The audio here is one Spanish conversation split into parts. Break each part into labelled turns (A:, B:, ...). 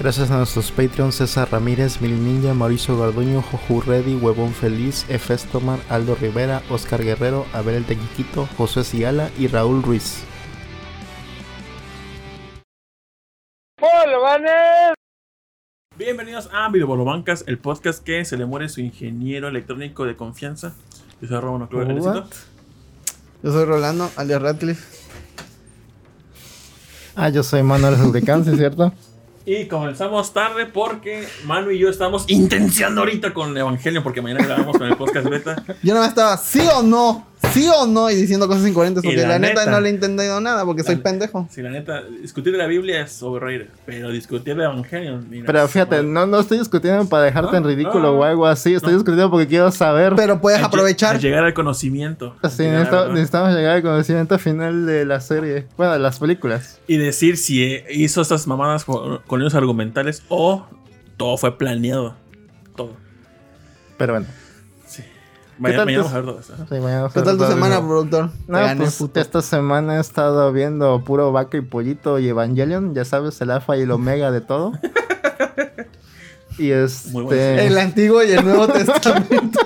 A: Gracias a nuestros Patreons César Ramírez, Mil Ninja, Mauricio Garduño, Joju Reddy, Huevón Feliz, Efestomar, Aldo Rivera, Oscar Guerrero, Abel El Tequiquito, José Ciala y Raúl Ruiz.
B: Bienvenidos a Videobolobancas, el podcast que se le muere su ingeniero electrónico de confianza. Yo soy Robo Nocturno Relecito.
C: Yo soy Rolando, alias Ratcliffe.
A: Ah, yo soy Manuel Zulcán, ¿sí cierto?
B: Y comenzamos tarde porque Manu y yo estamos intenciando ahorita con el Evangelio porque mañana grabamos con el podcast beta.
C: Yo no estaba sí o no, sí o no, y diciendo cosas incoherentes
B: Y
C: porque
B: la
C: la, neta,
B: neta.
C: no le he entendido nada porque soy
B: La-
C: pendejo.
B: Si la neta, discutir de la Biblia es overrated, pero discutir de Evangelio. mira,
A: Pero fíjate,
B: madre.
A: no, no estoy discutiendo para dejarte
B: No,
A: en ridículo
B: no,
A: o algo así, estoy
B: no.
A: discutiendo porque quiero saber.
C: Pero puedes
B: A lle-
C: aprovechar.
B: a llegar al conocimiento.
A: Sí,
B: Llegar,
A: necesita-
B: ¿no?
A: necesitamos llegar al conocimiento final de la serie. Bueno, de las películas.
B: Y decir si eh, hizo estas mamadas con, con líneas argumentales o todo fue planeado. Todo.
A: Pero bueno.
B: Mañana,
A: tal
B: mañana
A: tus-
B: vamos a ver todo eso. ¿eh? ¿no?
A: sí, mañana vamos a
C: ¿Qué tal tu
A: hablar de
C: semana,
A: eso.
C: productor?
A: No,
C: Te gané,
A: pues
C: puto.
A: esta semana he estado viendo puro vaca y pollito y Evangelion, ya sabes, el alfa y el omega de todo. y
B: Muy buena
C: El
A: este
C: Antiguo y el Nuevo Testamento.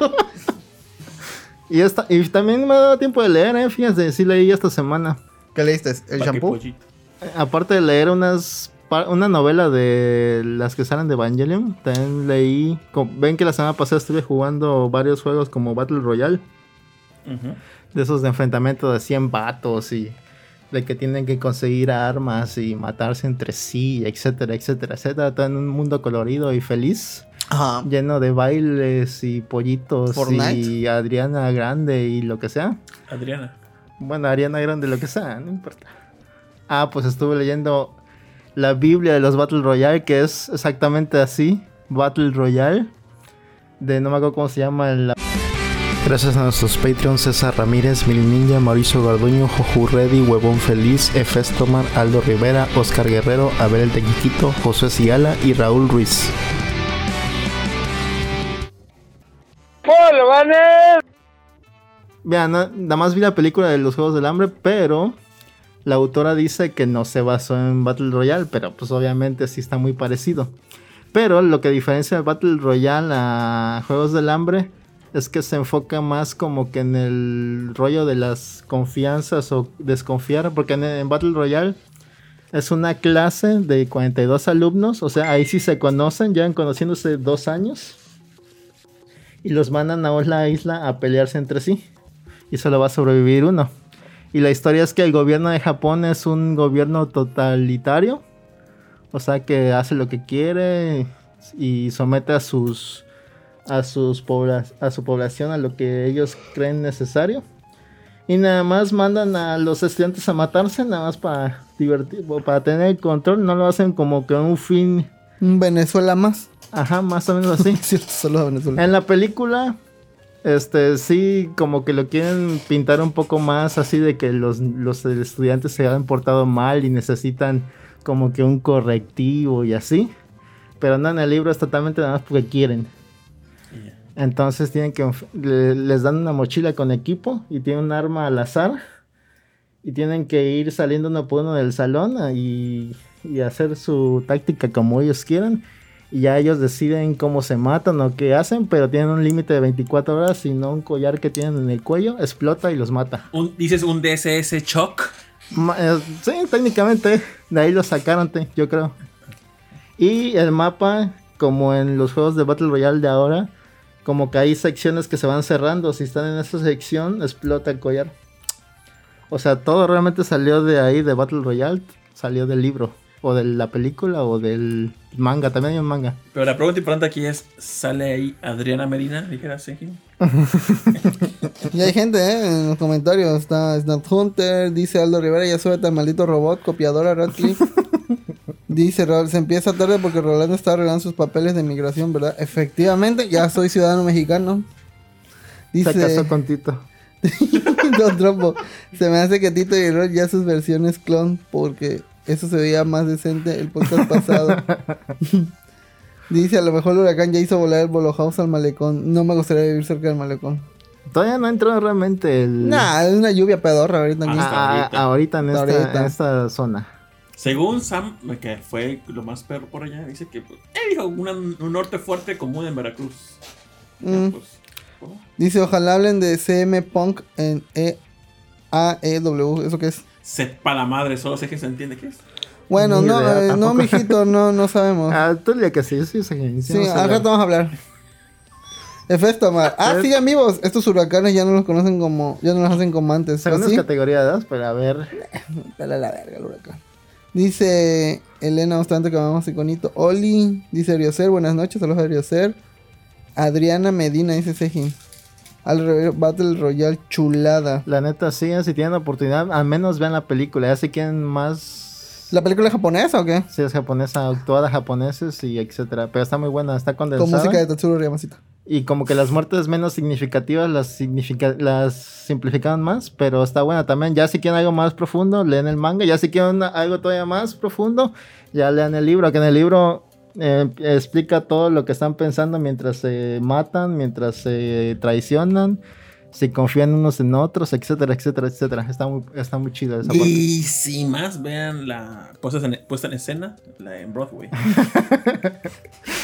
A: y esta y también me ha dado tiempo de leer, eh, fíjense, sí leí esta semana.
C: ¿Qué leíste? ¿El
B: Pa' que
C: shampoo?
B: pollito.
A: Eh, Aparte de leer unas pa- una novela de las que salen de Evangelion, también leí, co- ven que la semana pasada estuve jugando varios juegos como Battle Royale.
B: Ujú.
A: de esos de enfrentamiento de 100 vatos y de que tienen que conseguir armas y matarse entre sí, etcétera, etcétera, etcétera. Todo en un mundo colorido y feliz,
C: Ajá.
A: lleno de bailes y pollitos
C: Fortnite.
A: y Adriana Grande y lo que sea.
B: Adriana.
A: Bueno, Ariana Grande, lo que sea, no importa. Ah, pues estuve leyendo la Biblia de los Battle Royale, que es exactamente así: Battle Royale. De no me acuerdo cómo se llama el. Gracias a nuestros Patreons César Ramírez, Mil Ninja, Mauricio Garduño, Joju Reddy, Huevón Feliz, Efestomar, Aldo Rivera, Oscar Guerrero, Abel El Tequiquito, José Ciala y Raúl Ruiz. Vean, na- nada más vi la película de los Juegos del Hambre, pero la autora dice que no se basó en Battle Royale, pero pues obviamente sí está muy parecido. Pero lo que diferencia de Battle Royale a Juegos del Hambre es que se enfoca más como que en el rollo de las confianzas o desconfiar, porque en, en Battle Royale es una clase de 42 alumnos, o sea, ahí sí se conocen, llevan conociéndose dos años y los mandan a la isla a pelearse entre sí. Y solo va a sobrevivir uno. Y la historia es que el gobierno de Japón es un gobierno totalitario. O sea que hace lo que quiere y somete a sus a sus pobla- a su población a lo que ellos creen necesario. Y nada más mandan a los estudiantes a matarse, nada más para divertir, para tener el control, no lo hacen como que un fin,
C: Un Venezuela más.
A: ajá, más o menos así.
C: Cierto, solo Venezuela.
A: En la película, este, sí, como que lo quieren pintar un poco más así de que los, los estudiantes se han portado mal y necesitan como que un correctivo y así. Pero no, en el libro es totalmente nada más porque quieren.
B: Y ya.
A: Entonces tienen que enf- le- les dan una mochila con equipo y tienen un arma al azar y tienen que ir saliendo uno por uno del salón ah, y, y hacer su táctica como ellos quieran y ya ellos deciden cómo se matan o qué hacen, pero tienen un límite de 24 horas, si no un collar que tienen en el cuello explota y los mata.
B: Un- dices un DSS Choc.
A: Ma- eh, sí, técnicamente de ahí lo sacaron, te- yo creo. Y el mapa, como en los juegos de Battle Royale de ahora, como que hay secciones que se van cerrando. Si están en esa sección, explota el collar. O sea, todo realmente salió de ahí, de Battle Royale, salió del libro, o de la película, o del manga. También hay un manga.
B: Pero la pregunta importante aquí es: ¿sale ahí Adriana Medina? "Ah, Dijera Sergio.
C: Y hay gente, ¿eh? En los comentarios. Está Snap Hunter, dice Aldo Rivera, ya súbete al maldito robot, copiadora Radcliffe. dice Raúl, se empieza tarde porque Rolando está arreglando sus papeles de migración, ¿verdad? Efectivamente, ya soy ciudadano mexicano. Dice
A: Se casó con Tito.
C: Don Trompo, se me hace que Tito y Rol ya sus versiones clon, porque eso se veía más decente el podcast pasado. Dice, a lo mejor el huracán ya hizo volar el Bolo House al malecón. No me gustaría vivir cerca del malecón.
A: Todavía no entró realmente el...
C: Nah, es una lluvia pedorra ahorita.
B: Ah,
C: aquí.
A: a- a-
B: Hasta ahorita.
A: ahorita en esta,
C: Ahorita.
A: en esta zona.
B: Según Sam, que fue lo más perro por allá, dice que pues, él dijo una- un norte fuerte común en Veracruz. Ya,
C: Mm.
B: pues, ¿cómo?
C: Dice, ojalá hablen de CM Punk en E A E W, ¿eso qué es?
B: Sepa la madre, solo sé que se entiende qué es.
C: Bueno,
A: Ni
C: no,
A: idea,
C: eh, no,
A: tampoco.
C: mijito, no, no sabemos.
A: Ah, tú le que sí, yo soy ese-
C: sí,
A: no sé
C: al
A: la-
C: rato vamos a hablar. Efecto Amar. Ah,
A: Es-
C: sí, amigos, estos huracanes ya no los conocen como, ya no los hacen como antes.
A: Según
C: ¿o
A: las
C: sí?
A: categorías, pero a ver.
C: Dale a la verga el huracán. Dice Elena, obstante que amamos iconito. Oli, dice Arioser, buenas noches, saludos a Arioser. Adriana Medina, dice Sejin. Al revés, Battle Royale, chulada.
A: La neta, sí, si tienen oportunidad, al menos vean la película. Ya si quieren más.
C: ¿La película es japonesa o qué?
A: Si es japonesa, actuada japoneses y etcétera. Pero está muy buena, está condensada.
C: Con música de Tatsuro Ryamasita.
A: Y como que las muertes menos significativas las, significa- las simplifican más, pero está buena también. Ya si quieren algo más profundo, leen el manga. Ya si quieren algo todavía más profundo, ya lean el libro, que en el libro eh, explica todo lo que están pensando mientras se matan, mientras se traicionan, si confían unos en otros, etcétera, etcétera, etcétera. Está muy, está muy chido esa parte.
B: Y si más, vean la puesta en, puesta en escena, la en Broadway.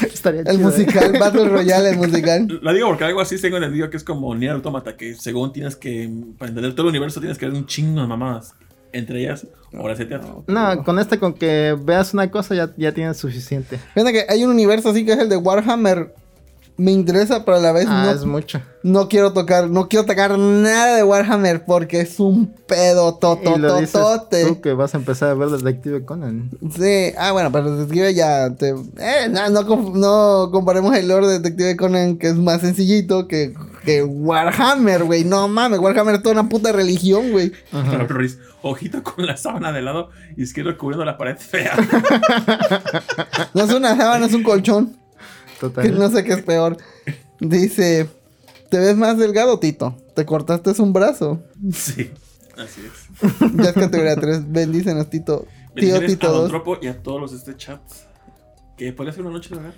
A: Estaría
C: El
A: chido, ¿eh?
C: musical, Battle Royale, el musical.
B: La digo porque algo así tengo entendido que es como Nier Automata, que según tienes que, para entender todo el universo, tienes que ver un chingo de mamadas. Entre ellas, obras de teatro.
A: No, con este, con que veas una cosa, ya, ya tienes suficiente.
C: Fíjate que hay un universo así que es el de Warhammer. Me interesa, pero a la vez
A: Ah,
C: no,
A: es mucho.
C: no quiero tocar, no quiero tocar nada de Warhammer porque es un pedo
A: Y lo dices tú
C: totototote.
A: que vas a empezar a ver Detective Conan.
C: Sí, ah, bueno, pero Detective ya te. Eh, no, no, conf- no comparemos el lore de Detective Conan, que es más sencillito que, que Warhammer, güey. No mames, Warhammer es toda una puta religión, güey.
B: Pero, pero dice, ojito con la sábana del lado izquierdo cubriendo la pared fea.
C: No es una sábana, es un colchón. Que
A: Total.
C: no sé qué es peor. Dice: ¿Te ves más delgado, Tito? Te cortaste un brazo.
B: sí, así es.
C: Ya es categoría 3. Bendícenos, Tito. Tío
B: Bendiciones a
C: Tito
B: Don
C: 2.
B: Tropo y a todos los de este chat. Que podría ser una noche de hogar.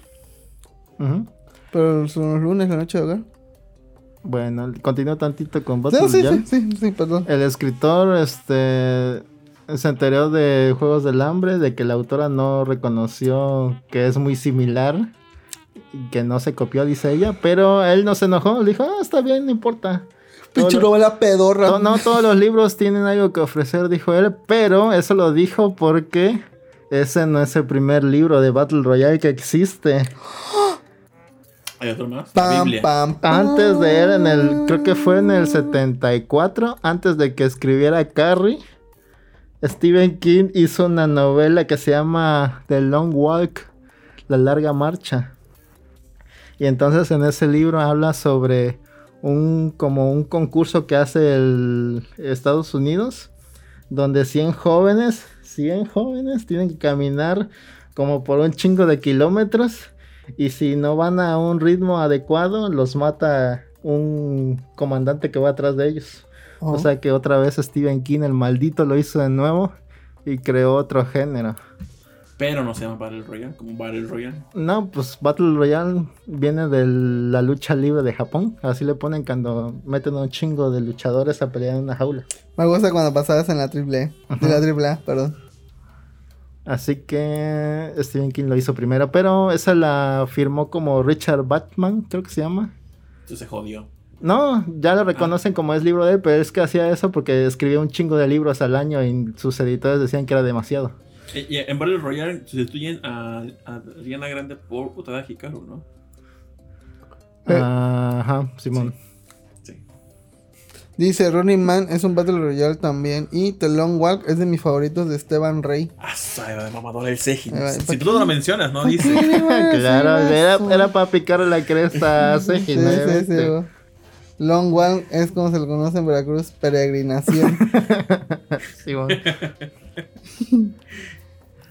A: Ujú.
C: Pero son los lunes, la noche de hogar.
A: Bueno, continúo tantito con Battle
C: No, sí,
A: Royale.
C: sí, sí, sí, perdón.
A: El escritor este, se enteró de Juegos del Hambre, de que la autora no reconoció que es muy similar, y que no se copió, dice ella, pero él no se enojó, le dijo, ah, está bien, no importa. Todo
C: Pinche
A: lo-
C: novela pedorra.
A: to- no todos los libros tienen algo que ofrecer, dijo él, pero eso lo dijo porque ese no es el primer libro de Battle Royale que existe.
B: Hay otro más. La
C: Pam,
B: Biblia.
C: pam, pam.
A: Antes de él, en
C: Ah.
A: el, creo que fue en el 74, antes de que escribiera Carrie, Stephen King hizo una novela que se llama The Long Walk, La Larga Marcha. Y entonces en ese libro habla sobre un, como un concurso que hace el Estados Unidos, donde 100 jóvenes, 100 jóvenes tienen que caminar como por un chingo de kilómetros. Y si no van a un ritmo adecuado, los mata un comandante que va atrás de ellos.
C: Oh.
A: O sea que otra vez Stephen King, el maldito, lo hizo de nuevo y creó otro género.
B: Pero no se llama Battle Royale, como Battle Royale.
A: No, pues Battle Royale viene de la lucha libre de Japón. Así le ponen cuando meten a un chingo de luchadores a pelear en una jaula.
C: Me gusta cuando pasabas en la triple. E. De la triple A, perdón.
A: Así que Stephen King lo hizo primero, pero esa la firmó como Richard Batman, creo que se llama.
B: Entonces se jodió.
A: No, ya lo reconocen como es libro de él, pero es que hacía eso porque escribía un chingo de libros al año y sus editores decían que era demasiado.
B: Eh, Y- y en Battle Royale sustituyen a, a Adriana Grande por putada Hikaru, ¿no?
C: Eh.
A: Ajá, Simón.
B: Sí.
C: Dice Running Man es un Battle Royale también. Y The Long Walk es de mis favoritos de Esteban Rey.
B: Ah, sabe, mamador el Sejin.
C: Ahí va,
B: Si
C: ¿para
B: tú no lo mencionas, no dice.
A: Ah, claro, era,
C: para
A: para picar la cresta a Seiji,
C: Pues, Sí,
A: ¿no?
C: sí, sí,
A: Este,
C: güey. Long Walk es como se lo conoce en Veracruz, peregrinación.
A: Simón.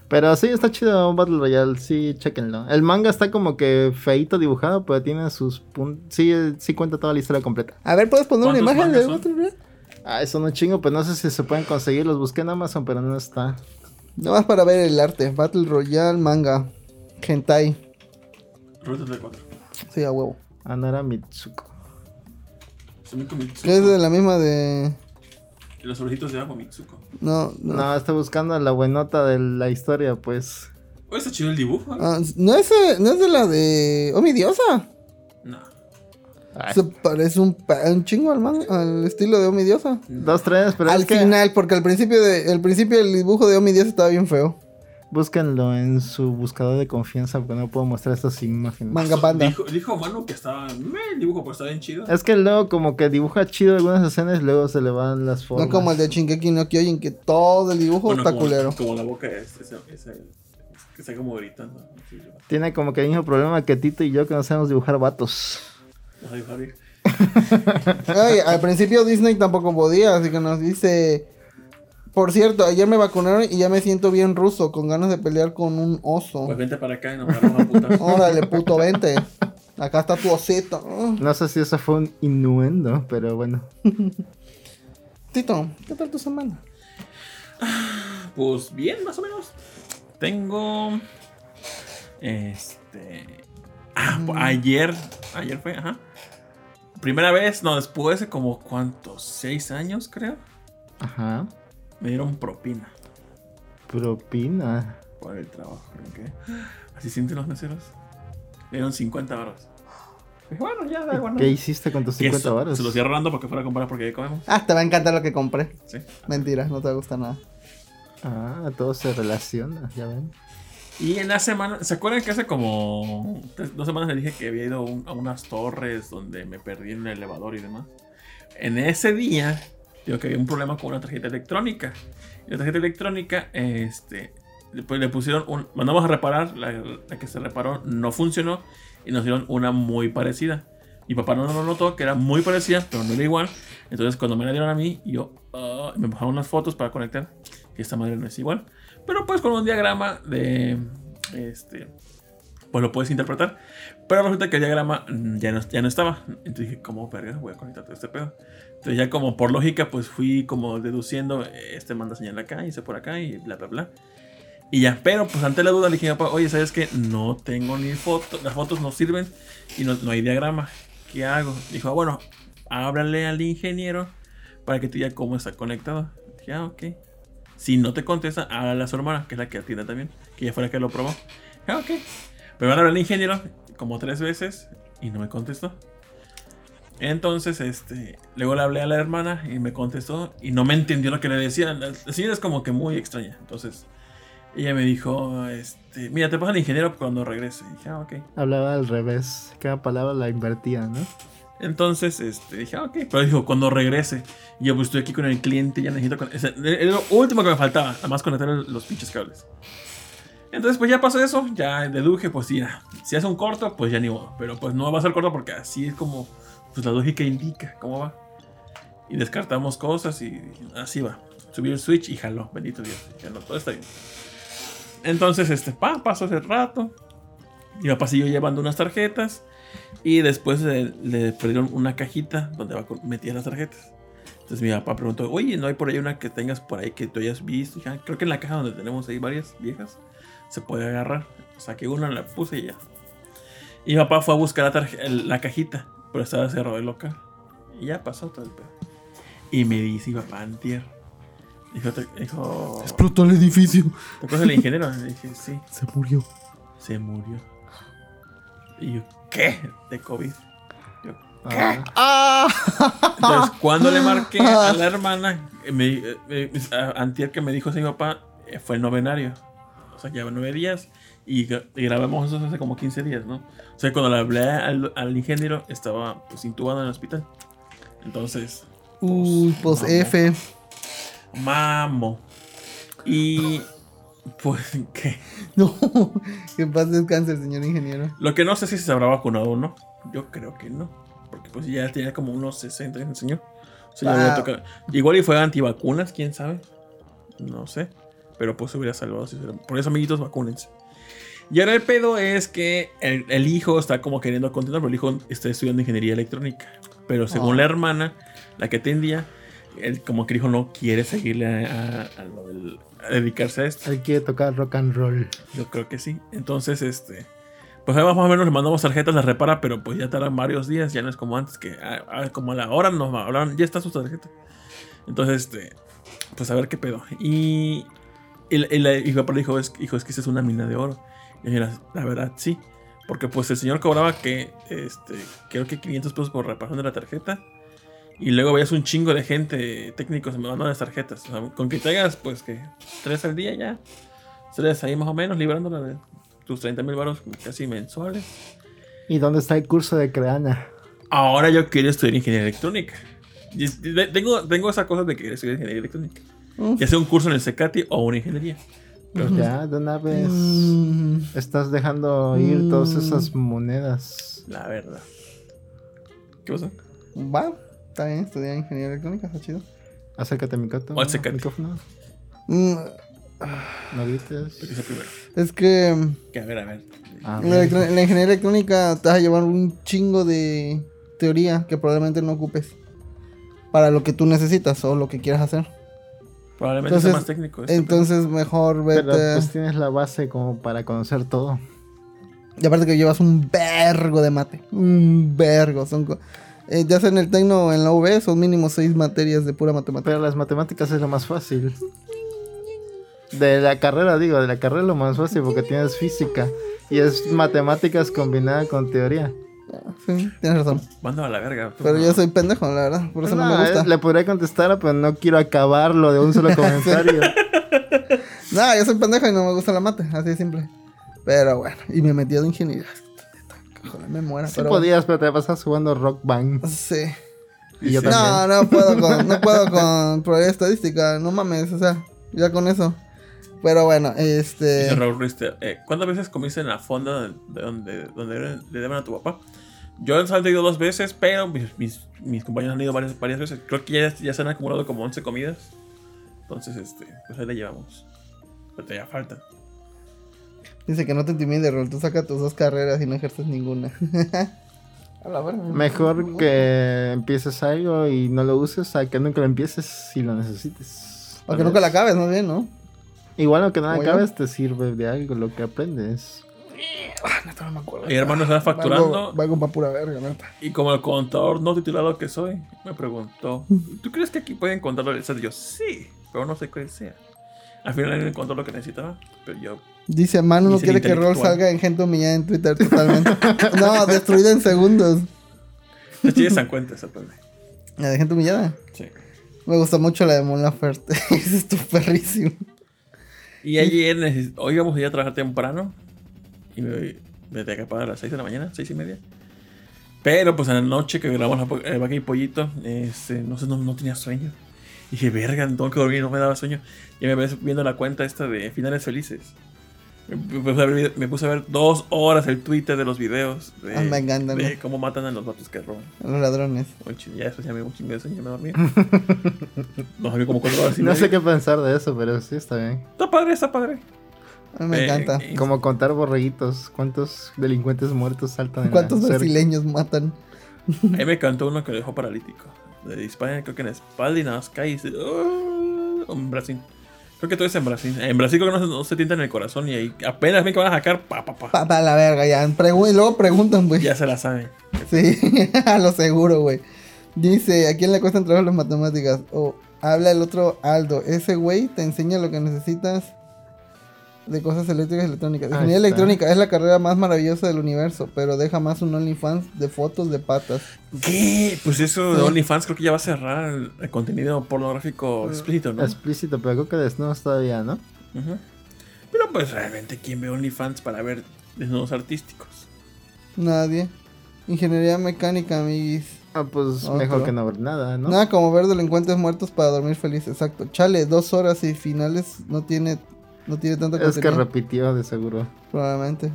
A: Pero sí, está chido Battle Royale, sí, chequenlo. El manga está como que feito dibujado, pero tiene sus puntos. Sí, eh, sí cuenta toda la historia completa.
C: A ver, ¿puedes poner una
B: ¿Cuántos
C: imagen
B: mangas
C: de
B: son?
C: Battle Royale?
A: Ah, eso no chingo, pues no sé si se pueden conseguir. Los busqué en Amazon, pero no está.
C: Nomás para ver el arte. Battle Royale, manga. Hentai.
B: Ruta 34.
C: Sí, a huevo.
A: Ah, no era Mitsuko.
B: Sumiko Mitsuko.
C: Que es de la misma de.
B: Y los orejitos de agua, Mitsuko.
C: No, no.
A: No, está buscando a la buenota de la historia, pues.
B: Oh, está chido el dibujo. ¿eh?
C: Ah, no, es, eh, no es de la de. ¡Oh, mi diosa!
B: No.
A: Ay,
C: Se parece un, pa- un chingo al, man- al estilo de Oh, mi diosa.
A: Dos, tres, pero
C: al
A: es que
C: final, porque al principio, de, al principio el dibujo de Oh, mi diosa estaba bien feo.
A: búsquenlo en su buscador de confianza porque no puedo mostrar estas imágenes.
C: Manga panda.
B: Dijo, dijo Manu que estaba. Me, el dibujo, pues está bien chido.
A: Es que luego como que dibuja chido algunas escenas y luego se le van las formas.
C: No como el de Shingeki no Kyojin, que todo el dibujo
B: Bueno,
C: está
B: como,
C: culero.
B: Como la boca es. Esa, esa, que está como gritando. No sé, yo-
A: Tiene como que el mismo problema que Tito y yo que no sabemos dibujar vatos.
B: no sé, Javi.
C: Ay, al principio Disney tampoco podía, así que nos dice. Por cierto, ayer me vacunaron y ya me siento bien ruso, con ganas de pelear con un oso.
B: Pues vente para acá y nos vamos a putar.
C: Órale, puto, vente. Acá está tu osito. Mm.
A: No sé si eso fue un innuendo, pero bueno.
C: Tito, ¿qué tal tu semana?
B: Pues bien, más o menos. Tengo. Este. Ah, pues, ayer. Ayer fue, ajá. Primera vez, no, después de como cuántos, seis años creo.
A: Ajá.
B: Me dieron propina
A: Propina.
B: por el trabajo. creo que. Así sienten los meseros. Me dieron 50 baros. Dije, bueno, ya da igual. ¿no?
A: ¿Qué hiciste con tus
B: Que
A: 50
B: eso,
A: varos?
B: Se los cierro rando porque fuera a comprar porque ya comemos.
C: Ah, te va a encantar lo que compré.
B: Sí.
C: Mentira, no te gusta nada.
A: Ah, todo se relaciona, ya ven.
B: Y en la semana, ¿se acuerdan que hace como tres- dos semanas le dije que había ido a un- a unas torres donde me perdí en el elevador y demás? En ese día, digo que había un problema con una tarjeta electrónica. Y la tarjeta electrónica, este, le- pues le pusieron un. Mandamos a reparar, la, la que se reparó no funcionó y nos dieron una muy parecida. Mi papá no lo notó, que era muy parecida, pero no era igual. Entonces, cuando me la dieron a mí, yo ah, me bajaron unas fotos para conectar, que esta madre no es igual. Pero pues con un diagrama de. Este. Pues lo puedes interpretar. Pero resulta que el diagrama mm, ya no, ya no estaba. Entonces dije, ¿cómo verga voy a conectar todo este pedo? Entonces ya como por lógica, pues fui como deduciendo, eh, este manda señal acá y ese por acá y bla, bla, bla. Y ya, pero pues ante la duda le dije, a mi papá, oye, ¿sabes qué? No tengo ni foto, las fotos no sirven y no, no hay diagrama. ¿Qué hago? Dijo, "Ah, bueno, háblale al ingeniero para que te diga cómo está conectado. Dije, ah, ok. Si no te contesta, háblale a su hermana, que es la que atiende también, que ya fue la que lo probó. Dije, ah, ok. Pero ahora el ingeniero como tres veces y no me contestó. Entonces, este, luego le hablé a la hermana y me contestó y no me entendió lo que le decía. La la señora es como que muy extraña. Entonces, ella me dijo, este, mira, te pasa el ingeniero cuando regrese. Y dije, ah, ok.
A: Hablaba al revés. Cada palabra la invertía, ¿no?
B: Entonces, este, dije, ah, ok. Pero dijo, cuando regrese. Y yo, pues estoy aquí con el cliente, ya necesito. con- o sea, era lo último que me faltaba, además conectar el- los pinches cables. Entonces, pues ya pasó eso, ya deduje, pues mira, si hace un corto, pues ya ni modo. Pero pues no va a ser corto porque así es como pues, la lógica indica cómo va. Y descartamos cosas y así va. Subí el switch y jaló, bendito Dios. Ya no, todo está bien. Entonces, este, pa, pasó hace rato. Y papá siguió llevando unas tarjetas. Y después le, le perdieron una cajita donde va con- metía las tarjetas. Entonces mi papá preguntó, oye, ¿no hay por ahí una que tengas por ahí que tú hayas visto? Dije, "Ah, creo que en la caja donde tenemos ahí varias viejas se puede agarrar. Saqué una, la puse y ya. Y mi papá fue a buscar la, tarje- el- la cajita, pero estaba cerrado el local. Y ya pasó todo el pedo. Y me dice mi papá antier. Dijo, "Te- dijo,
C: Explotó el edificio.
B: ¿te acuerdas del ingeniero? Le dije, sí
C: Se murió.
B: se murió. Y yo, ¿qué? De COVID.
A: Ah,
C: ¡Ah!
B: Entonces, cuando le marqué a la hermana, eh, me, eh, eh, a- antier que me dijo ese mi papá, eh, fue el novenario. O sea, lleva nueve días y, gra- y grabamos eso hace como 15 días, ¿no? O sea, cuando le hablé al, al ingeniero, estaba pues intubado en el hospital. Entonces,
C: Uy, pues
B: Mamá.
C: F.
B: mamo. Y pues, ¿qué?
C: No, que paz descanse el señor ingeniero.
B: Lo que no sé si se habrá vacunado o no. Yo creo que no. Porque pues ya tenía como unos 60 años el señor. O sea, ya
C: Ah.
B: había tocado. Igual y fue antivacunas, quién sabe. No sé. Pero pues se hubiera salvado. si hubiera- Por eso, amiguitos, vacúnense. Y ahora el pedo es que el, el hijo está como queriendo continuar, pero el hijo está estudiando ingeniería electrónica. Pero según
C: Oh.
B: la hermana, la que atendía, él como que el hijo no quiere seguirle a, a- a lo del- a dedicarse a esto.
A: él quiere tocar rock and roll.
B: Yo creo que sí. Entonces, este. Pues ahí más o menos le mandamos tarjetas, las repara, pero ah, pues ya tardan varios días, ya no es como antes, que a- a- como a la hora nos hablaron, ya está su tarjeta. Entonces, este, pues a ver qué pedo. Y, el el- el- y papá le dijo es, hijo, es que esta es una mina de oro. Y yo, la, la verdad, sí. Porque pues el señor cobraba que, este, creo que 500 pesos por reparación de la tarjeta. Y luego veías un chingo de gente, técnicos, me mandando las tarjetas. O sea, con que te hagas, pues que tres al día ya. Tres ahí más o menos, liberándola de tus 30 mil baros casi mensuales.
A: ¿Y dónde está el curso de Creana?
B: Ahora yo quiero estudiar ingeniería electrónica. Y es- de- Tengo, tengo esa cosa de que quiero estudiar ingeniería electrónica. Ya sea un curso en el CECATI o una ingeniería. Pero-
A: Ya, de una vez.
C: Mm.
A: Estás dejando ir
C: Mm.
A: todas esas monedas.
B: La verdad. ¿Qué pasa?
C: Va, está bien, estudiar ingeniería electrónica, está chido.
A: Acércate a mi gato.
B: O acércate.
A: micrófono.
C: Mm,
A: No grites.
B: ¿Qué hice primero?
C: Es que mm,
B: Que a ver, a ver.
A: Ah,
C: la, electro- la ingeniería electrónica te vas a llevar un chingo de teoría que probablemente no ocupes para lo que tú necesitas o lo que quieras hacer.
B: Probablemente
C: Entonces-
B: sea más técnico. este,
C: Entonces, mejor vete.
A: Pues Pero pues tienes la base como para conocer todo.
C: Y aparte que llevas un vergo de mate. Un vergo. Son co- eh, ya sea en el Tecno o en la UB, son mínimo seis materias de pura matemática.
A: Pero las matemáticas es lo más fácil. De la carrera, digo, de la carrera es lo más fácil porque tienes física. Y es matemáticas combinada con teoría.
C: Sí, tienes razón.
B: pero- Mándalo a la verga. tú,
C: Pero
B: no.
C: yo soy pendejo, la verdad. Por eso no,
A: pues, No,
C: me gusta.
A: eh, Le podría contestar, pero no quiero acabarlo de un solo comentario.
C: No, yo soy pendejo y no me gusta la mate. Así de simple. Pero bueno, y me metí a la ingeniería. Joder, me muera.
A: Sí
C: pero
A: podías, pero te pasas jugando Rock Band.
C: Sí.
A: Y yo
B: Sí.
A: también.
C: No, no puedo con, no puedo con probabilidad estadística. No mames, o sea, ya con eso. Pero bueno, este.
B: Dice Raúl Ruiz, te- eh, ¿Cuántas veces comiste en la fonda de donde, donde le daban a tu papá? Yo he ido dos veces, pero mis, mis- mis compañeros han ido varias, varias veces. Creo que ya, ya se han acumulado como 11 comidas. Entonces, este, pues ahí la llevamos. Pero todavía falta.
C: Dice que no te intimides, Rol. Tú sacas tus dos carreras y no ejerces ninguna. A la verga.
A: Mejor que empieces algo y no lo uses a que nunca lo empieces si lo necesites.
C: O que nunca la acabes, más bien, ¿no?
A: Igual aunque no la
C: Como yo.
A: acabes, te sirve de algo lo que aprendes.
C: Neta, no me acuerdo.
B: Mi hermano estaba facturando
C: Valgo, valgo pa' pura verga, neta.
B: y como el contador no titulado que soy, me preguntó, ¿tú crees que aquí pueden contar el SAT? Yo, sí, pero no sé cuál sea. Al final él encontró lo que necesitaba, pero yo,
C: Dice, Manu no
B: Dice el
C: quiere que Rol
B: intelectual.
C: salga en gente humillada en Twitter totalmente. no, destruida en segundos.
B: te chilles en cuenta, se aprende.
C: La de gente humillada.
B: Sí.
C: Me gustó mucho la de Mon Laferte. Esa es tu perrísimo.
B: Y ayer, neces- hoy íbamos a ir a trabajar temprano. Y me, me tenía que parar a las 6 de la mañana, 6 y media. Pero pues en la noche que grabamos la po- eh, vaca y pollito, este, no sé, no, no tenía sueño. Dije, verga, tengo que dormir, no me daba sueño. Y me ves viendo la cuenta esta de finales felices. Me, me puse a ver, vide- me puse a ver dos horas el Twitter de los videos de,
C: Ah, me encantan,
B: de
C: ¿no?
B: cómo matan a los vatos que roban.
C: Los ladrones.
B: Un chin- Ya eso ya me dio un chingo de sueño, ya me dormí. Nos dormí como cuatro horas y
A: no sé
B: media.
A: qué pensar de eso, pero sí está bien.
B: Está padre, está padre.
C: A mí me
B: Eh,
C: encanta.
B: eh,
A: Como contar borreguitos. ¿Cuántos delincuentes muertos saltan en la
C: ¿Cuántos
A: cerca?
C: brasileños matan?
B: Ahí me cantó uno que lo dejó paralítico. Le disparan, creo que en la espalda y nada más cae y dice. en Brasil. Creo que todo es en Brasil. En Brasil creo que no se, no se tientan en el corazón y ahí apenas ven que van a sacar, pa, pa, pa.
C: Pa, pa' la verga, ya. Pregu- y luego preguntan, güey.
B: Ya se la saben.
C: Sí, a lo seguro, güey. Dice, ¿a quién le cuestan trabajo las matemáticas? O habla el otro Aldo. Ese güey te enseña lo que necesitas de cosas eléctricas y electrónicas.
A: Ahí
C: Ingeniería
A: está.
C: electrónica es la carrera más maravillosa del universo, pero deja más un OnlyFans de fotos de patas.
B: ¿Qué? Pues eso de
C: Sí.
B: OnlyFans creo que ya va a cerrar el, el contenido pornográfico
C: Ah,
B: explícito, ¿no?
A: Explícito, pero creo que desnudos todavía, ¿no?
B: Ujú. Pero pues realmente, ¿quién ve OnlyFans para ver desnudos artísticos?
C: Nadie. Ingeniería mecánica, amiguis.
A: Ah, pues
C: Otro.
A: mejor que no ver nada, ¿no?
C: Nada como ver delincuentes muertos para dormir feliz, exacto. Chale, dos horas y finales no tiene, no tiene tanta
A: es que
C: contenido,
A: repitió de seguro.
C: probablemente.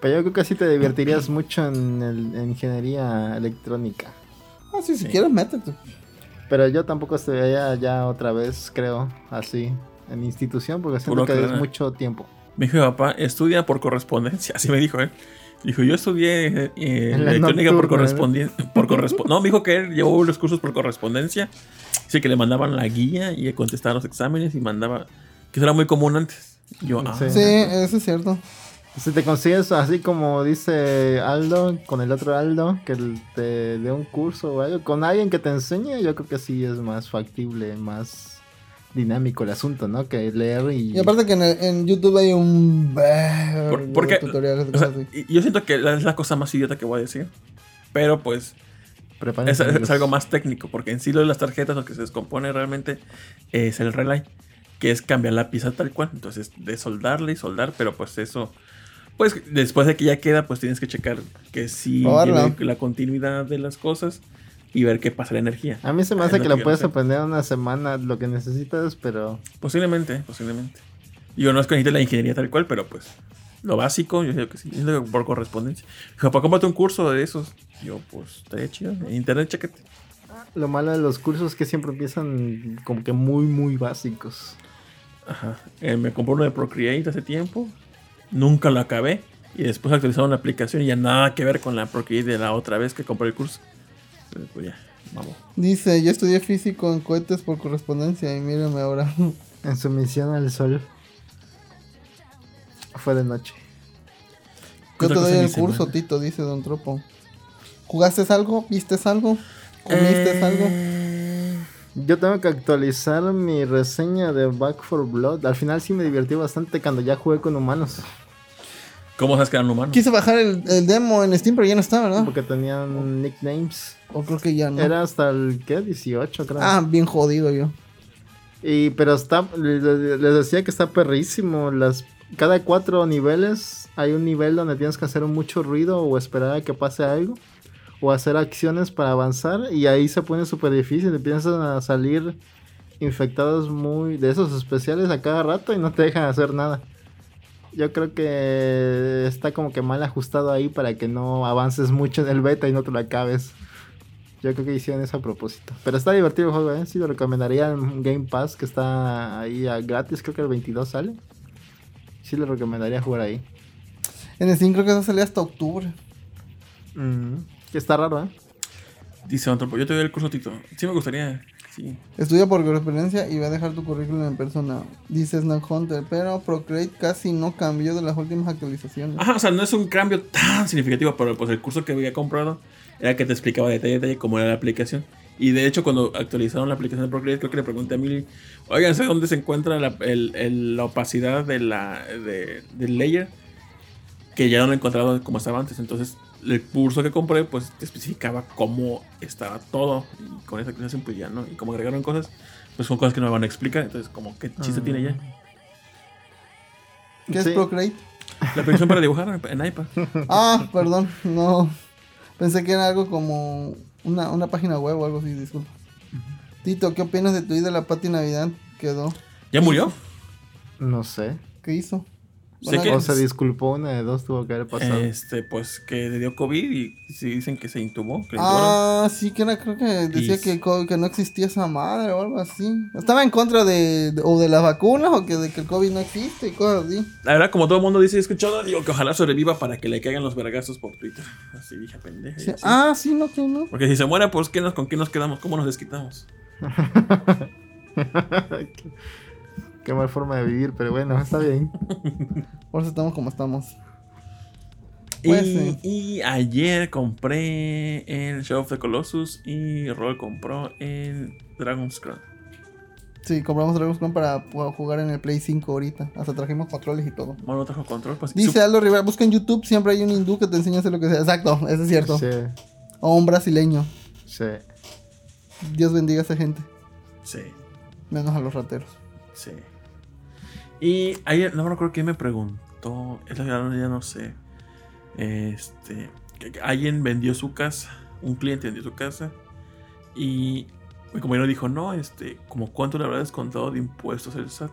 A: Pero yo creo que sí te divertirías mucho en, el- en ingeniería electrónica.
C: Ah, sí, si
B: Sí.
C: quieres, métete.
A: Pero yo tampoco estaría ya otra vez, creo, así, en institución, porque siento
B: Puro
A: que es
B: clara.
A: mucho tiempo.
B: Me dijo mi papá, estudia por correspondencia. Así me dijo él. Dijo, yo estudié eh, eh,
A: En la
B: electrónica por
A: nocturna,
B: correspondencia. Por correspo- no, me dijo que él llevó los cursos por correspondencia. Así que le mandaban la guía y él contestaba los exámenes y mandaba. Que eso era muy común antes. Yo, ah,
A: Sí.
C: Sí, eso es cierto.
A: Si te consigues así como dice Aldo, con el otro Aldo, que te dé un curso o algo, con alguien que te enseñe, yo creo que sí es más factible, más dinámico el asunto, ¿no? Que leer y...
C: Y aparte que en, el- en YouTube hay un...
B: Por- porque-
C: tutoriales de
B: O sea,
C: cosas así.
B: y- yo siento que es la cosa más idiota que voy a decir. Pero pues
A: preparar
B: es, es algo más técnico. Porque en sí lo de las tarjetas lo que se descompone realmente es el relay. Que es cambiar la pieza tal cual. Entonces de soldarle y soldar. Pero pues eso... Pues después de que ya queda pues tienes que checar que sí
C: Probarla.
B: tiene la continuidad de las cosas. Y ver qué pasa la energía.
A: A mí se me
B: Es
A: hace
B: lo
A: que lo
B: yo
A: puedes
B: sé.
A: aprender en una semana lo que necesitas, pero
B: Posiblemente, posiblemente. Yo no es que necesite la ingeniería tal cual, pero pues lo básico, yo creo que sí, siento que por correspondencia. Dijo, papá, cómprate un curso de esos. Yo, pues, estaría chido. En internet, chécate.
A: lo malo de los cursos es que siempre empiezan como que muy, muy básicos.
B: Ajá. Eh, me compré uno de Procreate hace tiempo. Nunca lo acabé. Y después actualizaron la aplicación y ya nada que ver con la Procreate de la otra vez que compré el curso. Entonces, pues ya, vamos.
C: Dice, yo estudié físico en cohetes por correspondencia y mírame ahora.
A: En su misión al sol fue de noche.
B: ¿Qué
C: Yo
B: otra
C: te doy
B: cosa
C: el
B: dice,
C: curso,
B: man?
C: Tito, dice Don Tropo. ¿Jugaste algo? ¿Viste algo?
B: Eh,
C: ¿Comiste algo?
B: algo?
A: Yo tengo que actualizar mi reseña de Back for Blood. Al final sí me divertí bastante cuando ya jugué con humanos.
B: ¿Cómo sabes que eran humanos?
C: Quise bajar el, el demo en Steam, pero ya no está, ¿verdad?
A: Porque tenían nicknames.
C: O creo que ya no.
A: Era hasta el, ¿qué? 18, creo.
C: Ah, bien jodido yo.
A: Y, pero está, les les decía que está perrísimo. Las, cada cuatro niveles hay un nivel donde tienes que hacer mucho ruido o esperar a que pase algo. O hacer acciones para avanzar. Y ahí se pone súper difícil. Empiezan a salir infectados muy de esos especiales a cada rato y no te dejan hacer nada. Yo creo que está como que mal ajustado ahí para que no avances mucho en el beta y no te lo acabes. Yo creo que hicieron eso a propósito. Pero está divertido el juego, ¿eh? Sí, lo recomendaría en Game Pass, que está ahí a gratis, creo que el 22 sale. Sí, lo recomendaría jugar ahí.
C: En Steam creo que eso salía hasta octubre. Mm.
A: Que está raro, ¿eh?
B: Dice otro, yo te doy el curso, Tito. Sí me gustaría, sí.
C: Estudia por correspondencia y va a dejar tu currículum en persona. Dice Snack Hunter, pero Procreate casi no cambió de las últimas actualizaciones.
B: Ajá, o sea, no es un cambio tan significativo, pero pues el curso que había comprado era que te explicaba detalle a detalle cómo era la aplicación. Y de hecho, cuando actualizaron la aplicación de Procreate, creo que le pregunté a Mili, oigan, ¿sé dónde se encuentra la, el- el- la opacidad de la, de- del layer? Que ya no lo he encontrado como estaba antes. Entonces, el curso que compré, pues te especificaba cómo estaba todo. Y con esa actualización, pues ya no. Y como agregaron cosas, pues son cosas que no me van a explicar. Entonces, como, ¿qué chiste
A: Ah.
B: tiene ya?
C: ¿Qué
A: Sí.
C: es Procreate?
B: La aplicación para dibujar en iPad.
C: Ah, perdón, no. Pensé que era algo como una, una página web o algo así, disculpa. Tito, ¿qué opinas de tu idea de la Pati Navidad? Quedó.
B: ¿Ya murió?
A: No sé.
C: ¿Qué hizo?
B: Sé
C: Bueno,
B: que-
A: O se disculpó, una de dos tuvo que haber pasado.
B: Este, pues que le dio COVID y sí dicen que se intubó. Que le intubaron.
C: Ah, sí, que era, creo que decía
B: Y-
C: que, co- que no existía esa madre o algo así. Estaba en contra de, de- o de las vacunas o que de que el COVID no existe y cosas así.
B: La verdad, como todo el mundo dice, he escuchado, digo que ojalá sobreviva para que le caigan los vergazos por Twitter. Así dije, pendeja. y
C: Sí,
B: así.
C: Ah, sí, no, que no.
B: Porque si se muere, pues ¿qué nos, ¿con qué nos quedamos? ¿Cómo nos desquitamos?
A: qué, qué mal forma de vivir, pero bueno, está bien.
C: Por eso estamos como estamos. Pues,
B: Y,
C: sí.
B: y ayer compré el Shadow of the Colossus y Roll compró el Dragon's Crown.
C: Sí, compramos Dragon's Crown para pu- jugar en el Play 5 ahorita. Hasta trajimos controles y todo.
B: Bueno, trajo control, pues. y
C: Dice Aldo Rivera, busca en YouTube, siempre hay un hindú que te enseña a hacer lo que sea. Exacto, eso es cierto.
A: Sí,
C: O un brasileño.
A: sí.
C: Dios bendiga a esa gente.
B: su- Sí.
C: Menos a los rateros.
B: Sí. Y ayer, no me acuerdo quién me preguntó. Es la verdad, ya no sé. Este. que- que alguien vendió su casa. Un cliente vendió su casa. Y mi compañero dijo: No, este. Como cuánto le habrá descontado de impuestos el SAT.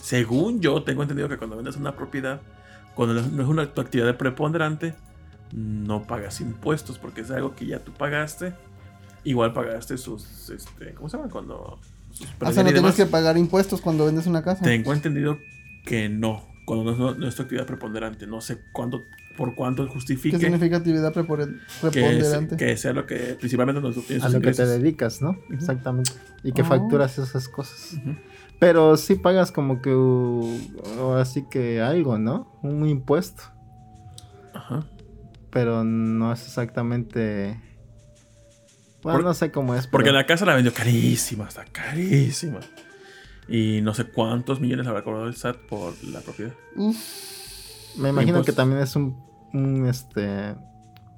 B: Según yo, tengo entendido que cuando vendes una propiedad, cuando no es- no es una tu actividad preponderante, no pagas impuestos porque es algo que ya tú pagaste. Igual pagaste sus. Este, ¿Cómo se llama? Cuando. Sus
C: Ah, o sea,
B: predial
C: no
B: y demás.
C: tienes que pagar impuestos cuando vendes una casa.
B: Tengo entendido que no, cuando no es no- no es tu actividad preponderante. No sé cuánto, por cuánto
C: ¿Qué
B: justifique que,
C: significa actividad prepore-
B: se-
C: preponderante?
B: que sea lo que principalmente donde tú tienes
A: A
B: tus
A: lo que te
B: ingresos.
A: dedicas, ¿no? Exactamente. Y que
C: Ah.
A: facturas esas cosas.
B: Ujú.
A: Pero sí pagas como que. uh, así que algo, ¿no? Un impuesto.
B: Ajá.
A: Pero no es exactamente. Bueno,
B: Por-
A: no sé cómo es.
B: Porque
A: pero-
B: la casa la vendió carísima, está carísima. Y no sé cuántos millones habrá cobrado el SAT por la propiedad.
A: Me imagino que
B: impuestos.
A: también es un, un, este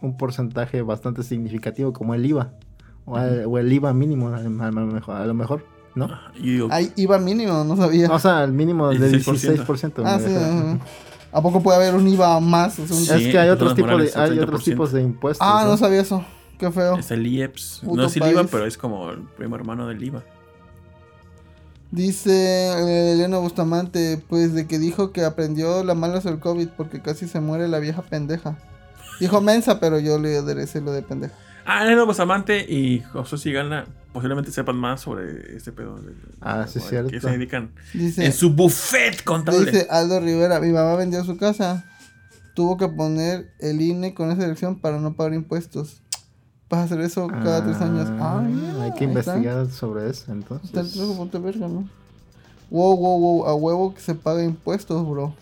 A: un porcentaje bastante significativo como el IVA. O, al- o el IVA mínimo, a, lo- a lo mejor- a lo mejor, ¿no?
B: Ajá, Y digo,
C: Ahí IVA mínimo, no sabía.
B: Ah,
A: O sea, el mínimo del
B: 16%.
A: 16%.
C: ah,
A: me
C: sí.
A: dejaron.
C: ajá. ¿A poco puede haber un IVA más? O sea, un-
B: Sí.
A: es que hay
B: de
A: otros,
B: todas
A: tipos de,
B: maneras,
A: hay
B: el
A: otros
B: 30%.
A: tipos de impuestos.
C: Ah,
A: ¿no?
C: no sabía eso. Qué feo.
B: es el IEPS. No
C: Puto
B: es el IVA,
C: país.
B: pero es como el primo hermano del IVA.
C: Dice eh, Elena Bustamante, pues de que dijo que aprendió la mala del COVID porque casi se muere la vieja pendeja. Dijo mensa, pero yo le aderecé lo de pendeja.
B: Ah, Neno Bustamante y José Sigana posiblemente sepan más sobre este pedo. de- de-
A: Ah, sí,
B: de-
A: cierto.
B: Que se dedican
C: Dice,
B: en su buffet contable.
C: dice Aldo Rivera, mi mamá vendió su casa. Tuvo que poner el INE con esa elección para no pagar impuestos. Vas a hacer eso cada tres años. Ah,
A: Ah,
C: mira,
A: hay que
C: ahí está.
A: investigar sobre eso, entonces.
C: Está el truco, ponte verga, ¿no? Wow, wow, wow, a huevo que se paga impuestos, bro.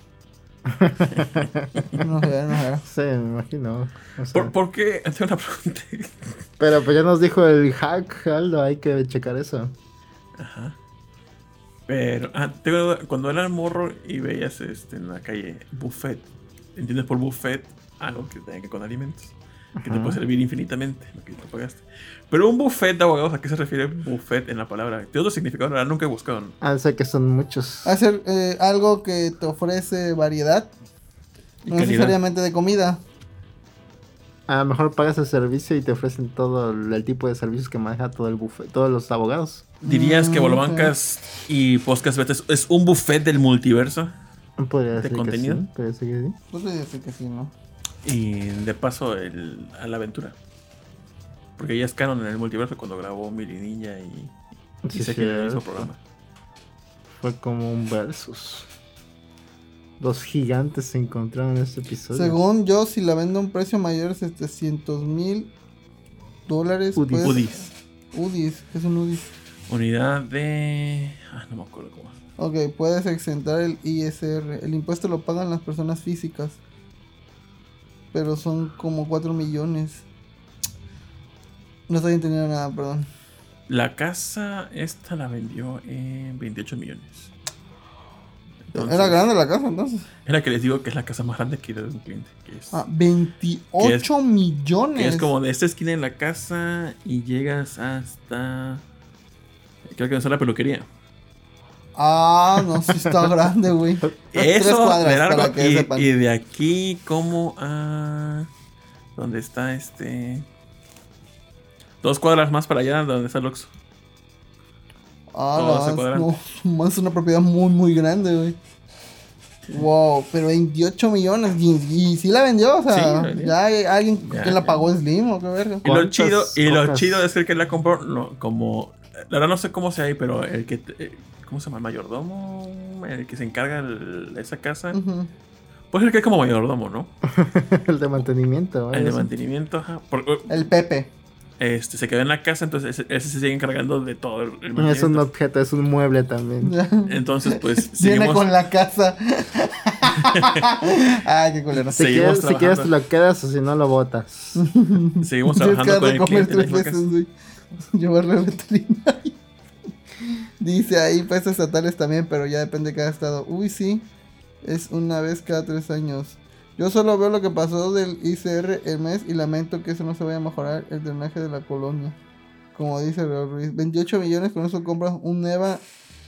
C: no sé, no sé.
A: Sí, me imagino. o sea,
B: ¿Por, por qué? Tengo una pregunta.
A: Pero pues ya nos dijo el hack, Aldo, hay que checar eso.
B: Ajá. Pero, ah, tengo una duda. cuando eras morro y veías este, en la calle buffet, ¿entiendes por buffet algo que tenga que ver con alimentos? Que te
A: Ajá.
B: puede servir infinitamente, lo que te pagaste. Pero un buffet de abogados, ¿a qué se refiere buffet en la palabra? Tiene otro significado, la verdad, nunca he buscado. ¿no?
A: Ah, sé que son muchos.
C: Hacer eh, algo que te ofrece variedad,
B: Y
C: no
B: calidad.
C: necesariamente de comida.
A: A lo mejor pagas el servicio y te ofrecen todo el, el tipo de servicios que maneja todo el buffet, todos los abogados.
B: ¿Dirías que
C: Mm,
B: Bolobancas y Podcast Beta es- es un buffet del multiverso?
A: Podría
B: ¿De
A: decir
B: contenido?
A: que sí. podría decir que sí.
C: Pues yo sé que sí, ¿no?
B: Y de paso, el, a la aventura. Porque ya es canon en el multiverso cuando grabó Mili Ninja y, y
A: Sí,
B: sé que era el mismo
A: cierto.
B: programa.
A: Fue como un versus. Los gigantes se encontraron en este episodio.
C: Según yo, si la vendo a un precio mayor de 700 mil dólares,
A: Udis.
C: pues-
B: Udis.
C: Udis, ¿qué es un Udis?
B: Unidad de. Ah, no me acuerdo cómo.
C: Ok, puedes exentar el ISR. El impuesto lo pagan las personas físicas. Pero son como 4 millones. No estoy entendiendo nada, perdón.
B: La casa esta la vendió en 28 millones. Entonces,
C: Era grande la casa entonces.
B: Es la que les digo que es la casa más grande que he ido de un cliente. Que es,
C: Ah, 28 millones.
B: que es como de esta esquina en la casa y llegas hasta. Creo que no es la peluquería.
C: Ah, no, sí está grande, güey. Tres
B: Eso
C: cuadras,
B: de largo
C: para que
B: y,
C: sepan.
B: y de aquí como a donde está este dos cuadras más para allá donde está el Oxxo. todo
C: Ah,
B: ese
C: la-
B: cuadrante.
C: no, man, es una propiedad muy, muy grande, güey. Wow, pero 28 millones. Y, y sí la vendió, o
B: Sí, la
C: sea,
B: vendió.
C: ya hay alguien
B: Ya,
C: que la
B: ya.
C: pagó Slim o qué verga.
B: Y lo
A: ¿Cuántas
B: chido y lo
A: cocas?
B: chido es que el que la compró no, como la verdad no sé cómo sea ahí, pero el que te- eh, ¿cómo se llama? El mayordomo, el que se encarga el- de esa casa,
C: Ujú.
B: puede ser que es como mayordomo, ¿no?
A: el de mantenimiento. ¿vale?
B: El de
A: Sí.
B: mantenimiento, ajá. Por- eh,
C: El Pepe.
B: este se quedó en la casa, entonces ese, ese se sigue encargando de todo el, el
A: Es un
B: mantenimiento.
A: objeto, es un mueble también.
B: Entonces, pues
C: Viene
B: seguimos
C: con la casa. Ay, qué culero.
A: Si
B: Seguimos
A: quieres, si quieres te lo quedas o si no lo botas.
B: Seguimos
C: Tienes que
B: trabajando con
C: darle
B: el
C: a comer
B: cliente.
C: tres
B: en la
C: veces,
B: casa.
C: güey. Llevarlo al veterinario. Dice ahí pues estatales también, pero ya depende de cada estado. Uy, sí. Es una vez cada tres años. Yo solo veo lo que pasó del ICR el mes y lamento que eso no se vaya a mejorar el drenaje de la colonia. Como dice Raúl Ruiz. 28 millones, con eso compras un Neva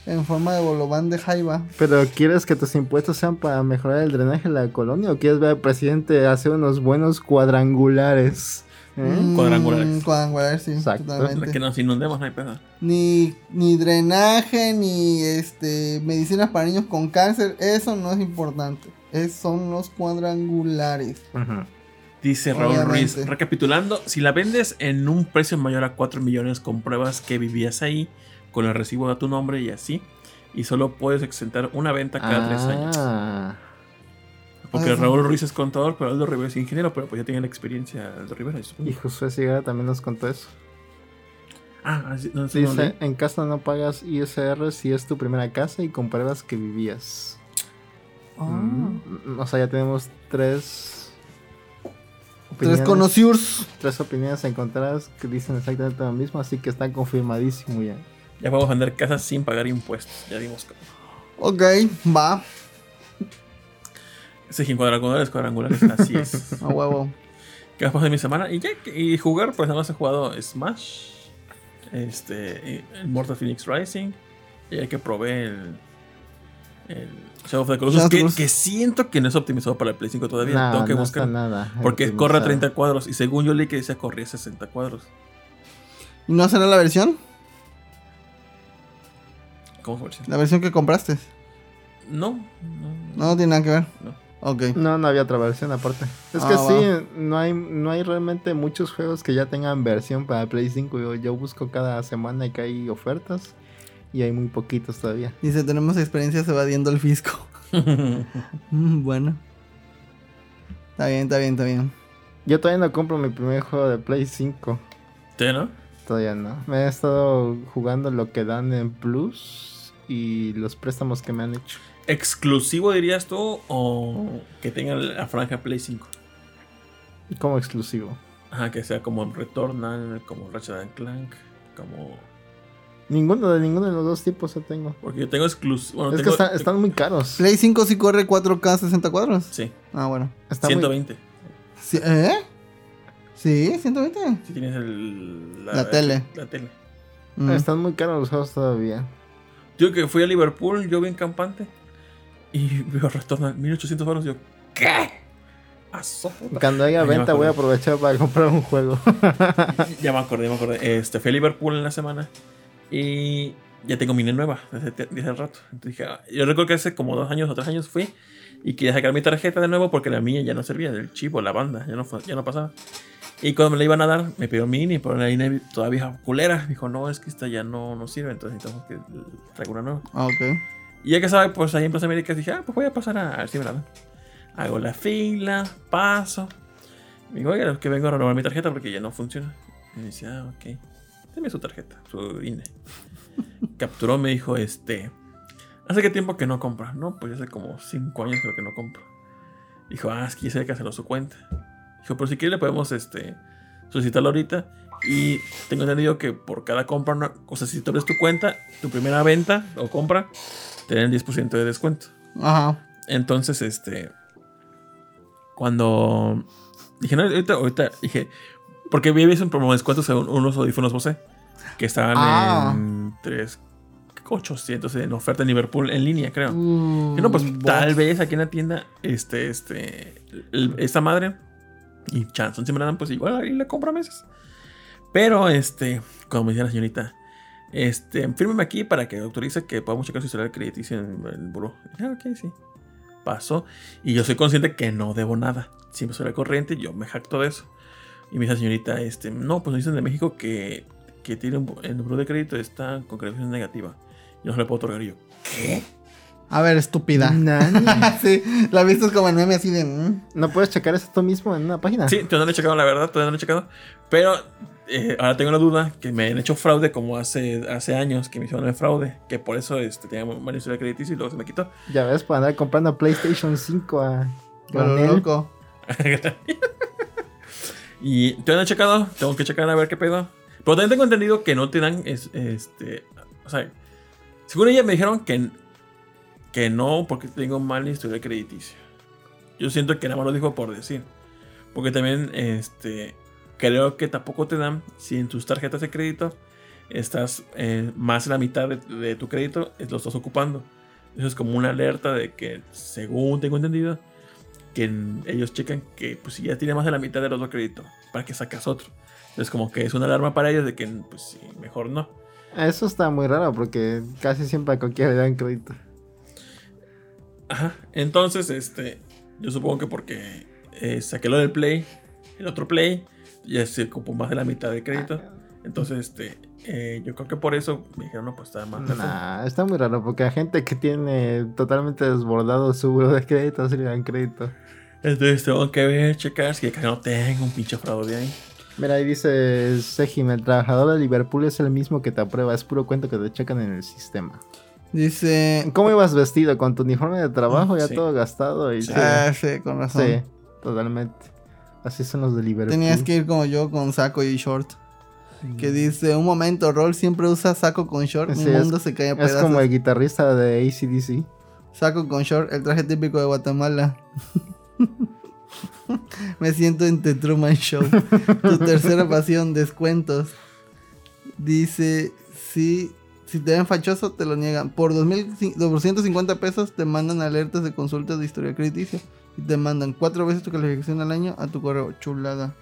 C: en forma de bolobán de jaiba.
A: Pero ¿quieres que tus impuestos sean para mejorar el drenaje de la colonia o quieres ver al presidente hacer unos buenos cuadrangulares? ¿Eh?
C: Mm,
B: Cuadrangulares.
C: Cuadrangulares, sí.
A: Exacto.
C: Totalmente.
B: Que nos inundemos, no hay pedo.
C: ni, ni drenaje, ni este medicinas para niños con cáncer, eso no es importante. Es, son los cuadrangulares.
A: Ujú.
B: Dice Raúl
C: Obviamente.
B: Ruiz. Recapitulando, si la vendes en un precio mayor a 4 millones, compruebas que vivías ahí con el recibo de tu nombre y así. Y solo puedes exentar una venta cada tres años.
A: Ah.
B: Porque
C: Ah.
B: Raúl Ruiz es contador, pero Aldo Rivera es ingeniero, pero pues ya tiene la experiencia Aldo Rivera. yo supongo.
A: Y Josué Cigara también nos contó eso.
B: Ah, así- no, eso no lo
A: Dice,
B: leí.
A: en casa no pagas ISR si es tu primera casa y compruebas que vivías.
C: Ah.
A: Mm, o sea, ya tenemos tres...
C: Tres
A: opiniones-
C: conocidos.
A: tres opiniones encontradas que dicen exactamente lo mismo, así que está confirmadísimo ya.
B: Ya podemos vender casas sin pagar impuestos. Ya vimos. cómo.
C: Ok, va.
B: Sí, en cuadrangulares, cuadrangulares, así es.
C: A huevo.
B: ¿Qué más pasó en mi semana? Y ya, y jugar, pues nada más he jugado Smash, este, y- el Mortal Phoenix Rising, y ya que probé el, el Shadow of the
C: Shadow
B: Colossus,
C: of the
B: que,
C: Colossus.
B: que siento que no es optimizado para el Play 5 todavía,
A: No,
B: tengo que
A: no
B: buscar,
A: está nada.
B: porque
A: optimizado.
B: corre a 30 cuadros, y según yo leí que decía corría a 60 cuadros.
C: ¿Y no será la versión?
B: ¿Cómo fue? versión?
C: La versión que compraste.
B: No, no,
C: No tiene nada que ver.
B: no.
C: Ok.
A: No, no había otra versión aparte. Es
C: Ah,
A: que
C: va.
A: sí, no hay, no hay realmente muchos juegos que ya tengan versión para Play 5. Yo, yo busco cada semana que hay ofertas y hay muy poquitos todavía.
C: Dice, tenemos experiencias evadiendo el fisco. Mm, bueno. Está bien, está bien, está bien.
A: Yo todavía no compro mi primer juego de Play 5.
B: ¿Sí, no?
A: Todavía no. Me he estado jugando lo que dan en Plus y los préstamos que me han hecho.
B: ¿Exclusivo dirías tú o que tenga la franja Play 5?
A: Como exclusivo.
B: Ajá, que sea como Returnal, como Ratchet and Clank, como...
A: Ninguno de ninguno de los dos tipos yo tengo.
B: Porque yo tengo exclusivo...
A: es que está- están muy caros.
C: Play 5 sí corre 4K 60 cuadros.
B: Sí,
C: Ah, bueno.
A: Está muy-
B: 120.
C: Sí, ¿Eh? Sí, 120.
B: Si tienes el,
C: La tele.
B: La tele.
C: Mm.
A: Están muy caros los juegos todavía.
B: Yo que fui a Liverpool, yo bien campante. Y veo retornan 1800 euros. Yo, ¿qué? A sopa.
A: Cuando haya
B: Ay, ya me
A: venta voy a
B: acordé.
A: aprovechar para comprar un juego.
B: Ya me acordé, ya me acordé. Este, fui a Liverpool en la semana. Y ya tengo mi NEN nueva desde, te- desde el rato. Entonces dije, ah, yo recuerdo que hace como dos años o tres años fui. Y quería sacar mi tarjeta de nuevo porque la mía ya no servía, del chip o la banda, ya no, fu- ya no pasaba. Y cuando me la iban a dar, me pidió mi INE, pero la INE todavía culera. Me dijo, no, es que esta ya no, no sirve, entonces necesitamos que traiga una nueva.
C: Ah, ok.
B: Y ya que sabe, pues ahí en Plaza América dije, ah, pues voy a pasar a, a ver si me la dan. Hago la fila, paso. Me digo, oiga, es que vengo a renovar mi tarjeta porque ya no funciona. Y me dice, ah, ok. Deme su tarjeta, su INE. Capturó, me dijo, este. ¿Hace qué tiempo que no compra? No, pues hace como 5 años creo que no compro. Dijo, ah, es que ya se canceló su cuenta. Dijo, pero si quiere le podemos este, solicitarlo ahorita. Y tengo entendido que por cada compra, no- o sea, si tú abres tu cuenta, tu primera venta o compra, te dan el 10% de descuento.
C: Ajá.
B: Entonces, este. Cuando. Dije, no, ahorita, ahorita dije. Porque vi visto un promo de descuentos en unos audífonos Bose. Que estaban
C: Ah.
B: en 3, 800 en oferta en Liverpool en línea, creo.
C: Mm,
B: Y no, pues
C: vos.
B: tal vez aquí en la tienda, este, este, el- esta madre y Chanson si me la dan, pues igual ahí la compro a meses. Pero, este, como decía la señorita, este, fírmeme aquí para que autorice que podamos checar su historial crediticio en el buró. Ah, ok, sí. Pasó. Y yo soy consciente que no debo nada. Siempre soy la corriente, yo me jacto de eso. Y me dice la señorita, este, no, pues nos dicen de México que, que tiene un, bu- el buró de crédito está con creación negativa. Yo no se le puedo otorgar Y yo.
C: A ver, estúpida. sí, la viste como el meme así de. mm.
A: ¿No puedes checar eso tú mismo en una página?
B: Sí, yo no lo he checado, la verdad, todavía no lo he checado. Pero eh, ahora tengo una duda, que me han hecho fraude como hace, hace años que me hicieron el fraude, que por eso este, tenía mala historia crediticia y luego se me quitó.
A: Ya ves, para andar comprando PlayStation 5 a
C: Pero
A: granel.
C: loco.
B: y todavía no he checado, tengo que checar a ver qué pedo. Pero también tengo entendido que no te dan, es- este, o sea, según ella me dijeron que, que no porque tengo mala historia crediticia. Yo siento que nada más lo dijo por decir. Porque también, este, creo que tampoco te dan si en tus tarjetas de crédito estás eh, más de la mitad de, de tu crédito, eh, lo estás ocupando. Eso es como una alerta de que, según tengo entendido, que en- ellos checan que pues, si ya tiene más de la mitad del otro crédito, para que sacas otro. Entonces como que es una alarma para ellos de que pues sí, mejor no.
A: Eso está muy raro porque casi siempre a cualquiera le dan crédito.
B: Ajá. Entonces, este, yo supongo que porque eh, saqué lo del Play, el otro Play, ya se ocupó más de la mitad de crédito. Entonces, este, eh, yo creo que por eso me dijeron, no, pues está más.
A: Nah, está muy raro porque a gente que tiene totalmente desbordado su buro de crédito sí le dan crédito.
B: Entonces tengo que ver, checar si acá no tengo un pinche fraude ahí.
A: Mira, ahí dice Sejim, el trabajador de Liverpool es el mismo que te aprueba, es puro cuento que te checan en el sistema.
C: Dice.
A: ¿Cómo ibas vestido? Con tu uniforme de trabajo ya
B: Sí.
A: todo gastado y sí,
C: Ah, sí, con razón.
A: sí, totalmente. Así son los de Liverpool.
C: Tenías que ir como yo con saco y short. Que dice, un momento, Roll siempre usa saco con short,
A: Mm. Sí,
C: mi
A: es-
C: mundo se cae a
A: Es
C: pedazos.
A: como el guitarrista de ACDC.
C: Saco con short, el traje típico de Guatemala. Me siento en The Truman Show. Tu tercera pasión, descuentos. Dice, sí, si te ven fachoso, te lo niegan. Por 2000 250 pesos te mandan alertas de consultas de historia crediticia. Y te mandan cuatro veces tu calificación al año a tu correo. Chulada.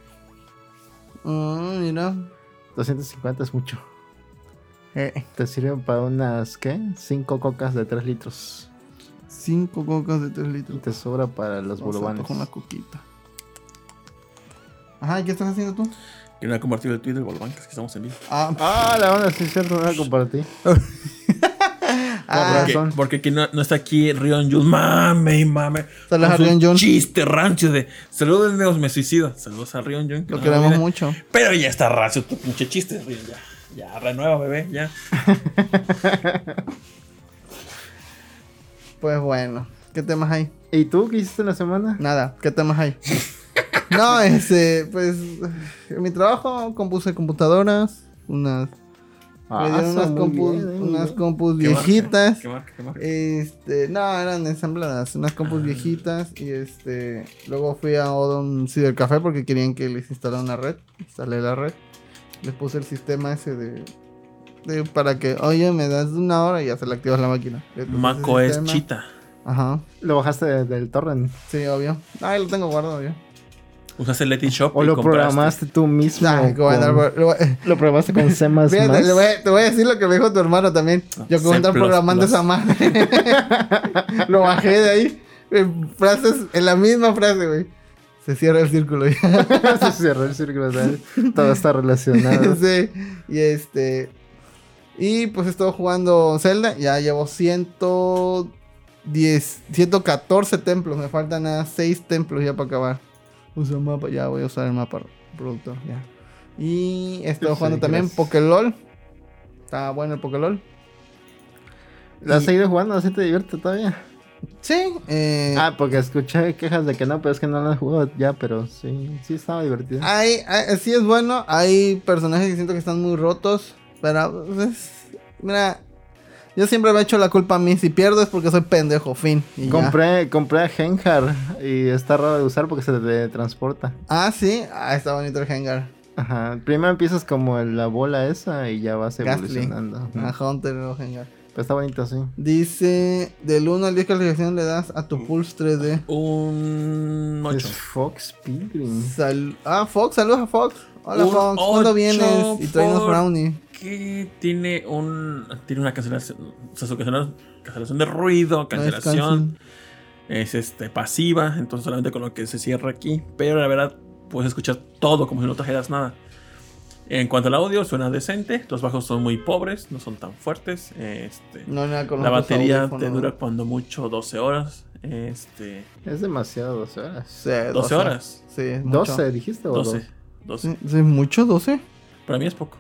C: Mm, mira.
A: 250 es mucho.
C: Eh,
A: Te sirven para unas, ¿qué? 5 cocas de 3 litros.
C: cinco cocas de 3
A: Y
C: litros.
A: te sobra para los
C: Vamos a
A: bolovanes.
C: antojar una coquita. Ajá, ¿y qué estás haciendo tú?
B: Que no ha compartido el tweet del Bolbank, es que estamos en vivo.
C: Ah,
A: Ah, la onda, sí, cierto, no la compartí.
C: ah,
A: razón.
B: porque, porque aquí no, no está aquí Rion Jun. Mame y mame.
C: Saludos
B: Con
C: a
B: su
C: Rion Jun.
B: Chiste rancio de saludos de me suicida. Saludos a Rion Jun. que
C: lo
B: no
C: queremos
B: viene.
C: mucho.
B: Pero ya está rancio tu pinche chiste, Rion. Ya, ya renueva, bebé. Ya.
C: Pues bueno, ¿qué temas hay?
A: ¿Y tú qué hiciste en la semana?
C: Nada, ¿qué temas hay? no, este, pues en mi trabajo compuse computadoras, unas, me dieron
A: Ah, eso,
C: unas,
A: muy
C: compu-
A: bien, eh, muy
C: unas
A: bien.
C: compus
B: ¿Qué marca?
C: viejitas.
B: ¿Qué marca? ¿Qué marca?
C: Este, no, eran ensambladas, unas
B: Ah.
C: compus viejitas y este, luego fui a Odom Cibercafé porque querían que les instalara una red, instalé la red, les puse el sistema ese de, de- para que, oye, me das una hora y ya se le activas la máquina. Le puse pues, ese
B: Maco es
C: sistema.
B: chita.
C: Ajá,
A: Lo bajaste de- del torrent.
C: sí, obvio. Ah, lo tengo guardado yo.
B: Usaste el Letty Shop.
A: O
B: y
A: lo
B: compraste.
A: programaste tú mismo.
C: Ah, que voy a andar
A: con-
C: por- lo voy-
A: Lo programaste con C.
C: Fíjate, le voy a- te voy a decir lo que me dijo tu hermano también.
B: Ah,
C: Yo que voy
B: C++.
C: a andar programando esa madre. lo bajé de ahí. En frases, en la misma frase, güey. Se cierra el círculo ya.
A: Se cerró el círculo. ¿sabes? Todo está relacionado.
C: Sí. Y este. Y pues estoy jugando Zelda. Ya llevo 110, 114 templos. Me faltan a 6 templos ya para acabar. Usa un mapa. Ya voy a usar el mapa productor. Ya. Y estoy
A: Sí,
C: jugando también
A: gracias.
C: Pokélol. Está bueno el Pokélol.
A: ¿Lo has seguido jugando? ¿Así te divierte todavía?
C: Sí. eh,
A: Ah, porque escuché quejas de que no, pero es que no lo has jugado ya, pero sí, sí estaba divertido.
C: Hay, hay- sí es bueno, hay personajes que siento que están muy rotos, pero pues, es- mira, yo siempre me he hecho la culpa a mí, si pierdo es porque soy pendejo, fin. y ya.
A: Compré, compré a Gengar y está raro de usar porque se te transporta.
C: Ah, sí, ah, está bonito el Hengar.
A: Ajá. Primero empiezas como en la bola esa y ya vas
C: Ghastly.
A: evolucionando. Ajá.
C: A Hunter o Hengar.
A: Pero está bonito así.
C: Dice, del 1 al 10 calificación le das a tu Pulse 3D.
B: Un 8.
A: Es Fox Pilgrim.
C: Sal- ah, Fox, saludos a Fox. Hola
B: Un
C: Fox, ¿cuándo
B: ocho
C: vienes? Y tráenos
B: por-
C: Brownie.
B: que tiene un tiene una cancelación o sea, su cancelación, cancelación de ruido cancelación es este pasiva entonces solamente con lo que se cierra aquí pero la verdad puedes escuchar todo como si no trajeras nada en cuanto al audio suena decente los bajos son muy pobres no son tan fuertes este,
C: No, nada con
B: la
C: otros
B: batería te
C: audífonos.
B: dura cuando mucho 12 horas este
A: Es demasiado 12 horas.
C: Sí,
B: 12 horas
C: Sí, es mucho.
A: 12, dijiste, o
B: 12
A: dos? Mm.
B: 12
C: Sí, sí, mucho 12.
B: para mí es poco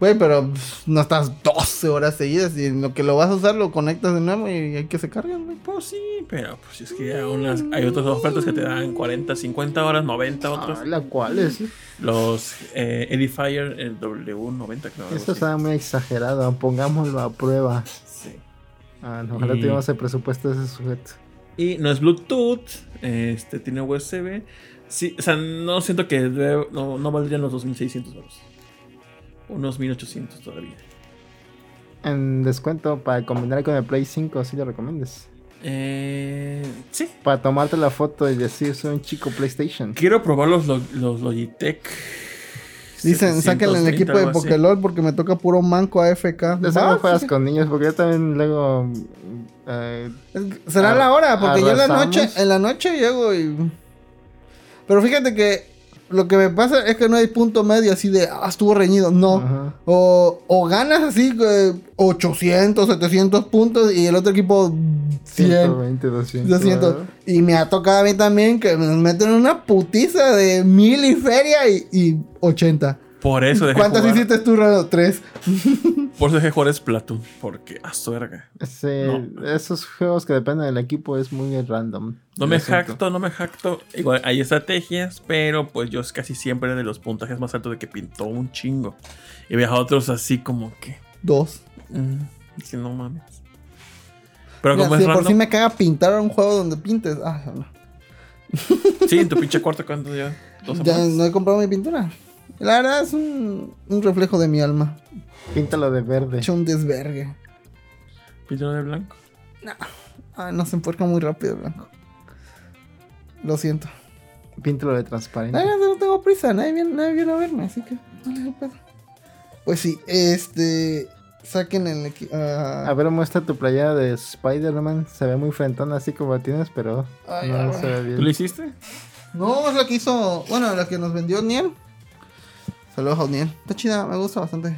C: Güey, pero pff, no estás 12 horas seguidas y en lo que lo vas a usar lo conectas de nuevo y hay que se cargan, güey.
B: Pues sí, pero pues es que hay, unas- hay otras ofertas que te dan 40, 50 horas, 90 otras.
A: Mm. Ah, la cual es.
B: Los eh, Edifier el W90 creo. algo
A: Esto
B: así.
A: está muy exagerado. Pongámoslo a prueba.
B: Sí.
A: Ah, no, ojalá
B: Y-
A: tuviéramos el presupuesto de ese sujeto.
B: Y no es Bluetooth, este tiene USB. Sí, o sea, no siento que de- no, no valdrían los 2600 euros. Unos 1800 todavía.
A: En descuento para combinar con el Play 5, si lo recomiendas.
B: Eh, sí.
A: Para tomarte la foto y decir, soy un chico PlayStation.
B: Quiero probar los, lo- los Logitech.
C: Dicen, sáquenle el
B: 730
C: equipo de
B: o algo así.
C: Pokélol porque me toca puro manco AFK.
A: De eso no
C: Ah,
A: juegas
C: sí.
A: con niños, porque yo también luego. mm, eh,
C: Es que Será
A: Ar-
C: la hora, porque yo en la
A: arrasamos.
C: noche, en la noche llego y. Pero fíjate que lo que me pasa es que no hay punto medio así de, ah, estuvo reñido. No.
A: Ajá.
C: O, o ganas así eh, 800, 700 puntos y el otro equipo 100.
A: 120, 200.
C: 200.
A: ¿verdad?
C: Y me ha tocado a mí también que nos meten una putiza de mil y feria y, y 80.
B: Por eso dejé
C: ¿Cuántas
B: jugar,
C: hiciste tú, Rado? Tres.
B: Por eso dejé jugar Splatoon. Porque, ah, a su verga.
A: Sí,
B: No.
A: esos juegos que dependen del equipo es muy random.
B: No
A: el
B: me
A: asunto.
B: jacto, no me jacto. Igual hay estrategias, pero pues yo es casi siempre de los puntajes más altos de que pintó un chingo. Y veía a otros así como que.
C: Dos.
B: mm, que no mames. Pero
C: Mira,
B: como
C: si
B: es
C: de por
B: random.
C: sí me caga pintar un juego donde pintes. Ah, no.
B: Sí, en tu pinche cuarto, ¿cuánto ya? ¿Dos
C: Ya
B: semanas?
C: no he comprado mi pintura. La verdad es un, un reflejo de mi alma.
A: Píntalo de verde.
C: Hecho un desvergue.
B: Pintura de blanco.
C: Ah, no se enforca muy rápido, Blanco. Lo siento.
A: Píntalo de
C: La
A: transparente.
C: verdad, no tengo prisa. Nadie viene, nadie viene a verme, así que. no le doy pedo. Pues sí, este. Saquen el. equi- ah,
A: A ver, muestra tu playera de Spider-Man. Se ve muy frentona así como la tienes, pero
C: Ay,
A: no
C: ay,
A: se ve
B: ¿Tú lo
A: bien.
B: hiciste?
C: No, es la que hizo. Bueno, la que nos vendió Niel. Saludos a Niel. Está chida, me gusta bastante.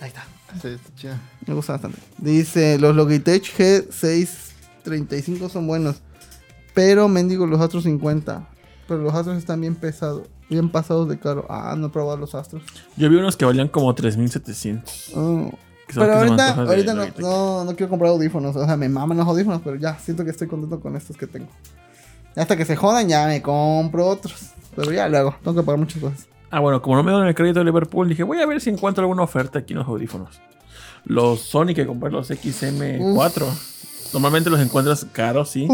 C: Ahí está.
A: Sí, está chida.
C: Me gusta bastante. Dice, los Logitech G635 son buenos. Pero mendigo los Astros 50. Pero los Astros están bien pesados. Bien pasados de caro. Ah, no he probado los Astros.
B: Yo vi unos que valían como 3700.
C: Oh.
B: que son los que se
C: Pero
B: me
C: ahorita,
B: antojan de
C: ahorita no,
B: Logitech.
C: no, no quiero comprar audífonos. O sea, me maman los audífonos, pero ya, siento que estoy contento con estos que tengo. Y Hasta que se jodan, ya me compro otros. Pero ya luego, tengo que pagar muchas cosas.
B: Ah, bueno, como no me dieron el crédito de Liverpool, dije, voy a ver si encuentro alguna oferta aquí en los audífonos. Los Sony que compré, los XM4, normalmente los encuentras caros, sí.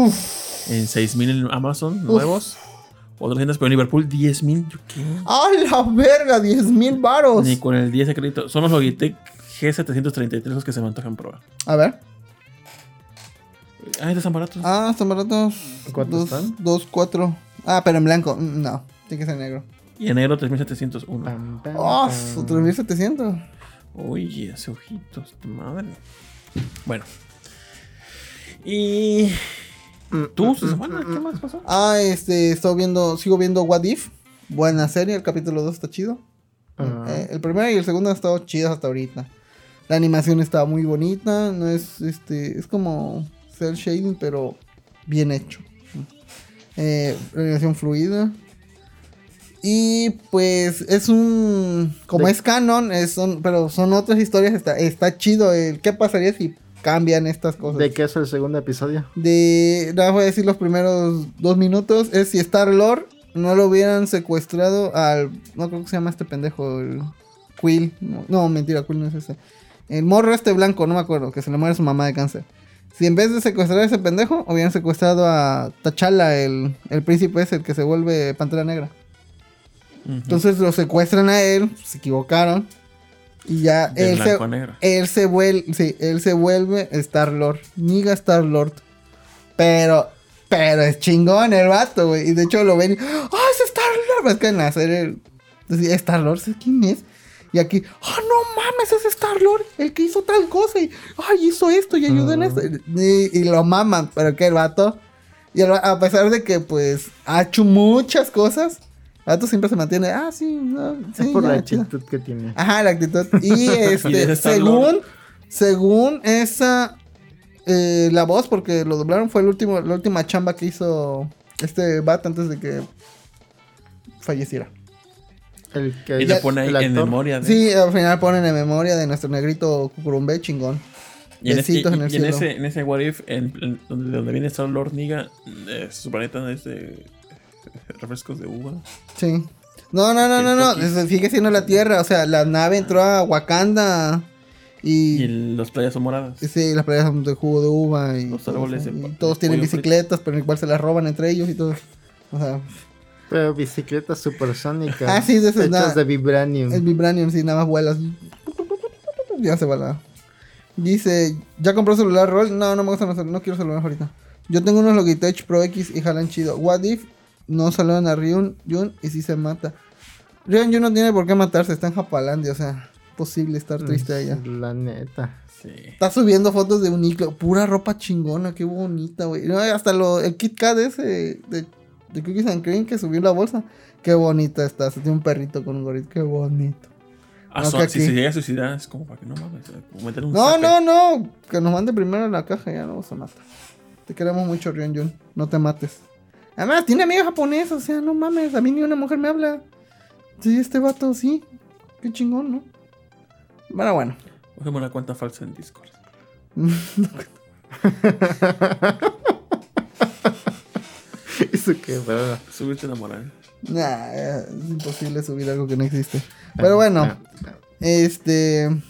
B: En 6000 en Amazon, nuevos. Otras tiendas, pero en Liverpool, 10000. ¿Yo qué?
C: ¡Ah, la verga! ¡10 mil baros!
B: Ni con el 10 de crédito. Son los Logitech G733 los que se me antojan probar.
C: A ver.
B: Ah, estos están baratos.
C: Ah, están baratos.
A: ¿Cuántos
C: dos,
A: están?
C: Dos, cuatro. Ah, pero en blanco. Mm, No, tiene que ser negro.
B: Y en negro, 3701.
A: Pam, pam,
C: ¡Oh!
A: pam.
C: su 3700.
B: Oye, hace ojitos, tu madre. Bueno. Y.
C: Mm,
B: ¿Tú, Susana? ¿Qué más pasó?
C: Ah, este, estoy viendo, sigo viendo What If. Buena serie, el capítulo 2 está chido.
A: Ah.
C: Eh, el primero y el segundo han estado chidos hasta ahorita. La animación está muy bonita, no es este, es como cel shading, pero bien hecho. Eh, la animación fluida. Y pues es un. Como
A: De-
C: es canon, es- son, pero son otras historias. Está, está chido. El, ¿Qué pasaría si cambian estas cosas?
A: ¿De qué es el segundo episodio?
C: de nada más voy a decir los primeros dos minutos es si Star Lord no lo hubieran secuestrado al no creo que se llama este pendejo el Quill no, no, mentira Quill no es ese el morro este blanco no me acuerdo que se le muere su mamá de cáncer si en vez de secuestrar a ese pendejo hubieran secuestrado a T'Challa el, el príncipe ese el que se vuelve pantera negra entonces lo secuestran a él se equivocaron y ya
B: De
C: él se,
B: blanco a negro.
C: él se vuelve, sí, él se vuelve Star Lord, niga Star Lord. Pero, pero es chingón el vato, güey. Y de hecho lo ven y, ¡ah, es Star Lord! Es que en la serie decía, Star Lord, ¿sí quién es? Y aquí, ¡ah, no mames! Es Star Lord, el que hizo tal cosa y, ¡ay, hizo esto y ayudó en esto! Y, y lo maman, pero que el vato, y el va- a pesar de que, pues, ha hecho muchas cosas, el vato siempre se mantiene, ¡ah, sí! No,
A: es
C: sí,
A: por
C: ya, Ah,
A: la
C: chido".
A: actitud que tiene.
C: Ajá, la actitud. Y
B: Y
C: este,
B: ese
C: según,
B: Star-Lord.
C: según esa, eh, la voz, porque lo doblaron, fue el último, la última chamba que hizo este Bat antes de que falleciera.
A: El que
B: Y
A: es
B: lo pone ahí
A: el
B: en
A: actor.
B: memoria. De,
C: Sí, al final ponen en memoria de nuestro negrito Cucurumbe, chingón.
B: y en, ese- y-
C: besitos en el
B: y en
C: cielo.
B: ese, en ese What If, en- en donde, donde viene Star Lord Niga, eh, su planeta es de este, refrescos de uva.
C: Sí. No, no, no, no, no,
B: Kentucky.
C: eso sigue siendo la tierra, o sea, la nave entró a Wakanda
B: Y,
C: y...
B: el- las playas son moradas.
C: Sí, las playas son de jugo de uva y,
B: Los
C: todo
B: árboles
C: eso,
B: de
C: y
B: pa-
C: todos
B: de
C: tienen
B: pollo frito.
C: bicicletas, pero igual se las roban entre ellos y todo. O sea,
A: Pero bicicletas supersónicas.
C: Ah, sí, de esas, nada.
A: Hechas de vibranium.
C: El Vibranium, si nada más vuelas. Ya se va la. Dice, ¿ya compró celular Roll? No, no me gustan los celulares, no quiero celulares ahorita. Yo tengo unos Logitech Pro X y jalan chido. What if no saludan a Ryun Yun y si se mata? Ryun Yun no tiene por qué matarse, está en Japalandia, o sea, posible estar triste allá.
A: Mm, La neta.
B: Sí.
C: Está subiendo fotos de Uniqlo, pura ropa chingona, qué bonita, güey. No, hasta lo, el Kit Kat ese de, de Cookies and Cream que subió la bolsa. Qué bonita está. Se tiene un perrito con un gorrito. Qué bonito.
B: Ah,
C: No,
B: son-
C: que
B: si
C: aquí.
B: se llega a suicidar, es como para que no mames. meter un
C: No,
B: zape.
C: no, no. Que nos mande primero la caja. Ya no se mata. Te queremos mucho, Rion Jun. No te mates. Además, tiene amiga japonesa. O sea, no mames. A mí ni una mujer me habla. Sí, este vato, sí. Qué chingón, ¿no? Bueno, bueno.
B: Cogemos una cuenta falsa en Discord.
A: Eso qué, verdad.
B: Subirte la moral.
C: Nah, es imposible subir algo que no existe. Pero bueno, este.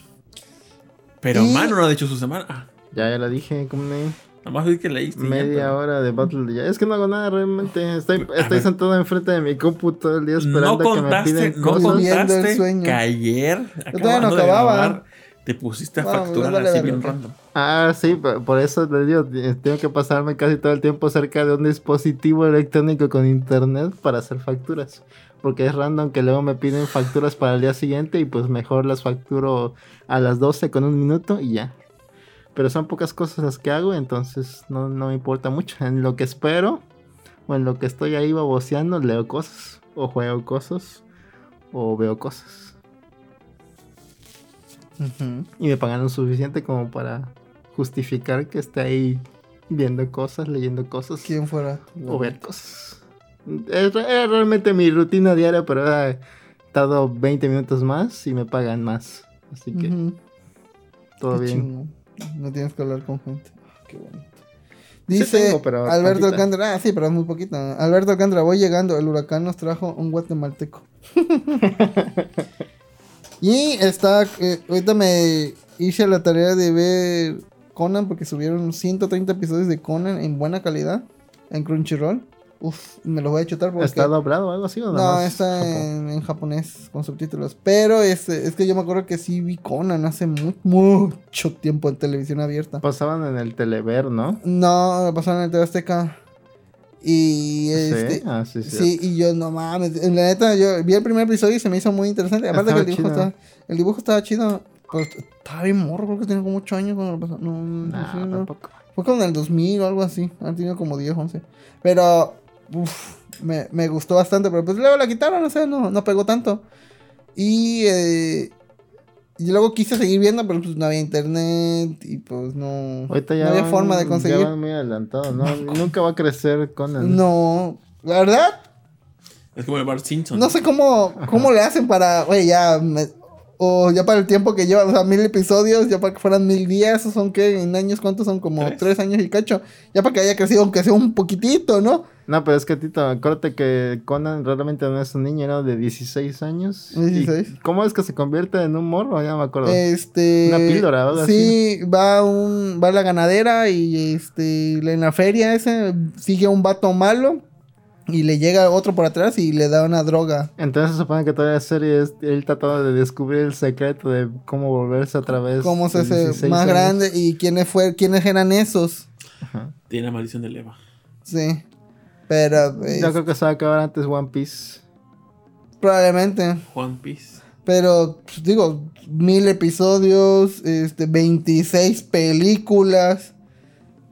B: Pero
C: Y-
B: Manu no ha dicho su semana. Ah,
A: Ya, ya la dije, como me-
B: nada más vi que leíste. y ya,
A: media
B: pero-
A: hora de Battle Royale. Es que no hago nada realmente. Estoy,
B: A
A: estoy
B: ver.
A: sentado enfrente de mi compu todo el día esperando
B: No
A: a que me
B: contaste,
A: piden
B: no
A: cosas.
C: Estoy viendo el
B: contaste
C: sueño.
B: que ayer,
C: todavía no
B: acabando de
C: acababa.
B: grabar, te pusiste a
C: Bueno,
B: facturar
C: vale
B: así
C: verga.
B: bien random.
A: Ah, sí, por por eso les digo, eh, tengo que pasarme casi todo el tiempo cerca de un dispositivo electrónico con internet para hacer facturas. Porque es random que luego me piden facturas para el día siguiente y pues mejor las facturo a las 12 con un minuto y ya. Pero son pocas cosas las que hago, entonces no, no me importa mucho. En lo que espero o en lo que estoy ahí baboseando, leo cosas o juego cosas o veo cosas. Y me pagaron suficiente como para justificar que esté ahí viendo cosas, leyendo cosas
C: ¿Quién fuera?
A: o ver cosas. Es, re- era realmente mi rutina diaria, pero ha dado 20 minutos más y me pagan más. Así que
C: Ujú.
A: todo
C: Qué
A: bien.
C: chingón. No tienes que hablar con gente. Qué bonito.
A: Sí
C: Dice
A: tengo, pero
C: Alberto
A: tantita.
C: Alcántara. Ah, sí, pero es muy poquita. Alberto Alcántara, voy llegando. El huracán nos trajo un guatemalteco. y está. eh, ahorita me hice la tarea de ver Conan porque subieron 130 episodios de Conan en buena calidad en Crunchyroll. Uf, me los voy a chutar porque.
A: ¿Está doblado o algo así? O nada
C: No,
A: más
C: está
A: Japón?
C: en, en japonés con subtítulos. Pero es, es que yo me acuerdo que sí vi Conan hace mu- mucho tiempo en televisión abierta.
A: Pasaban en el Telever, ¿no?
C: No, lo pasaron en el TV Azteca. Y este.
A: sí, ah, sí, sí.
C: Sí, y yo no mames. En la neta, yo vi el primer episodio y se me hizo muy interesante. Aparte que
A: Estaba
C: el dibujo,
A: chido.
C: estaba, el dibujo estaba chido. Pero estaba bien morro, creo que tenía como 8 años cuando lo pasó. No, no,
A: Nah,
C: sí, no.
A: tampoco.
C: Fue como en el 2000 o algo así. Han tenido como 10, 11. Pero, uf, me, me gustó bastante. Pero pues luego la quitaron, o sea, no, no pegó tanto. Y, eh, y luego quise seguir viendo, pero pues no había internet. Y pues no,
A: Ahorita ya
C: no había
A: van-
C: forma de conseguir.
A: Ya van muy adelantado, ¿no? Nunca va a crecer Conan.
C: No, la verdad,
B: Es como el Bart Simpson.
C: no sé cómo, cómo le hacen para, güey, ya. me- o ya para el tiempo que llevan, o sea, mil episodios, ya para que fueran mil días, ¿esos son qué? En años, ¿cuántos son? Como
B: Tres.
C: tres, años y cacho. Ya para que haya crecido, aunque sea un poquitito, ¿no?
A: No, pero es que Tito, acuérdate que Conan realmente no es un niño, era de 16 años. ¿Y
C: 16.
A: ¿Cómo es que se convierte en un morro? Ya no me acuerdo.
C: Este.
A: Una píldora, algo
C: Sí, va un. Va la ganadera y este. En la feria ese sigue a un vato malo. Y le llega otro por atrás y le da una droga.
A: Entonces se supone que toda la serie es él tratando de descubrir el secreto de cómo volverse otra vez.
C: ¿Cómo
A: de
C: se hace
A: 16
C: más
A: años.
C: grande? ¿Y quiénes fue, quiénes eran esos?
B: Tiene la maldición de Leva.
C: Sí. Pero. eh,
A: Yo creo que se va a acabar antes One Piece.
C: probablemente.
B: One Piece.
C: Pero, pues, digo, mil episodios, este, 26 películas.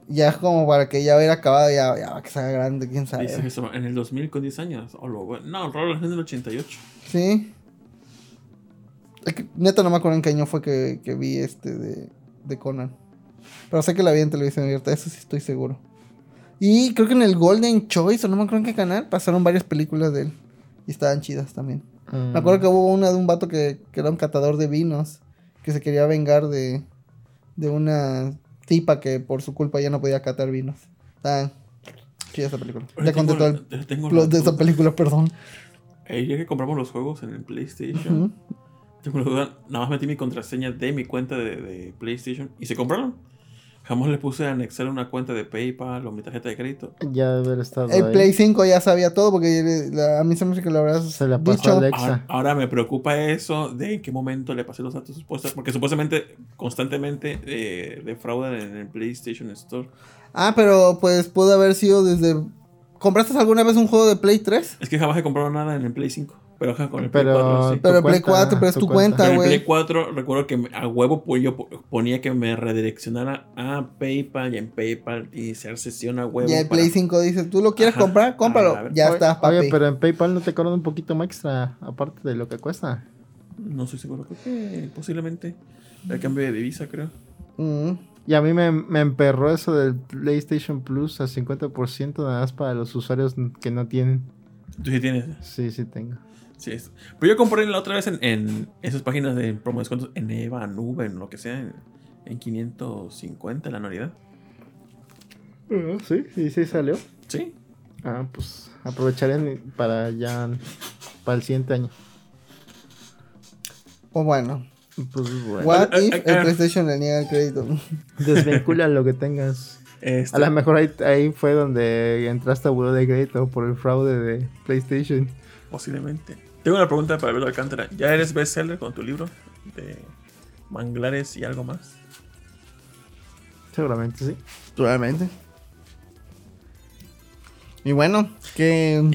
C: Ya es como para que ya hubiera acabado, ya, ya que sea grande, quién sabe.
B: Dice que eso en el 2000 con 10 años. O lo, no, Robert es del 88.
C: Sí. Es que, neta, no me acuerdo en qué año fue que, que vi este de, de Conan. Pero sé que la vi en televisión abierta, eso sí estoy seguro. Y creo que en el Golden Choice, o no me acuerdo en qué canal, pasaron varias películas de él. Y estaban chidas también.
A: Mm,
C: Me acuerdo que hubo una de un vato que, que era un catador de vinos, que se quería vengar de, de una tipa que por su culpa ya no podía catar vinos. Estaban chida esa película. Ya conté todo el
B: tengo
C: plot de
B: la
C: esa
B: duda.
C: película, perdón.
B: Eh, ya que compramos los juegos en el PlayStation,
C: Ujú.
B: tengo la duda. Nada más metí mi contraseña de mi cuenta de, de PlayStation y se compraron. Jamás le puse a anexar una cuenta de PayPal o mi tarjeta de crédito.
A: Ya debe haber estado.
C: El
A: pues ahí.
C: Play 5 ya sabía todo porque la- a mí se me hace que lo habrás
A: Se la pasó
C: dicho.
A: a Alexa.
B: Ahora, ahora me preocupa eso de en qué momento le pasé los datos supuestos, porque supuestamente constantemente eh, defraudan en el PlayStation Store.
C: Ah, pero pues pudo haber sido desde... ¿Compraste alguna vez un juego de Play 3?
B: Es que jamás he comprado nada en el Play 5. Pero ajá, con el
A: Pero-
B: Play 4 sí.
C: Pero en
A: Tu
C: Play
A: cuenta,
C: 4, pero es
A: tu
C: tu
A: cuenta.
C: cuenta,
B: Pero en el
C: güey.
B: Play 4 recuerdo que me- a huevo pues, yo po- ponía que me redireccionara a PayPal y en PayPal y se sesión a huevo.
C: Y el
B: para-
C: Play 5 dice, ¿tú lo quieres
B: Ajá. Ah,
C: comprar?
B: A
C: Cómpralo.
B: ver.
C: Ya
A: Oye-
C: está, papi.
A: Oye, pero en PayPal no te cobran un poquito más extra, aparte de lo que cuesta.
B: No estoy seguro, creo que posiblemente el cambio de divisa, creo.
C: Mm.
A: Y a mí me, me emperró eso del PlayStation Plus a 50% nada más para los usuarios que no tienen.
B: Tú sí tienes.
A: Sí, sí tengo.
B: Sí, es. Pero yo compré la otra vez en, en esas páginas de promo descuentos en Eva, Nube, en lo que sea, en, en 550 la anualidad.
A: Sí, sí, sí salió.
B: Sí.
A: Ah, pues aprovecharé mi- para ya, para el siguiente año.
C: Pues bueno.
A: Pues bueno.
C: What
B: Ah,
C: if
B: ah,
C: el
B: ah.
C: PlayStation le niega el crédito?
A: Desvincula lo que tengas.
B: Este,
A: A lo mejor ahí, ahí fue donde entraste a buró de crédito por el fraude de PlayStation.
B: Posiblemente. Tengo una pregunta para Alberto Alcántara. ¿Ya eres bestseller con tu libro de manglares y algo más?
A: Seguramente sí.
C: Probablemente. Y bueno, que...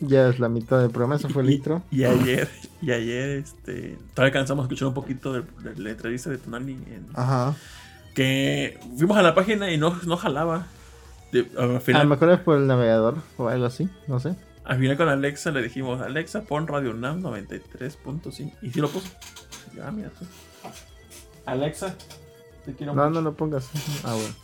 A: Ya es la mitad del programa, eso fue el
B: Y-
A: intro.
B: Y ayer, y ayer, este. Todavía alcanzamos a escuchar un poquito de, de la entrevista de Tonali. en-
A: Ah,
C: Ajá.
B: que fuimos a la página y no, no jalaba. De- al,
A: A lo
B: final,
A: mejor es por el navegador o algo así, no sé.
B: al final con Alexa le dijimos: Alexa, pon Radio Nam 93.5. Y sí lo puso. Y yo, "Ah, mira tú". Alexa, te quiero
A: No,
B: mucho.
A: no lo pongas. Ah, bueno.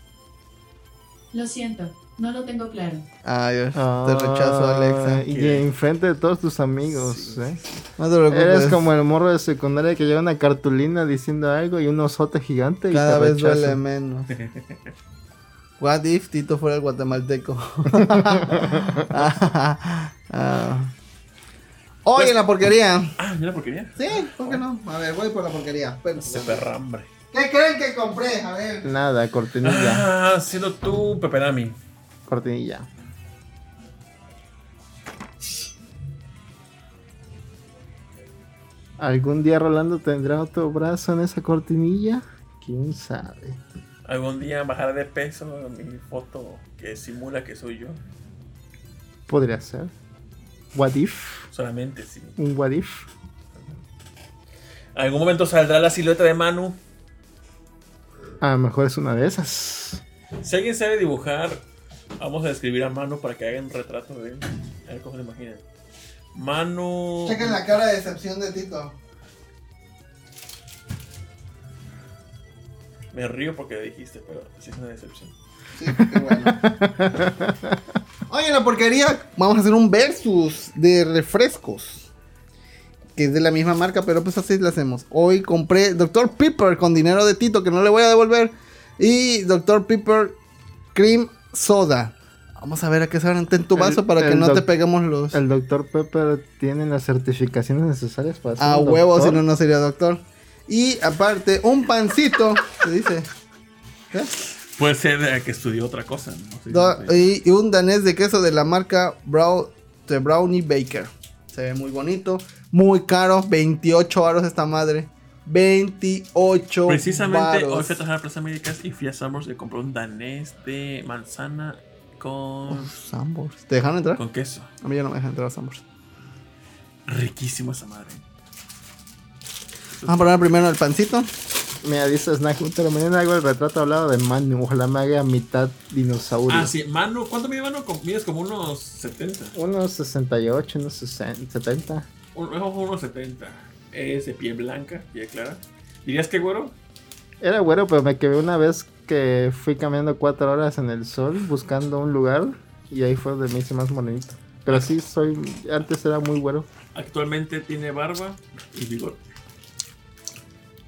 D: Lo siento, no lo tengo claro.
C: Ay, Dios,
A: Ah,
C: te rechazo, Alexa.
A: Y
B: Qué-
A: enfrente de todos tus amigos,
B: Sí.
A: ¿eh?
C: No te preocupes.
A: Eres como el morro de secundaria que lleva una cartulina diciendo algo y un osote gigante y
C: Cada
A: te
C: vez
A: rechazan.
C: duele menos. What if Tito fuera el guatemalteco? Ah. Hoy en la porquería.
B: Ah, mira la porquería.
C: Pues, Sí, ¿por qué no? A ver, voy por la porquería.
B: Se
C: Espérense.
B: perrambre.
C: ¿Qué creen que compré? A ver.
A: Nada, cortinilla.
B: Ah, siendo tú, Pepe Dami.
A: Cortinilla. ¿Algún día Rolando tendrá otro brazo en esa cortinilla? ¿Quién sabe?
B: Algún día bajaré de peso mi foto que simula que soy yo.
A: Podría ser. What if?
B: Solamente sí.
A: Un what if.
B: Algún momento saldrá la silueta de Manu.
A: A lo mejor es una de esas.
B: Si alguien sabe dibujar, vamos a escribir a Manu para que hagan un retrato de él. A ver cómo se imaginan. Manu.
C: Chequen la cara de decepción de Tito.
B: Me río porque dijiste, pero sí es una decepción.
C: Sí, pues, qué bueno. Hoy en la porquería vamos a hacer un versus de refrescos. Que es de la misma marca, pero pues así la hacemos. Hoy compré Dr. Pepper con dinero de Tito que no le voy a devolver. Y Dr. Pepper Cream Soda. Vamos a ver a qué saben. Ten tu
A: El-
C: vaso para que
A: el
C: no
A: doc-
C: te pegamos los...
A: El Dr. Pepper tiene las certificaciones necesarias para ser
C: A
A: un
C: Ah, huevo, si
A: doctor?
C: no, no sería doctor. Y aparte, un pancito. ¿Qué dice? ¿Qué?
B: Puede ser eh, que estudió otra cosa. ¿no? Sí,
C: Da-
B: sí.
C: y, y un danés de queso de la marca Brau- de Brownie Baker. Se ve muy bonito, muy caro, 28 aros esta madre. 28
B: Precisamente
C: varos.
B: hoy fui a trabajar a Plaza Américas y fui a Summers y compré un danés de manzana con,
C: Sambors. ¿Te dejaron entrar?
B: con queso.
C: A mí ya no me dejan entrar a Sambors.
B: Riquísimo esa madre.
C: Vamos a probar primero el pancito.
A: Mira, dice Snack Hunter, mañana hago el retrato hablado de Manu, ojalá me haga mitad dinosaurio.
B: Ah, sí, Manu, ¿cuánto mide Manu? Como- Mides como unos 70.
A: Unos 68, unos 60, 70.
B: Un- Ojo, unos 70. Es de piel blanca, piel clara. ¿Dirías que güero?
A: Era güero, pero me quedé una vez que fui caminando cuatro horas en el sol buscando un lugar y ahí fue donde me hice más morenito. Pero sí, soy, antes era muy güero.
B: Actualmente tiene barba y bigote.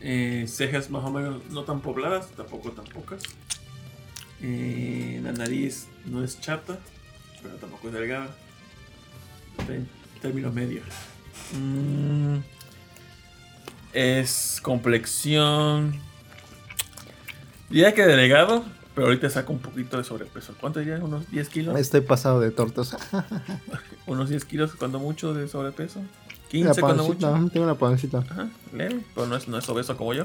B: Eh, cejas más o menos no tan pobladas, tampoco tan pocas. Eh, la nariz no es chata, pero tampoco es delgada. Ten- Término medio. Mm, es complexión. Diría que delegado, pero ahorita saca un poquito de sobrepeso. ¿Cuánto diría? ¿Unos 10 kilos?
A: Estoy pasado de tortas.
B: ¿Unos 10 kilos cuando mucho de sobrepeso?
A: La
B: 15 cuando mucho.
A: pancita, tengo una pancita.
B: Ajá, leve, pero no es, no es obeso como yo.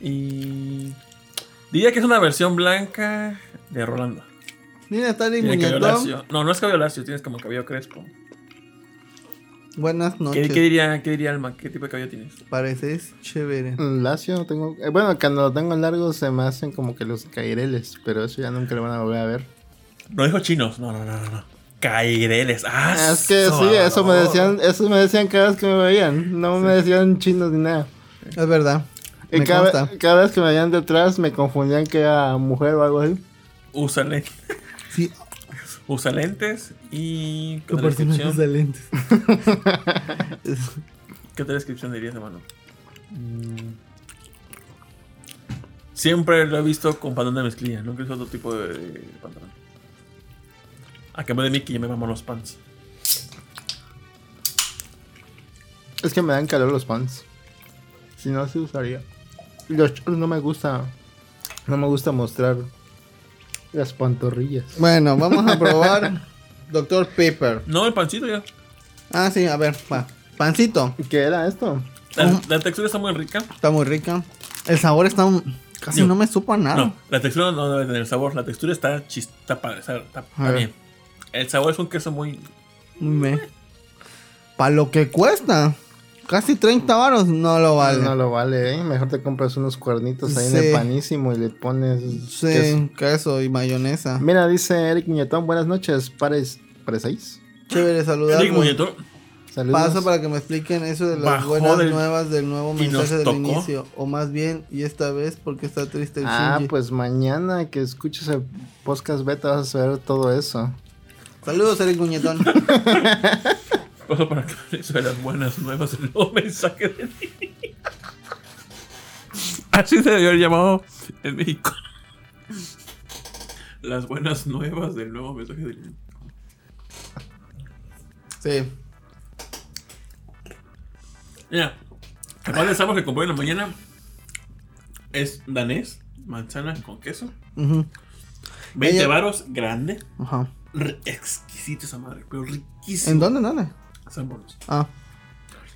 B: Y. Diría que es una versión blanca de Rolando.
C: Mira, está el
B: Tiene cabello
C: muñetón.
B: lacio. No, no es cabello lacio, tienes como cabello crespo.
C: Buenas
B: ¿Qué,
C: noches.
B: qué diría, ¿Qué diría Alma? ¿Qué tipo de cabello tienes?
C: Pareces chévere.
A: Lacio, tengo. eh, bueno, cuando lo tengo largo se me hacen como que los caireles, pero eso ya nunca lo van a volver a ver.
B: No dijo chinos. No, no, no, no. no. Caireles. Ah,
A: Es que
B: su-
A: sí, eso me decían, eso me decían cada vez que me veían. No me decían chinos ni nada.
C: Es verdad.
A: Y
C: Me
A: cada,
C: consta.
A: ve- cada vez que me veían detrás me confundían que era mujer o algo así.
B: Usa, len-
C: Sí,
B: usa lentes y. ¿Qué
C: tu
B: otra
C: personaje
B: descripción,
C: usa lentes.
B: ¿Qué otra descripción dirías, hermano? Mm. Siempre lo he visto con pantalón de mezclilla. Nunca he visto otro tipo de de pantalón. A cambio de Mickey, ya me mamo los pants.
A: Es que me dan calor los pants. Si no, se usaría. Y Los shorts no me gusta. No me gusta mostrar las pantorrillas.
C: bueno, vamos a probar Doctor Pepper.
B: No, el pancito ya.
C: Ah, sí, a ver, va. Pancito.
A: ¿Qué era esto?
C: Oh.
B: La, la textura está muy rica.
C: Está muy rica. El sabor está... un- Casi
B: Yo-
C: no me supo a nada.
B: No, la textura no debe tener sabor. La textura está chis- está padre, está, está- está
C: A ver.
B: bien. El sabor es un queso muy.
C: Para lo que cuesta. Casi 30 varos no lo vale.
A: No lo vale, ¿eh? Mejor te compras unos cuernitos ahí en
C: Sí.
A: el panísimo y le pones.
C: Sí,
A: queso.
C: queso. y mayonesa.
A: Mira, dice Eric Muñetón, buenas noches. Pares, pares seis.
C: Chévere
B: Rick
C: saludarlo.
B: Muñetón.
A: Saludos.
C: Paso para que me expliquen eso de las
B: Bajó
C: buenas
B: del-
C: nuevas del nuevo
B: y nos
C: mensaje del
B: tocó.
C: inicio. O más bien, y esta vez porque está triste el
A: Ah,
C: Shinji.
A: pues mañana que escuches el podcast beta vas a saber todo eso.
C: Saludos, Eric Guñetón.
B: Paso para que eso de las buenas nuevas, el nuevo mensaje de ti. Así se debió haber llamado en México. Las buenas nuevas del nuevo mensaje de ti.
C: sí.
B: Mira, el pan de sábado que compré en la mañana es danés, manzana con queso.
C: Ujú.
B: 20
C: Ella-
B: varos, grande.
C: Ajá.
B: Re- exquisito esa madre, pero riquísimo.
C: ¿En dónde, en dónde?
B: San Borges.
C: Ah,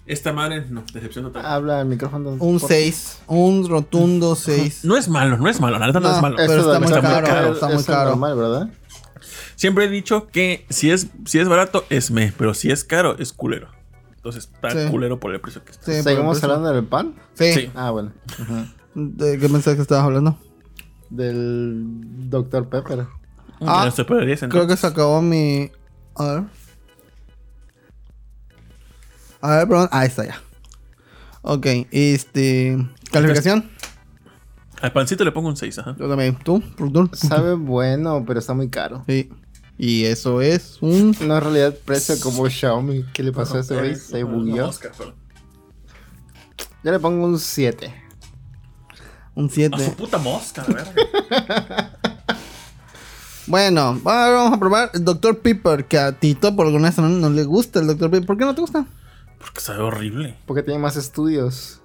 B: Esta madre, no, decepción total.
A: Habla al micrófono.
C: un
A: por-
C: 6. Un rotundo 6.
B: No es malo, no es malo, la neta no,
C: No,
B: es malo.
C: pero
A: Eso
C: está
A: de-
C: muy caro, está muy
A: Eso es
C: caro.
A: normal, ¿verdad?
B: Siempre he dicho que si es, si es barato, es me, pero si es caro, es culero. Entonces está
C: Sí.
B: culero por el precio que está.
C: Sí, por
A: ¿Seguimos
C: el precio.
A: hablando del pan?
C: Sí.
B: Sí.
A: Ah, bueno. Ajá.
C: ¿De qué mensaje estabas hablando?
A: Del Dr. Pepper.
C: Ah,
B: no se podría sentar.
C: Creo que se acabó mi. A ver. A ver, perdón. Ahí está ya. Ok, este. Calificación.
B: Al pancito le pongo un 6, ajá.
C: Yo también. ¿Tú? Rutur?
A: Sabe bueno, pero está muy caro.
C: Sí. Y eso es un.
A: No en realidad precio como Xiaomi. ¿Qué le pasó a ese
B: Eh,
A: güey? Se bugueó.
B: Oscar, perdón.
A: Yo le pongo un 7.
C: Un
B: A su
C: 7.
B: puta mosca, la verdad.
C: Bueno, ahora vamos a probar el Dr. Pepper. Que a Tito por alguna razón no le gusta el Dr. Pepper. ¿Por qué no te gusta?
B: Porque sabe horrible.
A: Porque tiene más estudios.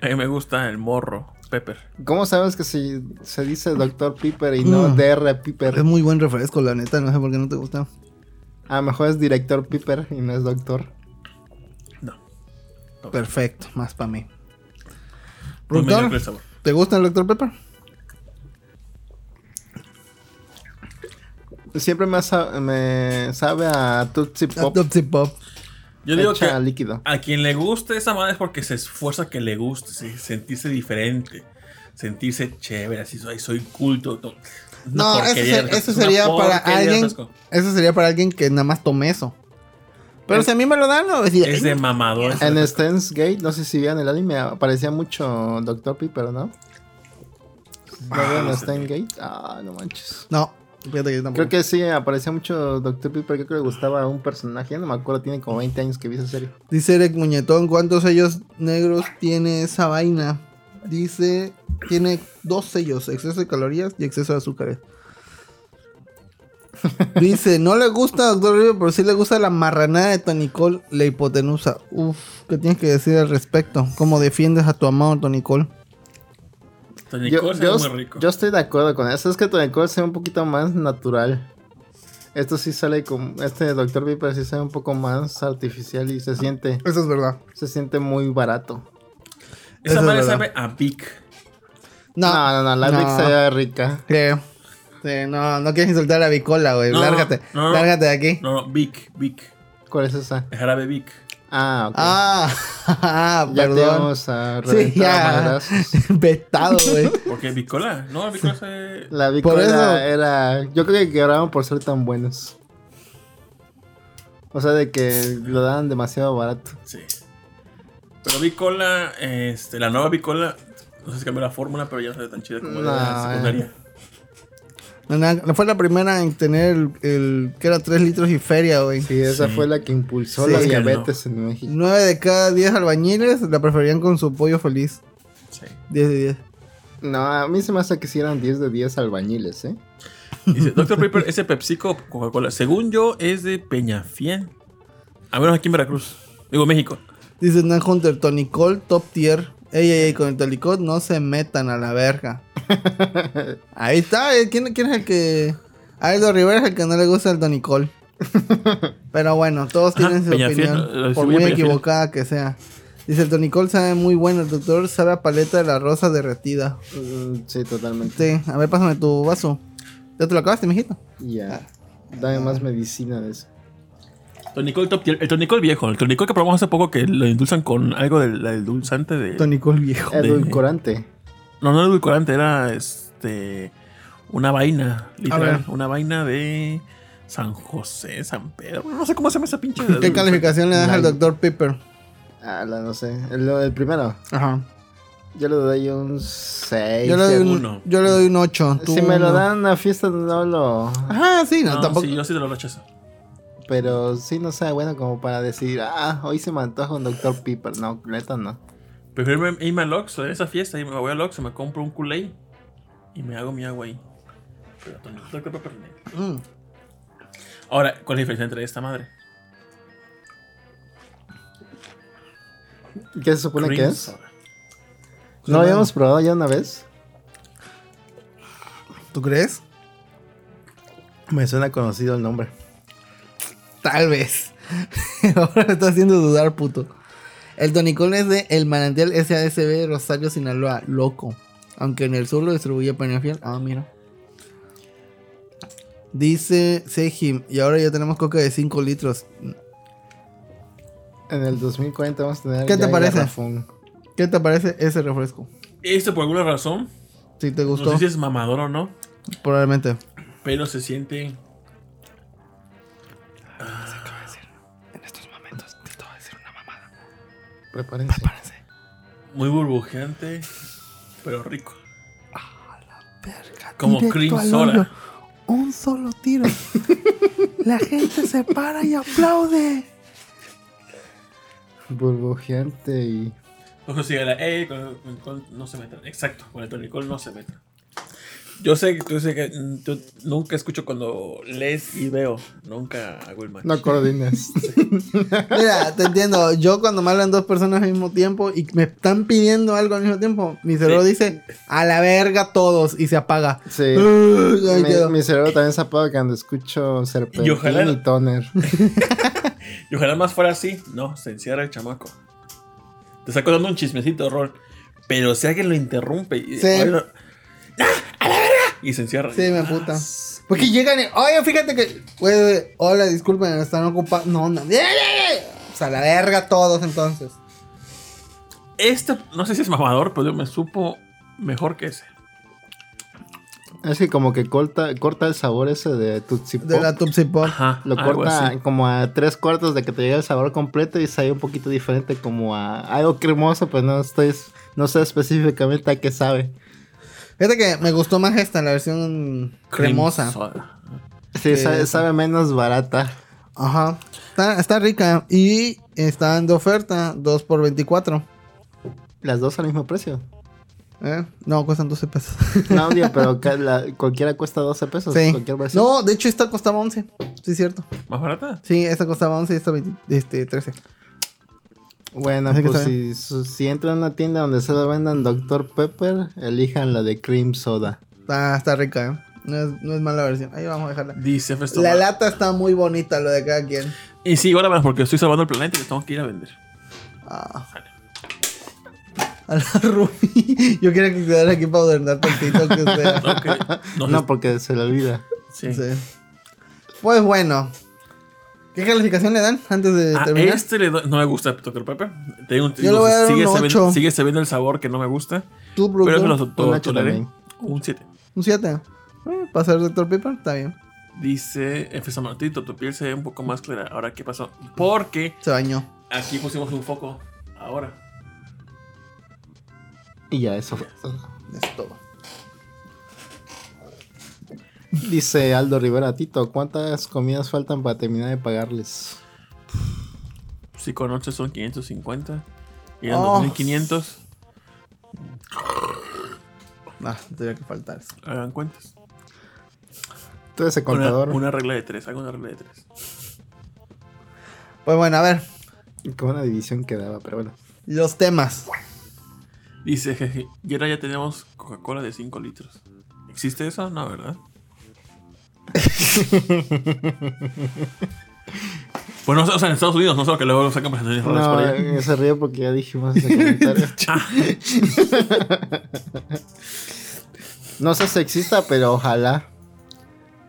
B: A mí me gusta el morro, Pepper.
A: ¿Cómo sabes que si se dice Dr. Pepper y no
C: Mm.
A: DR
C: Es
A: Pepper?
C: muy buen refresco, la neta. No sé por qué no te gusta.
A: A lo mejor es director Pepper y no es doctor.
B: No.
C: Perfecto, más para mí.
B: No me
C: Rutor,
B: dio el sabor.
C: ¿Te gusta el Dr. Pepper?
A: Siempre me, sa- me sabe a Tootsie
C: A
A: Pop.
C: Tootsie Pop.
B: Yo digo
A: hecha
B: que
A: líquido.
B: A quien le guste esa madre es porque se esfuerza que le guste, sí, sentirse diferente, sentirse chévere, así soy, soy culto. to- una
C: No, eso,
B: porquería,
C: ser- eso
B: es una
C: sería para
B: porquería,
C: alguien.
B: Tasco.
C: Eso sería para alguien que nada más tome eso. Pero
A: Es-
C: si a mí me lo dan, no voy a decir,
B: Es de mamador. eso.
A: En Stan's Gate, no sé si vean el anime, aparecía mucho Dr. Pepper, ¿no? ¿No
B: Ah,
A: vieron
B: no sé.
A: Stan's Gate? Ah, no manches.
C: No, fíjate que yo tampoco.
A: Creo que sí, aparecía mucho Dr. Pepper, creo que le gustaba a un personaje, no me acuerdo, tiene como 20 años que vi esa serie.
C: Dice Eric Muñetón, ¿cuántos sellos negros tiene esa vaina? Dice, tiene dos sellos, exceso de calorías y exceso de azúcares. Dice, no le gusta Doctor River, pero sí le gusta la marranada de Tonicol, la hipotenusa. Uf, ¿qué tienes que decir al respecto? ¿Cómo defiendes a tu amado Tonicol?
B: Tony
A: Yo,
B: Cole
A: yo-
B: es muy rico.
A: yo estoy de acuerdo con eso, es que Tonecol se ve un poquito más natural. Esto sí sale como, este Dr. Pepper sí sale un poco más artificial y se siente,
C: Eso es verdad.
A: se siente muy barato.
B: esa
C: eso es
B: madre
C: verdad.
B: sabe a Vic.
A: No, no, no, la
C: no.
A: Vic se ve rica.
C: Creo. Sí, no, no quieres insultar a la bicola, güey.
B: No,
C: lárgate.
B: no, no.
C: lárgate de aquí.
B: No, no, Vic, Vic.
A: ¿Cuál es esa?
B: Es Jarabe Vic.
A: Ah, ok.
C: Ah,
A: ya te
C: perdón.
A: vamos a
C: Sí,
A: reventar
C: ya.
A: a madrazos.
C: Vetado, güey.
B: Porque Bicola, no, Bicola se.
A: La
C: Por
A: bicola
C: eso-
A: era. Yo creo que quebraban por ser tan buenos. O sea, de que lo daban demasiado barato.
B: Sí. Pero Bicola, este, la nueva Bicola, no sé si cambió la fórmula, pero ya no se ve tan chida como era
A: No,
B: la secundaria.
C: Una- No fue la primera en tener el, el- que era 3 litros y feria, güey.
A: Sí, esa
B: Sí.
A: fue la que impulsó
C: Sí,
A: la
B: es que no.
A: diabetes en México.
C: 9 de cada 10 albañiles la preferían con su pollo feliz.
B: Sí.
C: 10 de 10.
A: No, a mí se me hace que si eran 10 de 10 albañiles, ¿eh?
B: Dice, Dr. Pepper, ese PepsiCo o Coca-Cola, según yo, es de Peñafiel. A menos aquí en Veracruz. Digo, México.
C: Dice Nan Hunter, Tonicol top tier. Ey, ey, ey, con el Tonicol no se metan a la verga. Ahí está, eh, ¿quién, quién es el que...? Aldo Rivera es el que no le gusta el Tonicol. Pero bueno, todos
B: Ajá,
C: tienen su
B: Peñafiel, lo- lo
C: opinión, por
B: distribuye
C: muy
B: Peñafiel.
C: equivocada que sea. Dice, el Tonicol sabe muy bueno, el doctor sabe a paleta de la rosa derretida.
A: Mm, sí, totalmente.
C: Sí, a ver, pásame tu vaso. ¿Ya te lo acabaste, mijito? Ah,
A: Ya. Dame más medicina de eso.
B: Tonicol top tier. El tonicol viejo. El tonicol que probamos hace poco que lo endulzan con algo del, del dulzante de.
C: Tonicol viejo.
A: Edulcorante.
B: No, no era edulcorante, era este. Una vaina,
C: A
B: literal.
C: ver.
B: Una vaina de San José, San Pedro. No sé cómo se llama esa pinche.
C: ¿Qué calificación le das al doctor Piper?
A: Ah, la no sé. El, el primero.
C: Ajá.
A: Yo le doy un 6.
C: Yo le doy un,
B: uno.
C: yo le doy un 8.
A: Si me lo dan a una fiesta, no lo.
C: Ajá, sí, no,
B: No,
C: tampoco.
B: sí, yo sí te lo rechazo.
A: Pero sí no sabe bueno como para decir, ah, hoy se me antoja un Dr. Pepper. No, neta no.
B: Prefiero irme- irme al Oxxo, en esa fiesta, y me voy al Oxxo, me compro un Kool-Aid y me hago mi agua ahí. Pero Tony, Dr. Pepper negro.
C: Mm.
B: Ahora, ¿cuál es la diferencia entre esta madre?
A: ¿Qué se supone que
B: Cream
A: es?
B: soda.
A: ¿No lo habíamos probado ya una vez?
C: ¿Tú crees?
A: Me suena conocido el nombre.
C: Tal vez. Ahora me está haciendo dudar, puto. El tonicol es de El Manantial SASB de Rosario, Sinaloa. Loco. Aunque en el sur lo distribuye Peñafiel. Ah, mira. Dice Sejim. Y ahora ya tenemos coca de 5 litros.
A: En el 2040 vamos a tener.
C: ¿Qué te
A: ya el
C: parece?
A: garrafón.
C: ¿Qué te parece ese refresco?
B: Esto por alguna razón,
C: Si te
B: no
C: gustó,
B: sé si es mamador o no,
C: probablemente.
B: pero se siente.
A: Prepárense.
B: Muy burbujeante, pero rico. Como cream soda.
C: Un solo tiro. La gente se para y aplaude.
A: Burbujeante y.
B: Ojo, sí, la E, con, con- con- no se metan. Exacto, con el tonicol no se metan. Yo sé que tú sé que mm, yo nunca escucho cuando lees y veo. Nunca hago el match.
A: No coordinas.
C: Mira, te entiendo. Yo cuando me hablan dos personas al mismo tiempo y me están pidiendo algo al mismo tiempo, mi cerebro
B: Sí.
C: dice a la verga todos y se apaga.
A: Sí.
C: Uy, ahí quedó.
A: mi, mi cerebro también se apaga cuando escucho serpentín
B: Y
A: y,
B: ojalá-
A: toner.
B: Y ojalá más fuera así. No, se encierra el chamaco. Te está contando un chismecito, Rol. Pero si alguien lo interrumpe. Y,
C: Sí.
B: "Oye, no- ¡Ah, ¡A la verga! Y se encierra.
C: Sí, me
B: Ah,
C: puta.
B: s-
C: Porque llegan y, oye, fíjate que, güey, hola, disculpen, están ocupados. No, no. O sea, a la verga todos entonces.
B: Este, no sé si es mamador, pero me supo mejor que ese.
A: Es que como que corta, corta el sabor ese de Tootsie
C: De
A: Pop.
C: la Tupsi Pop.
B: Ajá.
A: Lo
B: algo
A: corta
B: así.
A: como a tres cuartos de que te llegue el sabor completo y sabe un poquito diferente como a algo cremoso, pero no estoy, no sé específicamente a qué sabe.
C: Fíjate que me gustó más esta, la versión
B: Cream
C: cremosa.
B: soda.
A: Sí,
C: Sí,
A: sabe,
C: sí.
A: sabe menos barata.
C: Ajá. Está, está rica y está de oferta 2 por 24.
A: Las dos al mismo precio.
C: ¿eh? No, cuestan 12 pesos.
A: No, digo, pero ca- la- cualquiera cuesta 12 pesos.
C: Sí.
A: Pues, Cualquier versión.
C: No, de hecho esta costaba 11. Sí, es cierto.
B: ¿Más barata?
C: Sí, esta costaba 11 y esta 20 este, 13.
A: Bueno,
C: Así que
A: pues
C: está
A: si, su- si entran a una tienda donde se lo vendan Dr. Pepper, elijan la de Cream Soda.
C: Está, está rica, ¿eh? No es, no es mala versión. Ahí vamos a dejarla.
B: Dice Festo.
C: La lata está muy bonita, lo de cada quien.
B: Y sí, ahora más porque estoy salvando el planeta y lo tengo que ir a vender.
C: Ah. A la Ruby. Yo quiero que quedara aquí para ordenar tantito que sea.
B: Ok. No,
C: pues,
A: No, porque se le olvida.
B: sí.
C: Sí. Pues bueno. ¿Qué calificación le dan antes de
B: A
C: terminar?
B: este le doy- no me gusta Dr. Pepper. Te digo, te
C: Yo
B: digo,
C: le voy a dar
B: sigue,
C: un
B: sabiendo,
C: ocho.
B: sigue sabiendo el sabor que no me gusta.
C: Tú,
B: Pero eso
C: productor,
B: lo to-
A: Un ocho
B: toleré.
A: también.
B: Un 7.
C: un Eh, 7. Pasar Dr. Pepper, está bien.
B: Dice F. San Martito, tu piel se ve un poco más clara. Ahora, ¿qué pasó? Porque
C: Se bañó.
B: aquí pusimos un foco. Ahora.
A: Y ya, eso fue.
C: Es todo.
A: Dice Aldo Rivera, Tito, ¿cuántas comidas faltan para terminar de pagarles?
B: Si con 8 son 550. Y eran
C: Oh.
B: 2500.
C: Nah, Ah, tendría que faltar eso.
B: Hagan cuentas. Una-
A: Tú ese contador.
B: Una, regla de 3. Hagan una regla de 3.
C: Pues bueno, a ver.
A: Con una división quedaba, pero bueno.
C: Los temas.
B: Dice jeje, y ahora ya tenemos Coca-Cola de 5 litros. ¿Existe eso? No, ¿verdad? bueno, o sea, en Estados Unidos, no solo que luego lo sacan para Estados Unidos,
A: No,
B: por Ah, allá.
A: eh, se ríe porque ya dijimos ese comentario. no sé si exista, pero ojalá.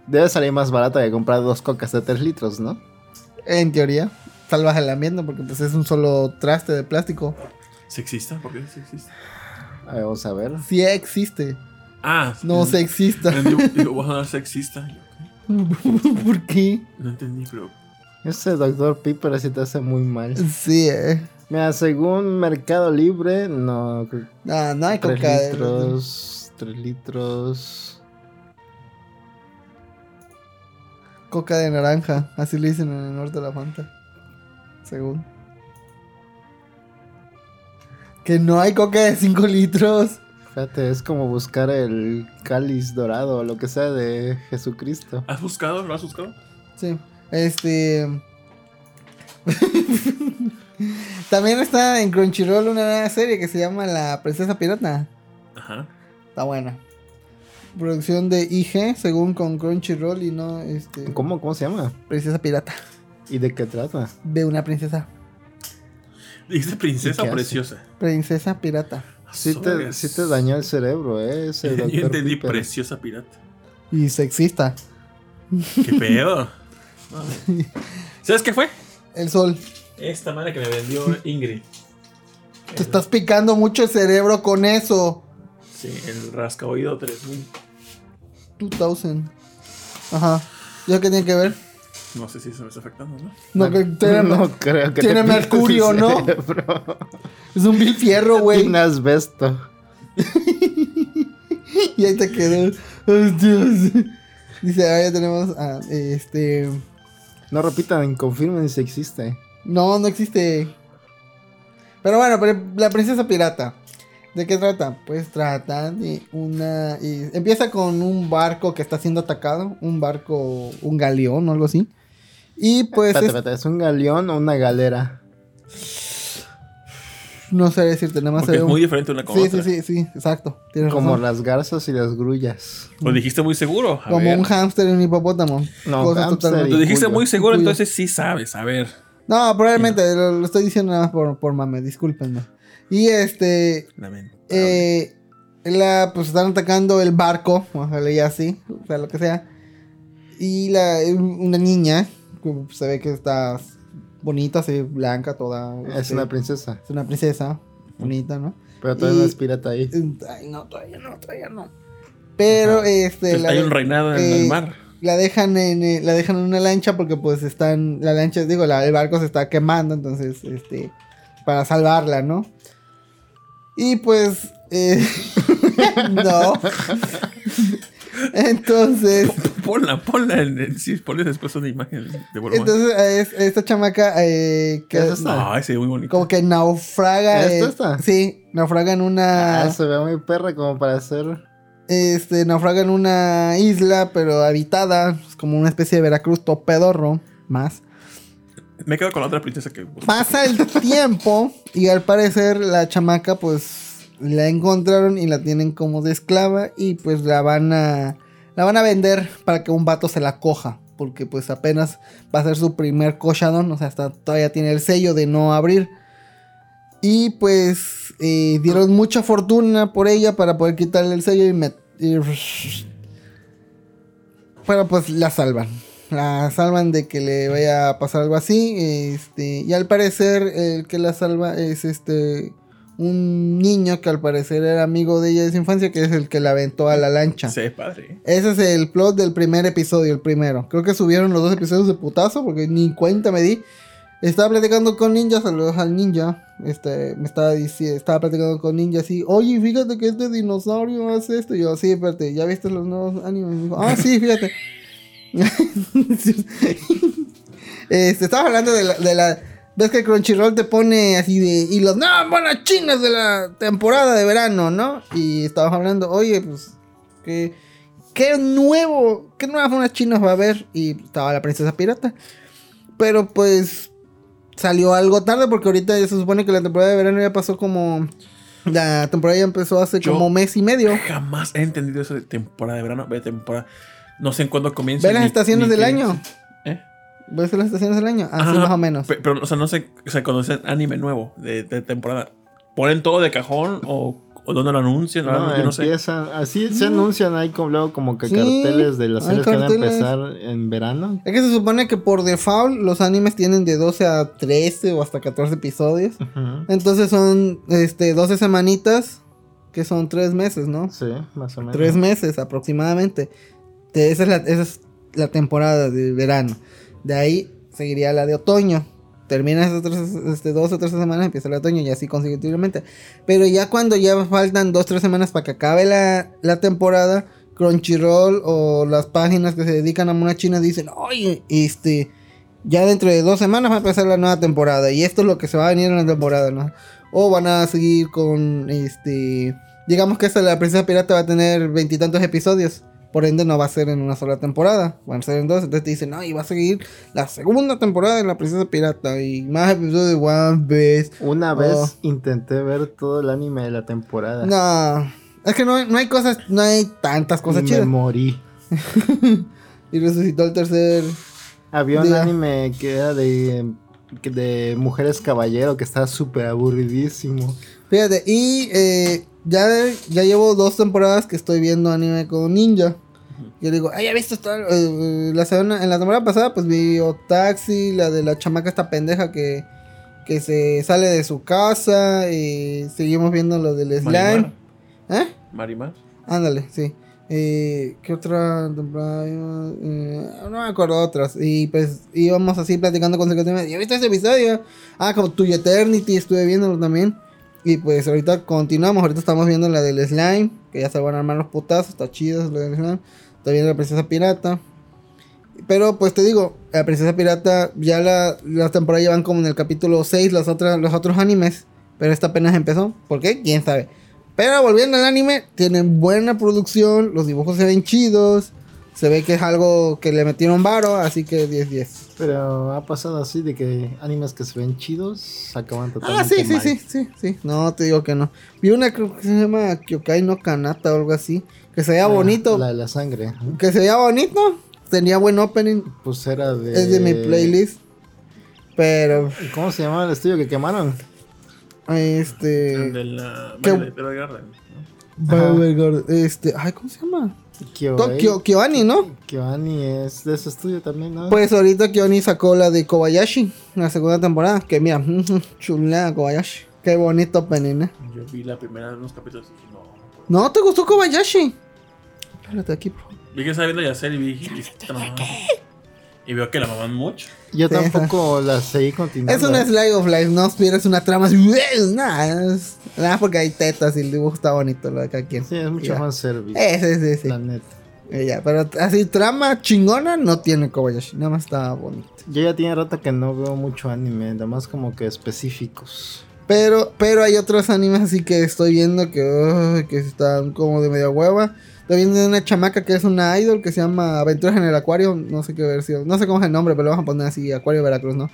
A: Debe salir más barata que comprar dos cocas de 3 litros, ¿no?
C: En teoría. Salvas el ambiente porque pues es un solo traste de plástico.
B: ¿Se exista? ¿Por qué se existe?
A: A ver, vamos a ver.
C: Sí existe.
B: Ah,
C: No se exista.
B: Digo, digo, vas a dar sexista. Yo, ok.
C: ¿Por qué?
B: No entendí, pero.
A: Ese Dr. Piper se te hace muy mal.
C: Sí, eh.
A: Mira, según Mercado Libre, no. creo-
C: No, Ah, no hay
A: 3
C: coca.
A: litros. 3 litros.
C: Coca de naranja. Así le dicen en el norte de la Fanta. Según. Que no hay coca de 5 litros.
A: Fíjate, es como buscar el cáliz dorado o lo que sea de Jesucristo.
B: ¿Has buscado? ¿Lo has buscado?
C: Sí. Este. También está en Crunchyroll una nueva serie que se llama La Princesa Pirata.
B: Ajá.
C: Está buena. Producción de IG, según con Crunchyroll y no este.
A: ¿Cómo? ¿Cómo se llama?
C: Princesa Pirata.
A: ¿Y de qué trata?
C: De una princesa.
B: ¿Dijiste princesa
A: ¿Y qué
B: o
A: hace?
B: preciosa?
C: Princesa Pirata.
A: Sí te,
B: Sobres.
A: sí te dañó el cerebro, eh. Ese
B: Yo
A: Dr.
B: entendí
A: Pepper.
B: preciosa pirata.
C: Y sexista.
B: ¿Qué pedo? Vale. ¿Sabes qué fue?
C: El sol.
B: Esta madre que me vendió Ingrid.
C: Te estás picando mucho el cerebro con eso.
B: Sí, el rascaoído 3000.
C: 2000. Ajá. ¿Yo qué tiene que ver?
B: No sé si eso me está afectando, ¿no?
C: No, que tiene-
A: no creo que
C: tiene
A: te pintes
C: mercurio,
A: el
C: ¿no?
A: cerebro.
C: Es un vil fierro, güey.
A: Tiene asbesto.
C: Y ahí te quedó. Ay, Dios. Dice, ahora ya tenemos a este.
A: No repitan, confirmen si existe.
C: No, no existe. Pero bueno, pero la princesa pirata. ¿De qué trata? Pues trata de una. y empieza con un barco que está siendo atacado. Un barco, un galeón o algo así. Y pues.
A: Espérate,
C: es-
A: espérate, ¿es un galeón o una galera?
C: no sé decirte, nada más
B: Porque
C: se
B: es
C: ve
B: muy
C: un-
B: diferente una con
C: Sí,
B: otra.
C: sí, sí, sí, exacto. Tienes
A: Como
C: razón.
A: las garzas y las grullas.
B: Lo dijiste muy seguro. A
C: Como
B: ver.
C: un hámster y un hipopótamo.
A: No,
C: Cosas
A: hámster
C: totalmente-
B: Lo dijiste muy seguro,
C: Cuyo.
B: entonces sí sabes. A ver.
C: No, probablemente, lo, lo estoy diciendo nada más por, por mame, discúlpenme. Y este,
B: Lamento.
C: eh, la, pues están atacando el barco, ojalá y así, o sea, lo que sea. Y la, una niña, que se ve que está bonita, se ve blanca toda.
A: Es
C: este,
A: una princesa,
C: es una princesa, bonita, ¿no?
A: pero todavía no
C: Y-
A: es pirata ahí.
C: Ay, no, todavía no, todavía no. Pero, este, la,
B: Pues, Hay un reinado en
C: eh,
B: el mar.
C: la dejan en eh, la dejan en una lancha porque pues están la lancha digo la- el barco se está quemando entonces este para salvarla no y pues eh, no entonces
B: Ponla, ponla. en- en- Sí, ponle después una imagen de Boromar.
C: entonces eh, es- esta chamaca eh, que
A: ¿Es esta?
B: No, ese es muy bonito.
C: como que naufraga
A: ¿Esta,
C: eh,
A: esta?
C: sí naufraga en una
A: Ah, se ve muy perra como para hacer.
C: este naufraga en una isla pero habitada es como una especie de Veracruz topedorro más
B: Me quedo con la otra princesa que.
C: Pasa el tiempo y al parecer la chamaca pues la encontraron y la tienen como de esclava y pues la van a la van a vender para que un vato se la coja, porque pues apenas va a ser su primer cochadón, o sea, hasta todavía tiene el sello de no abrir. Y pues eh, dieron mucha fortuna por ella para poder quitarle el sello y, me- y- pero pues la salvan. la salvan de que le vaya a pasar algo así. Este, y al parecer, el que la salva es este un niño que al parecer era amigo de ella de su infancia, que es el que la aventó a la lancha.
B: Sí, padre. ¿eh?
C: Ese es el plot del primer episodio, el primero. Creo que subieron los dos episodios de putazo porque ni cuenta me di. Estaba platicando con Ninja, saludos al Ninja. Este, me estaba diciendo, estaba platicando con Ninja así, oye, fíjate que este dinosaurio hace esto. Y yo, sí, espérate, ¿ya viste los nuevos animes? Y dijo, ah, sí, fíjate. este, estaba hablando de la, de la- Ves que Crunchyroll te pone así de. Y los. ¡No! ¡Buenas chinas de la temporada de verano, ¿no? Y estabas hablando, oye, pues. ¿Qué, qué nuevo. ¿Qué nuevas buenas chinas va a haber? Y estaba la princesa pirata. Pero pues. Salió algo tarde porque ahorita ya se supone que la temporada de verano ya pasó como. La temporada ya empezó hace
B: Yo-
C: como mes y medio.
B: Jamás he entendido eso de temporada de verano, de temporada. No sé en cuándo comienza.
C: Ve las
B: ni-
C: estaciones
B: ni
C: del
B: qué-
C: año.
B: ¿Eh?
C: ¿Ves las estaciones del año? Así
B: Ajá,
C: más o menos.
B: pe- Pero, o sea, no sé, o sea, cuando es anime nuevo de, de temporada, ¿ponen todo de cajón o, o dónde lo anuncian? Ahora
A: No,
B: yo no sé.
A: empiezan, así se anuncian ahí como, luego como que
C: Sí,
A: carteles de las
C: hay
A: series que van a
C: carteles.
A: empezar en verano.
C: Es que se supone que por default los animes tienen de 12 a 13 o hasta 14 episodios.
A: Ujú.
C: Entonces son este, 12 semanitas, que son 3 meses, ¿no?
A: Sí, más o menos.
C: 3 meses aproximadamente. Te- esa, es la, esa es la temporada de verano. De ahí seguiría la de otoño. Termina esas tres, este, 12 o 13 semanas, empieza el otoño y así consecutivamente. Pero ya cuando ya faltan 2 3 semanas para que acabe la, la temporada, Crunchyroll o las páginas que se dedican a Mona China dicen, oye, este, ya dentro de dos semanas va a empezar la nueva temporada y esto es lo que se va a venir en la temporada, ¿no? O van a seguir con, este, digamos que esta la princesa pirata va a tener veintitantos episodios. Por ende no va a ser en una sola temporada, van a ser en dos, entonces te dicen, no, y va a seguir la segunda temporada de la princesa pirata y más episodios de One Piece.
A: Una
C: Oh.
A: vez intenté ver todo el anime de la temporada.
C: No, es que no, hay- no hay cosas, no hay tantas
A: y
C: cosas
A: me
C: chidas.
A: morí.
C: Y resucitó el tercer.
A: Había un
C: Diga.
A: anime que era de, que de mujeres caballero que estaba súper aburridísimo.
C: Fíjate, y eh, ya, ya llevo dos temporadas que estoy viendo anime con Ninja. Yo digo, ay, ¿ya visto esto? Eh, la semana, en la temporada pasada, pues vi Otaxi, la de la chamaca esta pendeja que, que se sale de su casa. Y seguimos viendo lo del slime.
B: Marimar.
C: ¿Eh?
B: Marimar.
C: Ándale, sí. Eh, ¿Qué otra temporada? iba? Eh, no me acuerdo otras. Y pues íbamos así platicando con Secretario. ¿Ya viste ese episodio? Ah, como Tuyo Eternity, estuve viéndolo también. Y pues ahorita continuamos. Ahorita estamos viendo la del Slime. Que ya se van a armar los putazos. Está chido la del Slime. Está viendo la Princesa Pirata. Pero pues te digo, la Princesa Pirata ya la, las temporadas llevan como en el capítulo 6 las otras, los otros animes. Pero esta apenas empezó. ¿Por qué? ¿Quién sabe? Pero volviendo al anime, tienen buena producción, los dibujos se ven chidos, se ve que es algo que le metieron varo, así que 10-10.
A: Pero ha pasado así de que animes que se ven chidos acaban totalmente
C: Ah, sí, sí,
A: mal.
C: sí, sí, sí. No, te digo que no. Vi una que se llama Kyokai no Kanata o algo así, que se veía
A: Ah,
C: bonito,
A: La de la sangre. ajá.
C: que se veía bonito, tenía buen opening,
A: Pues era de...
C: es de mi playlist. Pero,
A: ¿Cómo se llamaba el estudio que quemaron?
C: este...
B: De la.
C: ¿qué-
B: bueno, de- de la Garden, ¿no?
C: Barbie Girl, Este, ay, ¿cómo se llama?
A: Kyo- ¿eh?
C: Tokio, Kyoani, ¿no?
A: Kyoani es de ese estudio también, ¿no?
C: Pues ahorita Kioni sacó la de Kobayashi, la segunda temporada, que mira, chulada Kobayashi. Qué bonito penina.
B: Yo vi la primera de unos capítulos y dije, no. no puedo.
C: ¿No te gustó Kobayashi? Espérate aquí, por favor.
B: Vi que estaba viendo Yacel y vi- dije, "Esta mamá". Y veo que la maman mucho.
A: Yo
C: sí,
A: tampoco la seguí continuando.
C: Es un slide of life, no esperes una trama así. Nada, es- nada porque hay tetas y el dibujo está bonito, lo de cada quien.
A: Sí, es mucho
C: Ya.
A: fanservice.
C: Eh, Sí, sí, sí.
A: La neta.
C: Eh, ya, pero así, trama chingona no tiene Kobayashi, nada más está bonito.
A: Yo ya tiene rato que no veo mucho anime, nada más como que específicos.
C: Pero, pero hay otros animes así que estoy viendo que, uy, que están como de media hueva. Estoy viendo una chamaca que es una idol que se llama Aventuras en el Acuario. No sé qué versión. No sé cómo es el nombre, pero lo vamos a poner así, Acuario Veracruz, ¿no?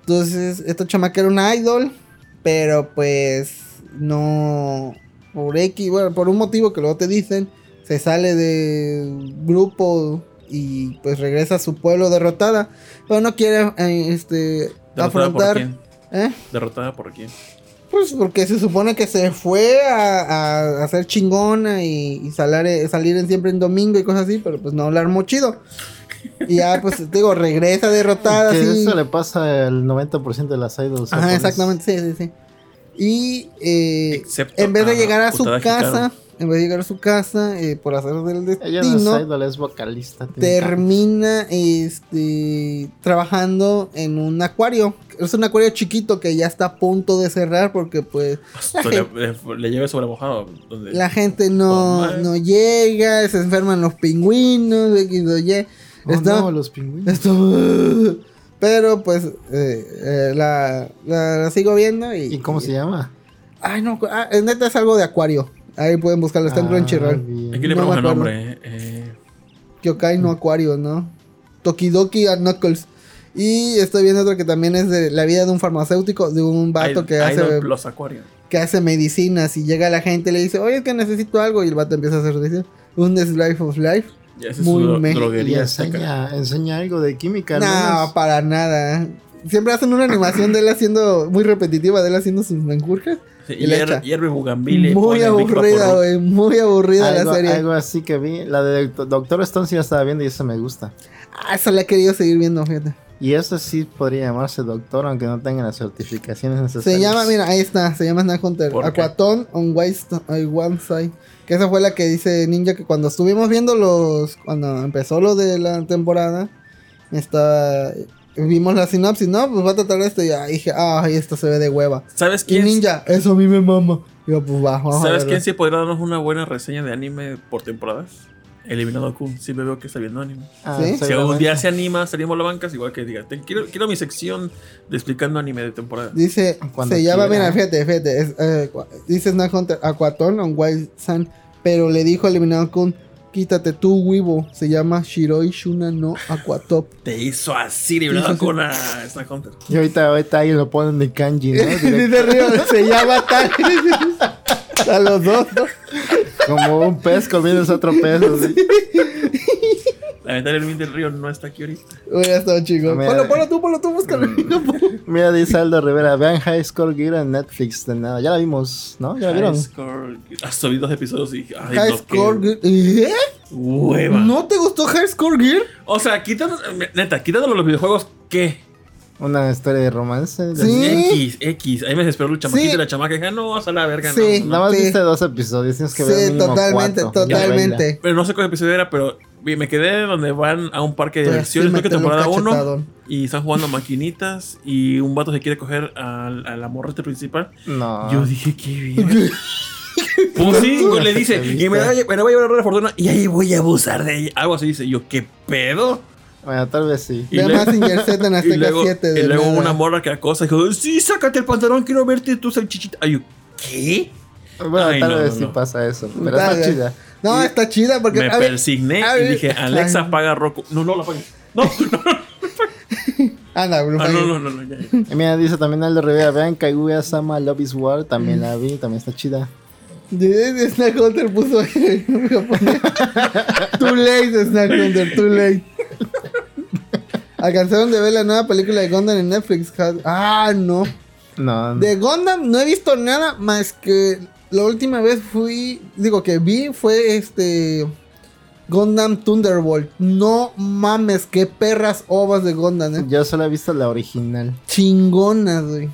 C: Entonces, esta chamaca era una idol, pero pues no... Por X, bueno, por un motivo que luego te dicen, se sale del grupo y pues regresa a su pueblo derrotada. Pero no quiere eh, este,
B: ¿Derrotada por
C: afrontar...
B: quién?
C: ¿eh?
B: ¿Derrotada por quién?
C: Pues porque se supone que se fue a, a, a ser chingona y, y salar- eh, salir, en siempre en domingo y cosas así, pero pues no hablar muy chido. Y ya, pues, te digo, regresa derrotada.
A: Que
C: así.
A: eso le pasa al 90% de las idols.
C: Ajá,
A: japonesas.
C: exactamente, sí, sí, sí. Y eh,
B: Excepto
C: en vez
A: Ah,
C: de
B: a
C: llegar a su
B: Utada
C: casa,
B: Hikaru.
C: en vez de llegar a su casa, eh, por hacer del
A: Ella no es
C: destino,
A: idol, es vocalista. tiene
C: termina este, trabajando en un acuario. Es un acuario chiquito que ya está a punto de cerrar porque pues
B: Esto Le, le, le lleve sobre mojado. Donde
C: la gente no,
B: Normal.
C: no llega, se enferman los pingüinos, X o Y.
A: cara. Oh,
C: Está-
A: no, los pingüinos.
C: Esto- Pero pues eh, eh, la, la- la sigo viendo y...
A: ¿Y cómo
C: y-
A: se llama?
C: Ay, no, cu- ah, neta es algo de acuario. Ahí pueden buscarlo, está en
A: Ah,
C: Crunchyroll.
A: bien.
B: Aquí le
C: No me
B: ponemos el
C: acuerdo.
B: nombre. eh, eh,
C: Kyokai no acuario, ¿no? Tokidoki a Knuckles. Y estoy viendo otro que también es de la vida de un farmacéutico, de un vato
B: Id-
C: que
B: Idol
C: hace,
B: Plus Aquarium.
C: que hace medicinas y llega la gente y le dice, oye, es que necesito algo. Y el vato empieza a hacer dice, un slice of life.
B: Ya esa es
C: Muy
B: su dro-
C: me-
A: Y
B: droguería seca.
A: enseña, enseña algo de química. al
C: No,
A: menos.
C: para nada. Siempre hacen una animación de él haciendo, muy repetitiva, de él haciendo sus menjurjas.
B: Sí,
C: y le echa.
B: hier- Hierve bugambile.
C: Muy
B: pone Big
C: aburrida,
B: Vaporub.
C: güey. Muy aburrida
A: algo,
C: la serie.
A: algo así que vi. La de Doct- Doctor Stone sí la estaba viendo y esa me gusta.
C: Ah, esa la he querido seguir viendo, fíjate.
A: Y eso sí podría llamarse doctor, aunque no tengan las certificaciones necesarias.
C: Se llama, mira, ahí está, se llama Snack Hunter.
B: ¿Por qué?
C: Aquatón on Waste- on One Side. Que esa fue la que dice Ninja que cuando estuvimos viendo los. Cuando empezó lo de la temporada, está. Vimos la sinopsis, ¿no? Pues va a tratar de esto. Y ya dije, ay, esto se ve de hueva.
B: ¿Sabes
C: Y
B: quién?
C: Ninja, eso a mí me mama. Y yo, pues va, vamos a
B: ¿Sabes
C: verlo.
B: quién sí podría darnos una buena reseña de anime por temporadas? Eliminado Kun, sí me veo que está viendo anime.
A: Ah,
C: ¿Sí?
B: Si algún
A: seguramente.
B: día se anima, salimos a la banca, es igual que diga, "Te- quiero, quiero mi sección de explicando anime de temporada.
C: Dice,
A: Cuando
C: se llama,
A: quiera.
C: mira, fíjate, fíjate. es, eh, cua- dice Snack Hunter, Aquatón on Wild Sun. Pero le dijo a Eliminado Kun, quítate tú, huevo. Se llama Shiroi Shuna no Aquatop.
B: Te hizo así, eliminado
C: Hizo
B: Kun a Snack Hunter.
A: Y ahorita, ahorita ahí lo ponen de kanji, ¿no? Direct-
C: Dice Río, se llama tal. a los dos. ¿no?
A: como un pez comiendo otro pez. así.
B: Lamentablemente el río no está aquí ahorita.
C: Hubiera estado chingón.
A: Mira,
C: Ponlo,
A: eh.
C: ponlo tú, ponlo tú, búscalo. No, po-
A: Mira, dice Aldo Rivera, vean High Score Gear en Netflix de nada. Ya la vimos, ¿no? Ya la vieron.
B: High Score. Has subido dos episodios y. Ay,
C: High
B: no,
C: Score
B: qué
C: Gear. ¿Eh?
B: Hueva.
C: ¿No te gustó High Score Gear?
B: O sea, quitando. eh, Neta, quitándolo los videojuegos, ¿qué?
A: Una historia de romance. de-
C: Sí.
B: X, X. Ahí me desesperó el chamaquito
C: Sí.
B: y la chamaca. Dije, "Ah, no, vas a la verga. no,
C: Sí.
B: no, no".
A: Nada más
C: Sí.
A: viste dos episodios, tienes que ver
C: Sí,
A: mínimo
C: totalmente,
A: cuatro.
C: totalmente.
B: Pero no sé cuál episodio era, pero vi- me quedé donde van a un parque de
C: Pues,
B: diversiones,
C: sí,
B: creo que
C: métele un
B: temporada 1.
C: cachetadón.
B: Y están jugando maquinitas y un vato se quiere coger al- a, la morra este principal.
C: Ah.
A: No.
B: Yo dije, qué bien. Pues sí, güey, le dice, y me, da- me la voy a llevar a la fortuna y ahí voy a abusar de ella. Algo así dice, yo, ¿qué pedo?
A: Bueno, tal vez sí.
B: Y
C: Ve
B: le-
C: Mazinger Z en
B: Y
C: Azteca
B: luego,
C: 7.
B: y
C: de
B: luego
C: nada.
B: una morra que acosa dijo, sí, sácate el pantalón, quiero verte tú salchichita. Ay, yo, ¿qué?
A: Bueno,
B: Ay,
A: tal
B: no,
A: vez
B: no,
A: sí
B: no.
A: pasa eso. Pero
C: Tal
A: está
C: vez.
A: chida.
C: No, está chida porque.
B: me
C: a ver,
B: persigné
C: a
B: y
C: ver.
B: dije, Alexa,
C: Ay.
B: apaga Roku. No, no, la apagues. No, no,
C: Anda, Blue
B: ah,
C: Fire.
B: no, no, no, no, ya, ya.
A: Y mira, dice también Aldo Rivera, vean Kaguya Sama Love is War, también la vi, también está chida.
C: Yeah, Snack Hunter puso en japonés. Too late, Snack Hunter, too late. Alcanzaron de ver la nueva película de Gundam en Netflix. ja- Ah, no.
A: No,
C: De Gundam no he visto nada más que la última vez fui, digo que vi fue este Gundam Thunderbolt. No mames, qué perras ovas de Gundam, eh.
A: yo solo he visto la original.
C: Chingonas, güey.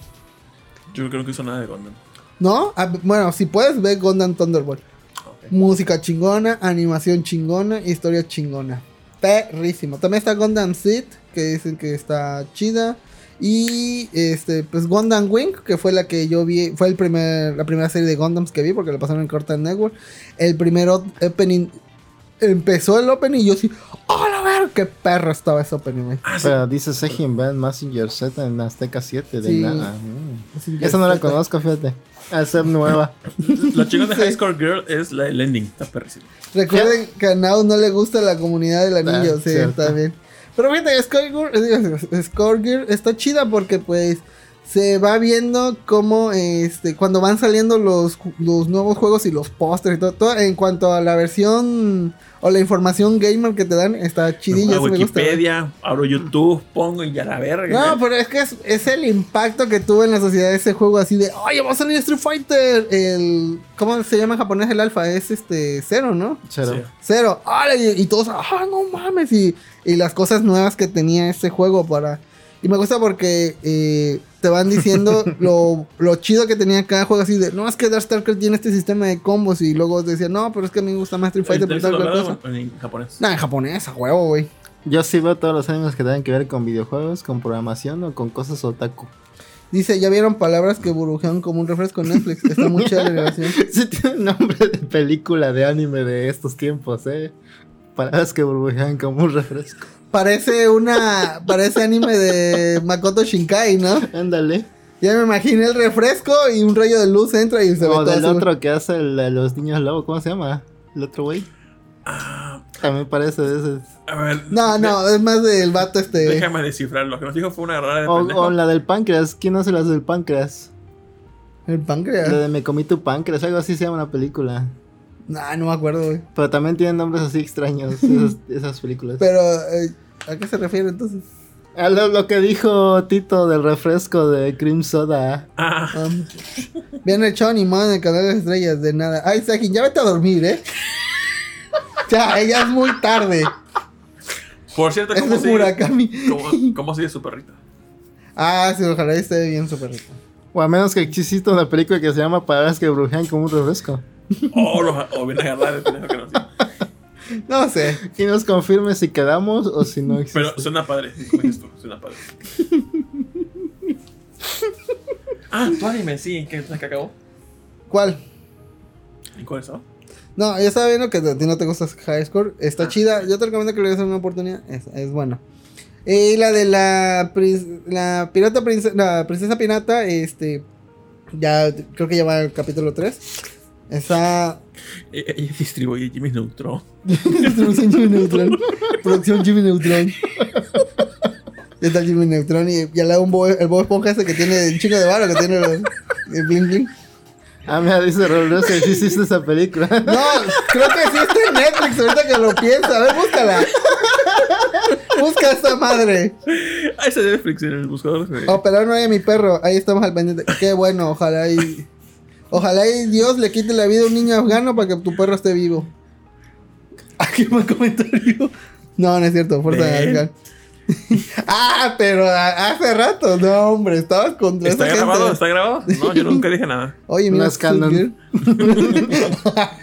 B: Yo creo que no hizo nada de Gundam.
C: ¿No? Ah, bueno, si puedes ver Gundam Thunderbolt.
B: Ok.
C: Música chingona, animación chingona, historia chingona. Perrísimo. También está Gundam Seed, que dicen que está chida. Y este, pues Gundam Wing, que fue la que yo vi, fue el primer, la primera serie de Gundams que vi, porque la pasaron en Cartoon Network. El primer op- opening, empezó el opening y yo sí, ¡Hola, ver! ¡Qué perro estaba ese opening! güey".
B: Ah, sí.
A: Pero dice Sejin, vean Massinger Z en Azteca 7, de
C: Sí.
A: nada. Mm.
C: Así que
A: Esa no la
C: está-
A: conozco, fíjate. A ser nueva.
B: La chica de High Score Girl es la, el ending. Está perrísimo.
C: Recuerden que a Nao no le gusta la comunidad del anillo,
A: Ah,
C: sí,
A: cierto.
C: eh, está bien. Pero fíjate, Scorgirl está chida porque pues se va viendo cómo este, cuando van saliendo los, ju- los nuevos juegos y los pósters y todo, todo, en cuanto a la versión o la información gamer que te dan, está chidilla.
A: Ah,
B: Abro
C: eso me gusta.
B: Wikipedia, abro YouTube, pongo y ya la verga.
C: No, pues, pero es que es, es el impacto que tuvo en la sociedad ese juego así de, oye, va a salir Street Fighter, el... ¿Cómo se llama en japonés el alfa? Es este cero, ¿no?
A: Cero.
B: Sí.
C: Cero. ¡Órale! Y, y todos, ¡ah, no mames! Y, y las cosas nuevas que tenía este juego para... Y me gusta porque eh, te van diciendo lo, lo chido que tenía cada juego así de, no, es que Dark Starker tiene este sistema de combos y luego decía, no, pero es que a mí me gusta más Street Fighter por
B: ¿Está
C: tal cual
B: doblado
C: cosa.
B: o en japonés?
C: Nah, en japonés, a huevo, güey.
A: Yo sí veo todos los animes que tengan que ver con videojuegos, con programación o con cosas otaku.
C: Dice, ya vieron palabras que burujean como un refresco en Netflix. Está muy chévere la grabación.
A: Sí tiene nombre de película de anime de estos tiempos, eh. Palabras que burbujean como un refresco.
C: Parece una. Parece anime de Makoto Shinkai, ¿no?
A: Ándale.
C: Ya me imaginé el refresco y un rayo de luz entra y se ve
A: O
C: todo
A: del
C: azul.
A: otro que hace el de los niños lobo, ¿cómo se llama? El otro güey.
B: Ah.
A: También parece de ese.
B: A ver.
C: No, no, es más del vato
B: de-
C: este.
B: Déjame descifrar. Lo que nos dijo fue una rara de
A: O,
B: pendejo.
A: o la del páncreas. ¿Quién hace las del páncreas?
C: El
A: La
C: páncreas.
A: de Me comí tu páncreas, algo así se llama la película.
C: Nah, no me acuerdo, güey.
A: Pero también tienen nombres así extraños esas, esas películas.
C: Pero, eh, ¿a qué se refiere entonces?
A: A lo, lo que dijo Tito del refresco de Cream Soda.
B: Ah,
C: Um, viene el show animado en el canal de las estrellas, de nada. Ay, Sakin, ya vete a dormir, ¿eh? ya, ya es muy tarde.
B: por cierto,
C: Este Es
B: ¿cómo
C: de
B: sigue,
C: Murakami.
B: cómo, cómo sigue su perrito?
C: Ah, sí, ojalá esté bien súper rico.
A: O a menos que exista una película que se llama Palabras que brujean como un refresco.
B: O, Oh, los- o viene a agarrar el pendejo que nos dijo.
C: No sé.
A: Y nos confirme si quedamos o si no existe.
B: Pero suena padre. ¿Cómo dices tú? Suena padre. Ah, tu anime, sí. ¿En qué, en qué acabó?
C: ¿Cuál?
B: ¿En cuál estaba?
C: No, ya estaba viendo que a ti no te gusta High Score. Está
B: Ah.
C: chida. Yo te recomiendo que le des una oportunidad. Es, es bueno. Eh, Y la de la, prin- la pirata prince- la princesa pirata, este. Ya, creo que ya va el capítulo 3. Está.
B: Ella Eh, ella distribuye Jimmy Neutron.
C: Producción Jimmy Neutron. Producción Jimmy Neutron. Ya está Jimmy Neutron y ya le da un Bob- el Bob Esponja ese que tiene el chico de varo que tiene el, el bling bling.
A: Ah, mira, dice Rolros que sí hiciste esa película.
C: No, creo que sí está en Netflix ahorita que lo piensa. A ver, búscala. Busca esta madre.
B: Ah, ese de Netflix en el buscador. de-
A: Oh,
C: O Oh, pero no hay a mi perro. Ahí estamos al pendiente. Qué bueno, ojalá y. Ojalá y Dios le quite la vida a un niño afgano para que tu perro esté vivo.
B: Aquí un comentario.
C: No, no es cierto, fuerza
B: Ven.
C: afgana. ah, pero a- hace rato, no, hombre, estabas contra
B: ¿Está
C: esa
B: grabado?
C: gente.
B: ¿Está grabado? No, yo nunca dije nada.
C: Oye,
A: No
C: mira,
A: es canon.
C: Sweet Girl.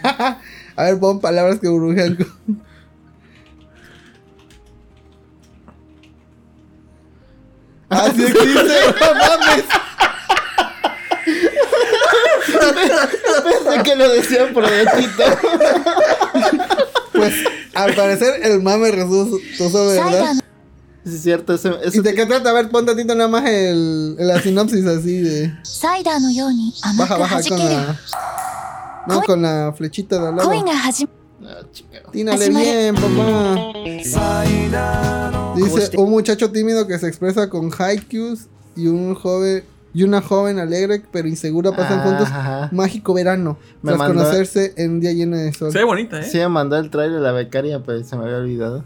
C: a ver, pon palabras que burbujean. con- Así Ah, existe, no mames.
A: Pensé que lo decían por de Tito.
C: Pues al parecer el mame resultó de verdad.
A: Sí, es cierto, ese, ese-
C: ¿Y de qué trata? A ver, pon tantito nada más el, la sinopsis así de.
E: サイダーのように甘く
C: Baja,
E: 弾
C: baja
E: け
C: con
E: る
C: la. No, con la flechita de al
E: 恋
C: lado.
E: が始ま
A: Ah, chingado.
C: Tínale
E: Así me-
C: bien, papá. Dice un muchacho tímido que se expresa con haikus y un joven y una joven alegre pero insegura pasan juntos
A: Ajá.
B: ¿Eh?
C: mágico verano
A: Ah. Me
C: tras
A: mandó-
C: conocerse en un día lleno de sol.
B: Se ve bonita, ¿eh?
A: Sí, me mandó el trailer la becaria, pero se me había olvidado.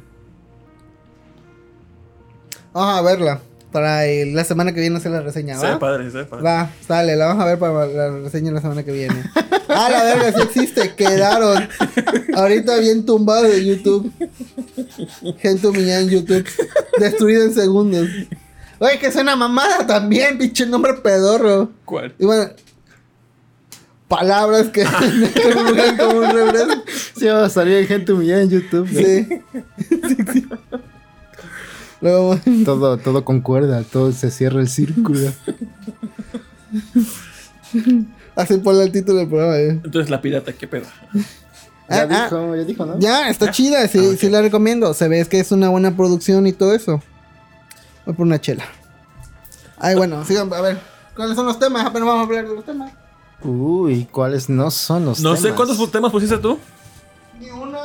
C: Vamos a verla para eh, la semana que viene hacer la reseña,
B: Se ve
C: ¿va?
B: padre, se ve padre.
C: Va, sale, la vamos a ver para la reseña la semana que viene. Ah, la verga, sí existe, quedaron. Ahorita bien tumbado de YouTube. Gente humillada en YouTube. Destruido en segundos. Oye, que suena mamada también, pinche nombre pedorro.
B: ¿Cuál?
C: Y bueno, palabras que que burlan como un refresco.
A: Sí, va a salir gente humillada en YouTube.
C: Sí. Sí, sí. Luego,
A: Todo, todo concuerda, todo se cierra el círculo.
C: así ponle el título del programa. eh.
B: Entonces la pirata, qué pedo.
A: Ya
C: Ah, ah.
A: dijo, ya dijo, ¿no?
C: Ya, está chida, sí,
B: Ah, ok.
C: sí la recomiendo. Se ve es que es una buena producción y todo eso. Voy por una chela. Ay, bueno, sigan, a ver. ¿Cuáles son los temas? Apenas vamos a hablar de los temas.
A: Uy, ¿cuáles no son los
B: No sé
A: temas?
B: cuántos temas pusiste tú.
C: Ni uno.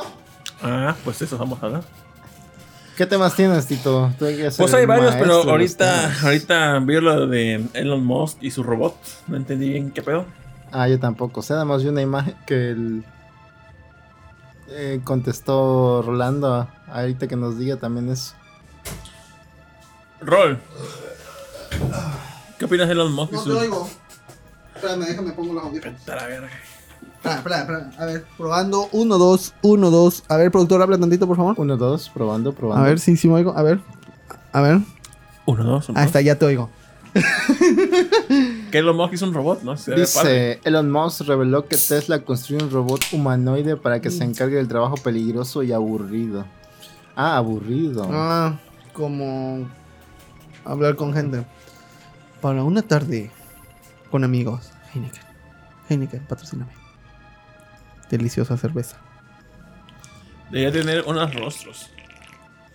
B: Ah, pues eso vamos a hablar.
A: ¿Qué ¿Qué temas tienes, Tito? Tú que eres
B: Pues hay
A: el
B: varios, pero
A: maestro de los
B: ahorita,
A: temas.
B: ahorita vi lo de Elon Musk y su robot. No entendí bien qué pedo.
A: Ah, yo tampoco. O sea, nada más vi una imagen que el- eh, contestó Rolando. ah, Ahorita que nos diga también eso.
B: Rol. ¿Qué opinas de Elon Musk y
C: No
B: su
C: te oigo. Espérame, déjame pongo los audífonos.
B: Vete a la verga.
C: Espera, espera, espera. A ver, probando. Uno, dos, uno, dos. A ver, productor, habla tantito, por favor.
A: Uno, dos, probando, probando.
C: A ver, sí, sí me oigo. A ver. A ver.
B: Uno, dos, uno,
C: Hasta ya te oigo.
B: dos. Que Elon Musk es un robot, ¿no? Se ve Eh, padre.
A: Dice, Elon Musk reveló que Tesla construye un robot humanoide para que
C: Mm.
A: se encargue del trabajo peligroso y aburrido. Ah, aburrido.
C: Ah, como hablar con gente. Para una tarde con amigos. Heineken. Heineken, patrocíname. Deliciosa cerveza.
B: Debería tener unos rostros.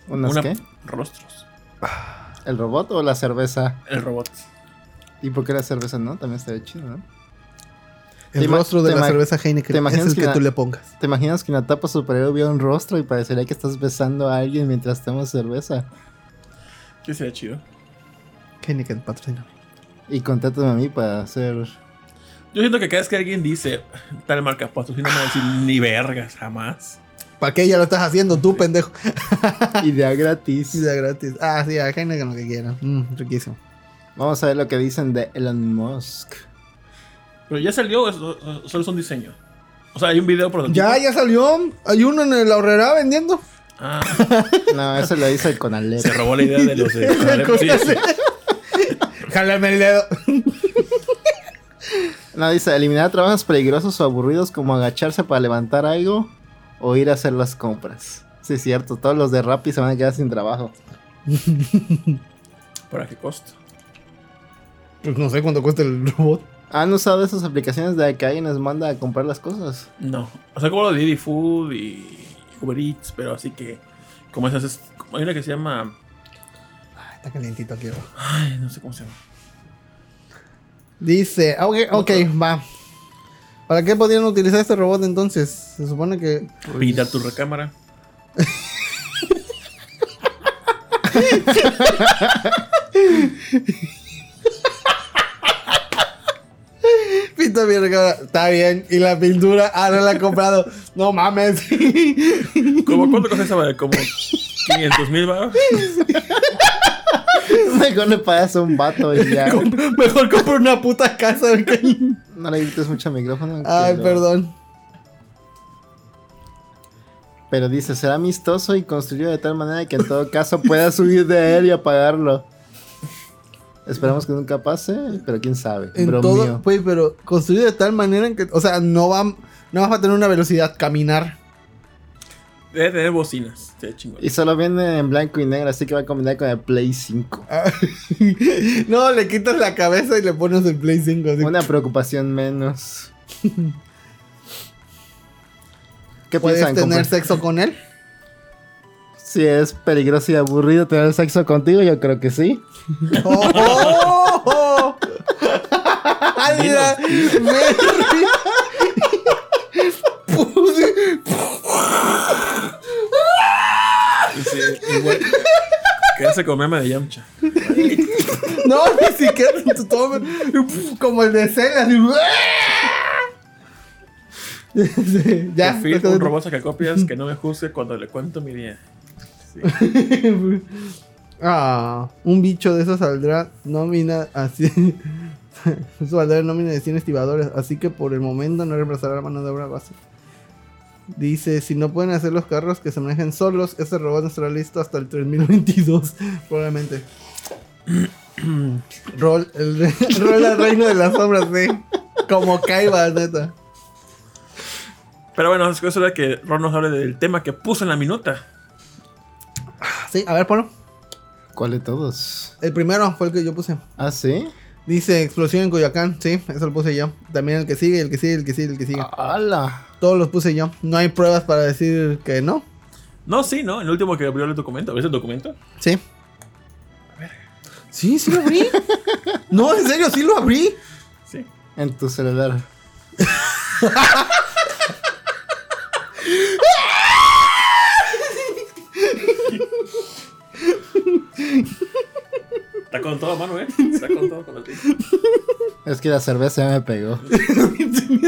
A: ¿Unas
B: Una-
A: qué?
B: Rostros.
A: ¿El robot o la cerveza?
B: El robot.
A: ¿Y por qué la cerveza no? También estaría chido, ¿no?
C: El
A: Te ima-
C: rostro de
A: te
C: la
A: ima-
C: cerveza
A: ¿te
C: Heineken es
A: imaginas
C: el
A: que
C: que
A: la-
C: tú le pongas.
A: ¿Te imaginas que en la tapa superior hubiera un rostro y parecería que estás besando a alguien mientras tomas cerveza?
B: Que sería chido.
C: Heineken, patrocíname.
A: Y contátame a mí para hacer...
B: Yo siento que cada vez que alguien dice tal marca pues, patrocina, me va a decir ni vergas, jamás.
C: ¿Para qué ya lo estás haciendo tú, pendejo?
A: Idea gratis.
C: Pizza gratis. Ah, sí, a Heineken lo que quieran. Mm, riquísimo.
A: Vamos a ver lo que dicen de Elon Musk.
B: Pero ya salió, o so- o solo es un diseño. O sea, hay un video prototipo.
C: Ya, ya salió. Hay uno en la horrera vendiendo.
B: Ah,
A: No, eso lo dice el Conalep.
B: se robó la idea de los. de- Sí, sí.
C: Jálame el dedo.
A: No, dice, eliminar trabajos peligrosos o aburridos como agacharse para levantar algo o ir a hacer las compras. Sí, es cierto, todos los de Rappi se van a quedar sin trabajo.
B: ¿Para qué costo?
C: Pues no sé cuánto cuesta el robot.
A: ¿Han usado esas aplicaciones de que alguien les manda a comprar las cosas?
B: No. O sea, como lo de Didi Food y Uber Eats, pero así que. Como esas. es- como hay una que se llama.
C: Ah, está calientito aquí abajo.
B: Ay, no sé cómo se llama.
C: Dice, ah, ok, ok, va. ¿Para qué podrían utilizar este robot entonces? Se supone que.
B: Pintar tu recámara.
C: Pinta mi recámara. Está bien. Y la pintura, ah, no la he comprado. No mames.
B: ¿Cómo, ¿Cuánto cosa esa vale? Como 500 mil baros.
A: Mejor le pagas a un vato y ya.
C: Mejor compro una puta casa. que-
A: No le grites mucho al micrófono. que
C: Ay,
A: lo-
C: perdón.
A: Pero dice, será amistoso y construido de tal manera que en todo caso puedas subir de él y apagarlo. Esperamos que nunca pase, pero quién sabe.
C: En
A: Bromío.
C: todo, pues- güey, pero construido de tal manera en que. O sea, no va, no vas a tener una velocidad caminar.
B: Debe tener bocinas. Sí, chingón.
A: Y solo viene en blanco y negro, así que va a combinar con el Play 5.
C: Ah, no, le quitas la cabeza y le pones el Play 5. así.
A: Una preocupación menos. ¿Qué
C: ¿Puedes
A: piensan?
C: tener
A: comprar?
C: sexo con él?
A: Si es peligroso y aburrido tener sexo contigo, yo creo que sí.
C: ¡Oh! oh, oh. Ay, mira, me- Puse-
B: Sí, igual. Quedarse con meme de Yamcha.
C: No, ni siquiera tu- todo- como el de Cell, así. Sí, ya.
B: Por fin, un robot sacacopias que no me juzgue cuando le cuento mi día. Sí.
C: Ah, un bicho de esos saldrá nómina así. saldrá nómina de 100 estibadores. Así que por el momento no reemplazará la mano de obra base. Dice, si no pueden hacer los carros que se manejen solos, ese robot no estará listo hasta el 3022, probablemente. Rol, el, re- rol al reino de las sombras, sí. Como Kaiba, neta.
B: Pero bueno, es cosa de que Ron nos hable del tema que puso en la minuta.
C: Sí, a ver, ponlo.
A: ¿Cuál de todos?
C: El primero fue el que yo puse.
A: Ah, sí.
C: Dice explosión en Coyoacán, sí, eso lo puse yo. También el que sigue, el que sigue, el que sigue, el que sigue.
A: Ah. ¡Hala!
C: Todos los puse yo. No hay pruebas para decir que no.
B: No, sí, ¿no? El último que abrió el documento. ¿Ves el documento?
C: Sí. Sí, sí lo abrí. no, en serio, sí lo abrí.
B: Sí.
A: En tu celular.
B: Está con todo, mano, ¿eh? Está con todo con la tinta.
A: Es que la cerveza ya me pegó.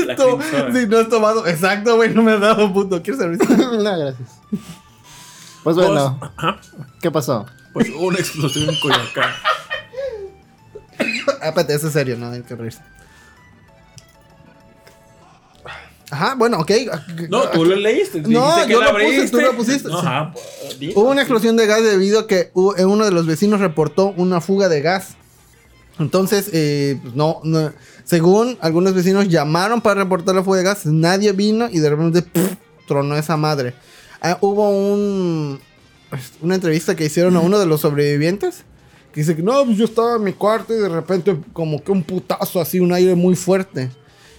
B: La
C: To-
B: cream soda.
C: Si no has tomado. Exacto, güey, no me has dado punto. ¿Quieres cerveza?
A: no, gracias. Pues bueno,
B: Pues, ajá,
A: ¿qué pasó?
B: pues hubo una explosión en Coyoacán.
C: Ah, Espérate, eso es serio, no hay que reírse. Ajá, bueno, ok.
B: No, tú lo leíste.
C: No,
B: dijiste que
C: yo
B: la
C: lo puse, tú
B: abriste.
C: lo pusiste.
B: No, ajá, pues, di-
C: Hubo una explosión de gas debido a que u- eh, uno de los vecinos reportó una fuga de gas. Entonces, eh, pues, no, no- según algunos vecinos llamaron para reportar la fuga de gas, nadie vino y de repente ¡puf! tronó esa madre. Ah, hubo un, pues, una entrevista que hicieron a uno de los sobrevivientes que dice que no, pues yo estaba en mi cuarto y de repente como que un putazo así, un aire muy fuerte.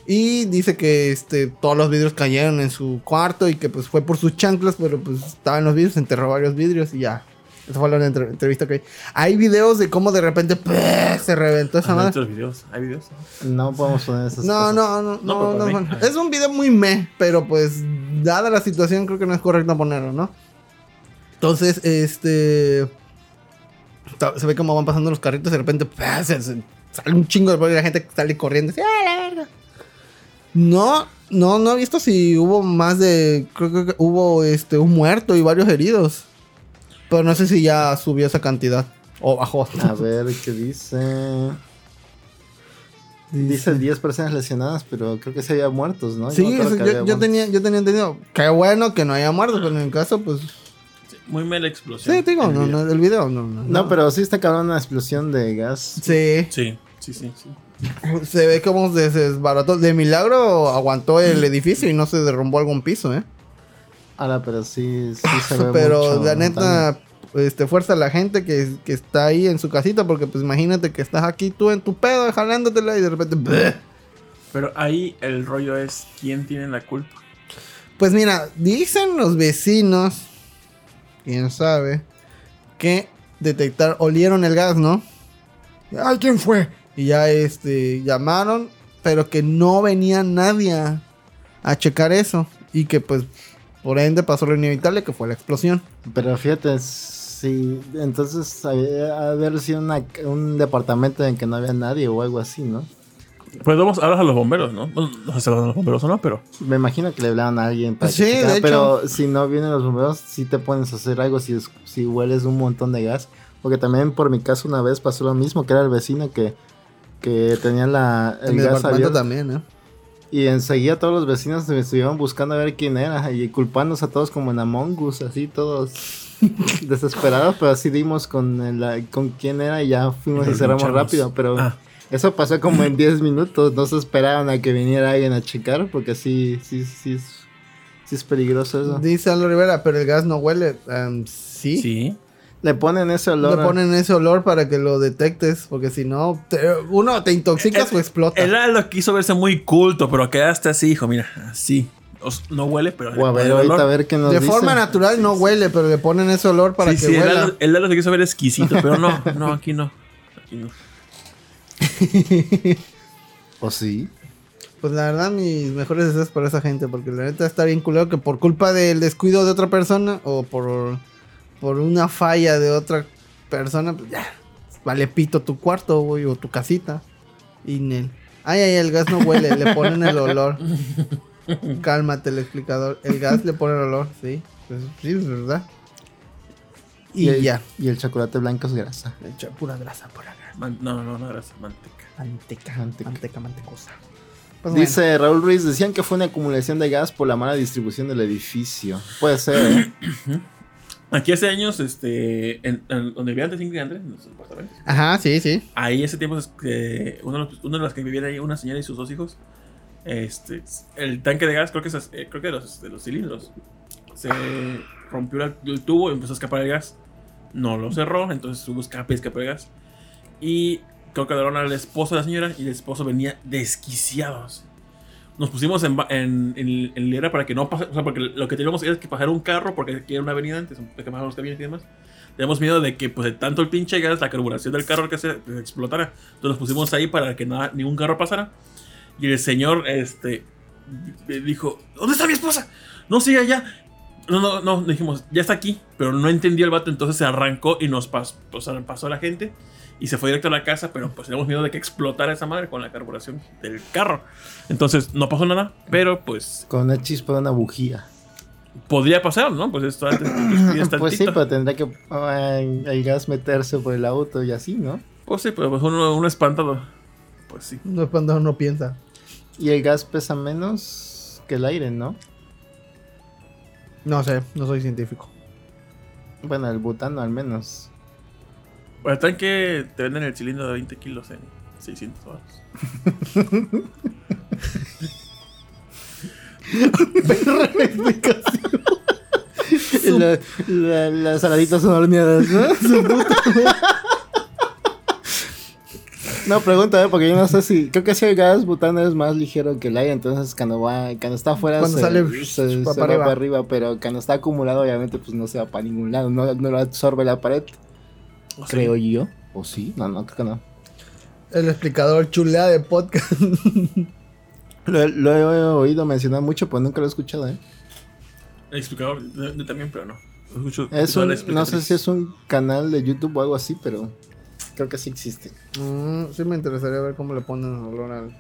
C: Y dice que este, todos los vidrios cayeron en su cuarto y que pues fue por sus chanclas, pero pues estaban los vidrios, enterró varios vidrios y ya. Esa fue la entre- entrevista que hay. Hay videos de cómo de repente ¡pah! se reventó esa
B: Ah, no,
C: madre.
B: estos videos. ¿Hay videos?
A: No podemos poner esas
C: No,
A: cosas.
C: no, no,
B: No,
C: no,
B: pero
C: no,
B: para mí.
C: no. Es un video muy meh, pero pues dada la situación creo que no es correcto ponerlo, ¿no? Entonces, este... ta- Se ve cómo van pasando los carritos y de repente ¡pah! se- se- sale un chingo de polvo y la gente sale corriendo. así, ¡ah, la verga! No, no, no he visto si hubo más de... Creo, creo que hubo este, un muerto y varios heridos. Pero no sé si ya subió esa cantidad o bajó.
A: A ver qué dice. Dice 10 personas lesionadas, pero creo que se había muertos, ¿no?
C: Sí,
A: me acuerdo que
C: eso- yo,
A: había
C: yo
A: muertos.
C: tenía, yo tenía entendido. Qué bueno que no haya muertos, pero en el caso, pues.
B: Sí, Muy mala explosión.
C: Sí, te digo,
B: El
C: no,
B: video.
C: no, el video no. No,
A: No, pero sí está cabrón una explosión de gas.
C: Sí,
B: Sí, sí, sí. sí.
C: se ve como se desbarató. De milagro aguantó el edificio y no se derrumbó algún piso, ¿eh?
A: Ahora, pero sí, sí se ve
C: Pero
A: mucho
C: la
A: daño.
C: neta, este, fuerza a la gente que, que está ahí en su casita, porque pues imagínate que estás aquí tú en tu pedo, jalándotela y de repente. ¡bleh!
B: Pero ahí el rollo es quién tiene la culpa.
C: Pues mira, dicen los vecinos, quién sabe, que detectar, olieron el gas, ¿no? Ay, ¿quién fue? Y ya este, llamaron, pero que no venía nadie a, a checar eso. Y que pues, por ende pasó lo inevitable, que fue la explosión.
A: Pero fíjate, sí. Entonces, había- haber sido una- un departamento en que no había nadie o algo así, ¿no?
B: Pues vamos ahora a los bomberos, ¿no? No, no sé si hablan a los bomberos o no, pero.
A: Me imagino que le hablaron a alguien para
C: Sí,
A: que checara,
C: de hecho.
A: pero si no vienen los bomberos, sí te puedes hacer algo si, es- si hueles un montón de gas. Porque también por mi caso una vez pasó lo mismo, que era el vecino que, que tenía la,
C: en
A: el
C: mi
A: gas
C: departamento
A: abierto.
C: también, ¿eh?
A: Y enseguida todos los vecinos me estuvieron buscando a ver quién era y culpanos a todos como en Among Us, así todos desesperados, pero así dimos con, el- con quién era y ya fuimos y
B: Los
A: cerramos
B: luchamos.
A: rápido. Pero
B: Ah,
A: eso pasó como en 10 minutos, no se esperaron a que viniera alguien a checar porque sí, sí, sí, es, sí es peligroso eso.
C: Dice Aldo Rivera, pero el gas no huele. Em, sí.
B: sí.
A: Le ponen ese olor.
C: Le ponen ese olor para que lo detectes, porque si no, te- uno te pues, intoxicas
B: Eh,
C: o explotas.
B: Él lo quiso verse muy culto, pero quedaste así, hijo, mira, así. O s- no huele, pero.
A: O a ver,
B: el olor-
A: ahorita a ver qué nos
C: De
A: dice.
C: forma natural no huele, pero le ponen ese olor para
B: sí,
C: que
B: sí, el
C: huela.
B: Lalo- el Lalo se quiso ver exquisito, pero no, no, aquí no. Aquí no.
A: ¿O sí?
C: Pues la verdad, mis mejores deseos para esa gente, porque la neta está bien culero que por culpa del descuido de otra persona o por, por una falla de otra persona, pues ya, vale pito tu cuarto, güey, o tu casita. Y nel. Ay, ay, el gas no huele, le ponen el olor. Cálmate el explicador. El gas le pone el olor, sí. Pues, sí, es verdad. Y,
A: el-
C: ya.
A: Y el chocolate blanco es grasa.
C: Le echa pura grasa por acá.
B: Man- no, no, no, gracias, manteca.
C: Manteca,
A: Manteca.
C: manteca, mantecosa. Pues
A: Dice Raúl Ruiz, decían que fue una acumulación de gas por la mala distribución del edificio. Puede ser. ¿eh?
B: Aquí hace años, este, en, en donde vivía antes Ingrid Andrés, en los departamentos,
C: Ajá, sí, sí.
B: ahí ese tiempo, es que uno, de los- uno de los que vivían ahí, una señora y sus dos hijos, este, el tanque de gas, creo que, esas- eh, creo que de, los, de los cilindros, se rompió la- el tubo y empezó a escapar el gas. No lo cerró, entonces hubo escape, escape de gas. Y creo que hablaron al esposo de la señora y el esposo venía desquiciado. así. Nos pusimos en, ba- en, en, en hilera para que no pase, o sea, porque lo que teníamos era que pasar un carro porque aquí era una avenida antes, que pasaban los camiones y demás. Teníamos miedo de que, pues, de tanto el pinche gas, la carburación del carro que se pues, explotara. Entonces nos pusimos ahí para que nada, ningún carro pasara. Y el señor, este, le dijo, ¿dónde está mi esposa? No sigue allá. No, no, no, dijimos, ya está aquí, pero no entendió el vato, entonces se arrancó y nos pasó, o sea, pasó a la gente y se fue directo a la casa, pero pues teníamos miedo de que explotara esa madre con la carburación del carro. Entonces no pasó nada, pero pues
A: Con una chispa de una bujía.
B: podría pasar, ¿no? Pues esto antes pues,
A: Pues sí, pero tendrá que eh, el gas meterse por el auto y así, ¿no?
B: Pues sí, pero pues uno, uno espantado. Pues sí.
C: Los pandados no piensan.
A: Y el gas pesa menos que el aire, ¿no?
C: No sé, no soy científico.
A: Bueno, el butano al menos.
B: Bueno, tan que te venden el cilindro de 20 kilos en 600 dólares.
A: Y la- la- las saladitas son horneadas, ¿no? Su puta madre. No, pregunta, ¿eh? porque yo no sé si. Creo que si el gas butano es más ligero que el aire, entonces cuando va, cuando está afuera
C: Cuando
A: se,
C: sale,
A: se-
C: se
A: se
C: va
A: va
C: para
A: para
C: arriba.
A: arriba. pero cuando está acumulado, obviamente, pues no se va para ningún lado, no, no lo absorbe la pared,
B: O sea,
A: creo yo. ¿O sí? No, no, creo que no.
C: El explicador chulea de podcast.
A: Lo, lo he oído mencionar mucho, pero nunca lo he escuchado, ¿eh?
B: El explicador yo- yo también, pero no. Escucho
A: Es
B: toda
A: un- no
B: la
A: sé
B: explicatriz.
A: si es un canal de YouTube o algo así, pero creo que sí existe.
C: Mm, sí me interesaría ver cómo le ponen olor al,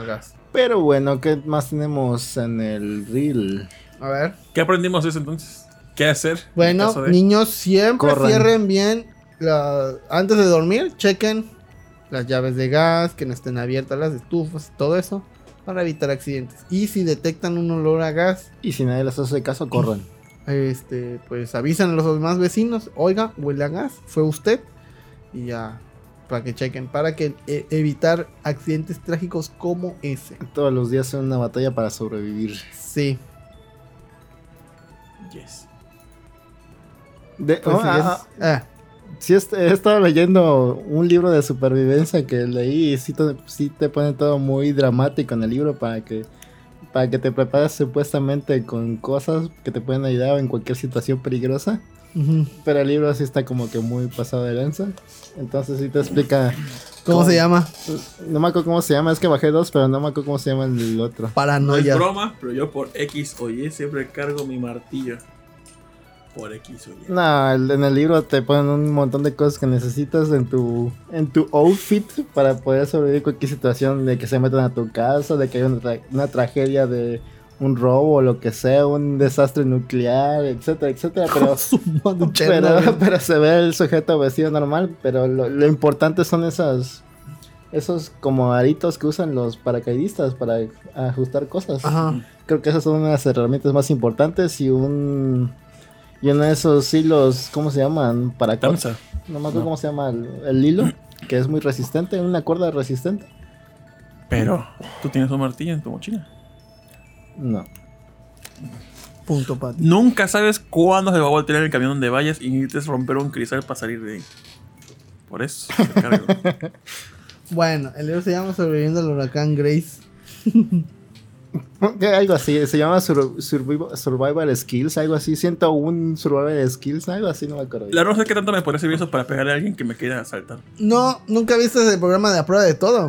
C: al gas.
A: Pero bueno, ¿qué más tenemos en el reel?
C: A ver.
B: ¿Qué aprendimos eso entonces? ¿Qué hacer? en
C: Bueno,
B: caso de-
C: niños, siempre
A: Corran.
C: cierren bien. la- Antes de dormir, chequen las llaves de gas, que no estén abiertas las estufas, todo eso, para evitar accidentes. Y si detectan un olor a gas,
A: Y si nadie les hace caso, corran.
C: este, pues avisan a los demás vecinos, oiga, huele a gas, fue usted, y ya, para que chequen, para que e- evitar accidentes trágicos como ese.
A: Todos los días son una batalla para sobrevivir.
C: Sí.
B: Yes.
A: De,
C: Pues
A: oh,
C: sí,
A: ah,
C: es- ah,
A: sí, est- he estado leyendo un libro de supervivencia que leí y sí te, sí te pone todo muy dramático en el libro para que, para que te prepares supuestamente con cosas que te pueden ayudar en cualquier situación peligrosa.
C: ujú.
A: Pero el libro sí está como que muy pasado de lanza. Entonces sí te explica...
C: ¿Cómo se llama?
A: No me acuerdo cómo se llama, es que bajé dos, pero no me acuerdo cómo se llama el otro.
B: No es
C: Paranoia.
B: broma, pero yo por X o Y siempre cargo mi martillo. Por X o Y.
A: No, el- en el libro te ponen un montón de cosas que necesitas en tu en tu outfit para poder sobrevivir cualquier situación de que se metan a tu casa, de que haya una, tra- una tragedia de un robo, lo que sea, un desastre nuclear, etcétera, etcétera. Pero,
C: Su madre,
A: pero, pero se ve el sujeto vestido normal, pero lo, lo importante son esas esos como aritos que usan los paracaidistas para ajustar cosas.
C: Ajá.
A: Creo que esas son una de las herramientas más importantes y un. Y uno de esos hilos, ¿cómo se llaman? Para cor-
B: Tamsa.
A: No me acuerdo
B: No.
A: cómo se llama el, el hilo, que es muy resistente, una cuerda resistente.
B: Pero tú tienes un martillo en tu mochila.
A: No.
C: Punto para ti.
B: Nunca sabes cuándo se va a voltear el camión donde vayas y necesitas romper un cristal para salir de ahí. Por eso te cargo.
C: Bueno, el libro se llama Sobreviviendo al huracán Grace.
A: Que Algo así, se llama sur- survival, survival Skills, algo así, 101 Survival Skills, algo así, no me acuerdo.
B: La verdad no sé qué tanto me podría servir eso para pegarle a alguien que me quiera asaltar.
C: No, nunca viste el programa de la prueba de todo.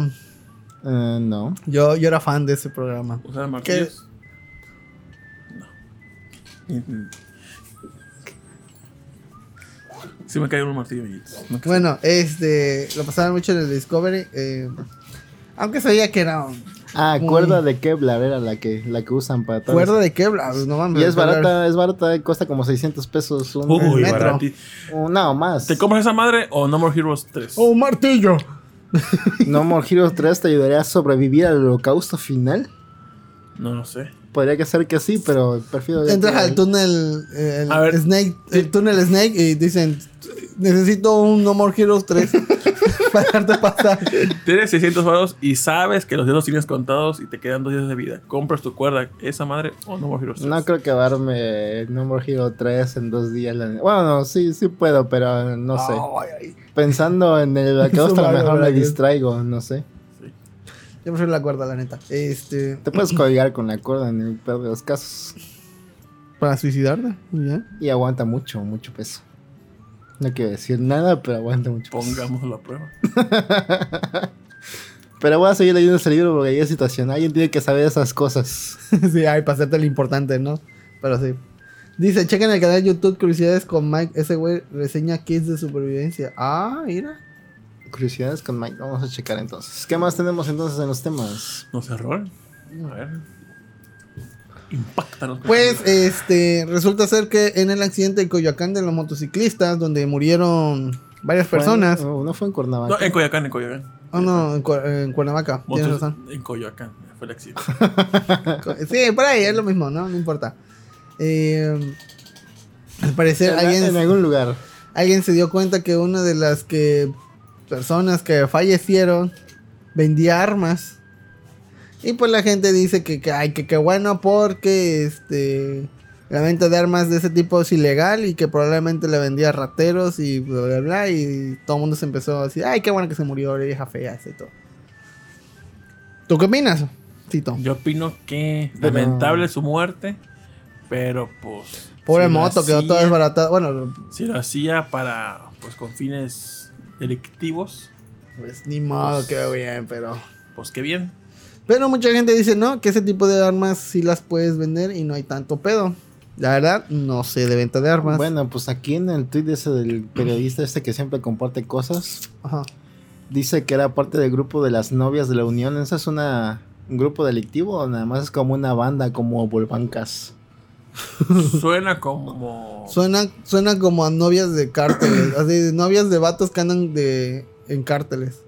A: Eh, no.
C: Yo, yo era fan de ese programa.
B: ¿Usar martillos? No. Sí me cayó un martillo, amiguitos. No que-
C: Bueno, este, lo pasaban mucho en el Discovery. eh, aunque sabía que era un
A: Ah,
C: Muy-
A: cuerda de Kevlar era la que, la que usan para todo.
C: cuerda de quebra. pues, No mames.
A: Y es
C: Kevlar.
A: barata, es barata, cuesta como 600 pesos. Un,
B: Uy,
C: metro.
B: barati-
A: Una o más.
B: ¿Te compras esa madre o No More Heroes 3?
C: ¡Oh, un martillo!
A: No More Heroes 3 te ayudaría a sobrevivir al holocausto final.
B: No lo sé.
A: Podría que ser que sí, pero prefiero.
C: Entras al túnel eh, el
B: A ver.
C: Snake, el túnel Snake y dicen necesito un No More Heroes 3 para darte pasar.
B: Tienes 600 varos y sabes que los dedos tienes contados y te quedan dos días de vida. Compras tu cuerda, esa madre o No More Heroes 3.
A: No creo que darme No More Heroes 3 en dos días. la- Bueno, no, sí, sí puedo, pero no sé.
B: Ah.
C: Ay, ay.
A: Pensando en el holocausto, a lo
C: Sumario,
A: mejor me
C: ¿verdad?
A: distraigo, no sé.
C: Yo prefiero la cuerda, la neta. Este,
A: Te puedes colgar con la cuerda en el peor de los casos.
C: para suicidarte. Muy bien.
A: Y aguanta mucho, mucho peso. No quiero decir nada, pero aguanta mucho peso.
B: Pongámoslo a prueba.
A: Pero voy a seguir leyendo ese libro porque ahí es situación. Alguien tiene que saber esas cosas.
C: sí, ay, para hacerte lo importante, ¿no? Pero sí. Dice, chequen el canal de YouTube Curiosidades con Mike. Ese güey reseña kits de supervivencia. Ah, mira.
A: Curiosidades con Mike. Vamos a checar entonces. ¿Qué más tenemos entonces en los temas?
B: No sé, rol. A ver. Impacta.
C: Pues este, resulta ser que en el accidente en Coyoacán de los motociclistas, donde murieron varias personas.
A: Fue en- no, no fue en
B: No,
A: Cuernavaca.
B: en Coyoacán, en Coyoacán.
C: Oh, no, en, Cua- en Cuernavaca. Tienes
B: Motos-
C: razón.
B: en Coyoacán. Fue el accidente.
C: Co- Sí, por ahí es lo mismo, ¿no? No importa. Eh, al parecer,
A: en,
C: alguien,
A: en algún lugar.
C: alguien se dio cuenta que una de las que personas que fallecieron vendía armas. Y pues la gente dice que, que ay, que qué bueno porque este la venta de armas de ese tipo es ilegal y que probablemente la vendía a rateros y bla bla bla y todo el mundo se empezó a decir, ay, qué bueno que se murió, la vieja fea ese y todo. ¿Tú qué opinas, Tito?
B: Yo opino que
A: Pero-
B: lamentable su muerte, pero pues.
C: Pobre
B: si lo
C: moto, quedó todo
B: hacía-
C: desbaratado. Bueno,
B: Si lo hacía para, pues, con fines delictivos,
C: pues ni modo, quedó bien, pero...
B: pues qué bien.
C: Pero mucha gente dice, no, que ese tipo de armas sí las puedes vender y no hay tanto pedo. La verdad, no sé de venta de armas.
A: Bueno, pues aquí en el tweet ese del periodista este que siempre comparte cosas,
C: Ajá.
A: dice que era parte del grupo de las novias de la Unión. ¿Eso es una, un grupo delictivo o nada más es como una banda como Volvancas?
B: Suena
A: Oh.
B: como.
C: Suena, suena como a novias de cárteles. así, novias de vatos que andan de, en cárteles.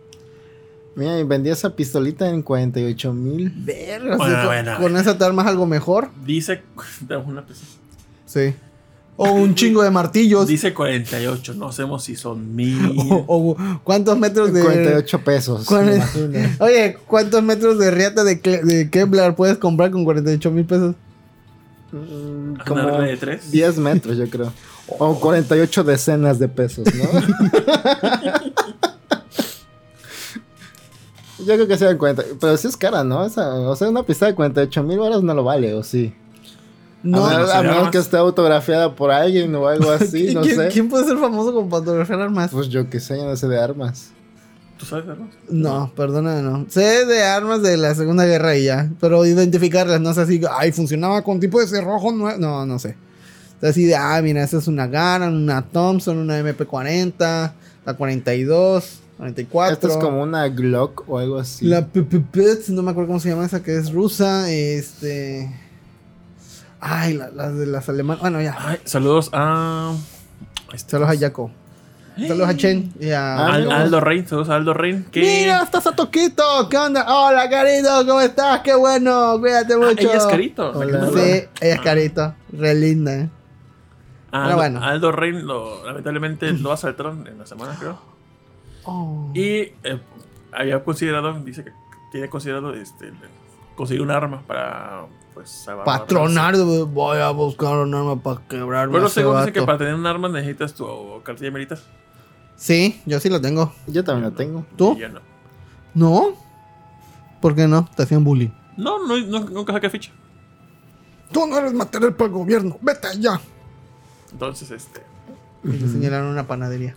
A: Mira, y vendía esa pistolita en 48 mil.
C: Verga, así,
B: Bueno,
C: con,
B: bueno,
C: con
B: bueno.
C: esa te armas algo mejor.
B: Dice. da una pres-
C: Sí. O un chingo de martillos.
B: Dice 48. No sabemos si son mil.
C: O, o cuántos metros de.
A: 48 pesos.
C: Cuaren-
A: me imagino.
C: Oye, ¿cuántos metros de riata de, Cle- de Kevlar puedes comprar con 48 mil pesos?
A: Mm,
B: Una
A: Como
B: regla de tres.
A: 10 metros, yo creo. O 48 decenas de pesos, ¿no? yo creo que sea en cuenta. Pero sí es cara, ¿no? Esa- o sea, una pistola de 48 mil baros no lo vale, ¿o sí? Ah,
C: No,
A: a, menos,
B: no
A: a
B: sé,
A: menos
B: armas.
A: que esté autografiada por alguien o algo así,
C: ¿Y
A: no
C: quién,
A: sé.
C: quién puede ser famoso con fotografiar armas?
A: Pues yo que sé, yo no sé de armas.
B: ¿Tú sabes, Carlos?
C: No, perdona, no. Sé de armas de la Segunda Guerra y ya, pero identificarlas no es así, ay, funcionaba con tipo de cerrojo nue-". No, no sé. Es así de, ah, mira, esa es una Garand, una Thompson, una MP40, la 42, 44.
A: Esto es como una Glock o algo así.
C: La PPP, no me acuerdo cómo se llama esa que es rusa, este... Ay, la- las de las alemanas. Bueno, ya.
B: Ay, saludos a. este-
C: Saludos a Jaco. Saludos a Chen y a...
A: Ah,
B: Al-
A: mira.
B: Aldo Rein, saludos a Aldo Rein. Que Ah,
C: Mira, estás a Toquito. ¿Qué onda? Hola, carito. ¿Cómo estás? Qué bueno. Cuídate
B: Ah,
C: mucho.
B: ella es carito. la que
A: Hola.
B: no-
C: Sí, ella es carito. Re linda. ¿eh?
B: Ah,
C: Pero
B: Aldo-
C: bueno.
B: Aldo Rein lo, lamentablemente lo asaltaron en la semana, creo.
C: Oh.
B: Y eh, había considerado, dice que tiene considerado este, conseguir un arma para pues salvar a la raza.
C: Patronar. Voy a buscar un arma para quebrarme.
B: Pero
C: ese
B: según dice
C: vato.
B: que para tener un arma necesitas tu cartilla militar.
C: Sí, yo sí lo tengo.
A: Yo también la tengo.
C: ¿Tú?
B: Y yo no.
C: ¿No? ¿Por qué no? Te hacían bullying.
B: No, no, no, nunca saqué ficha.
C: Tú no eres material para el gobierno. Vete allá.
B: Entonces, este.
C: Y le señalaron una panadería.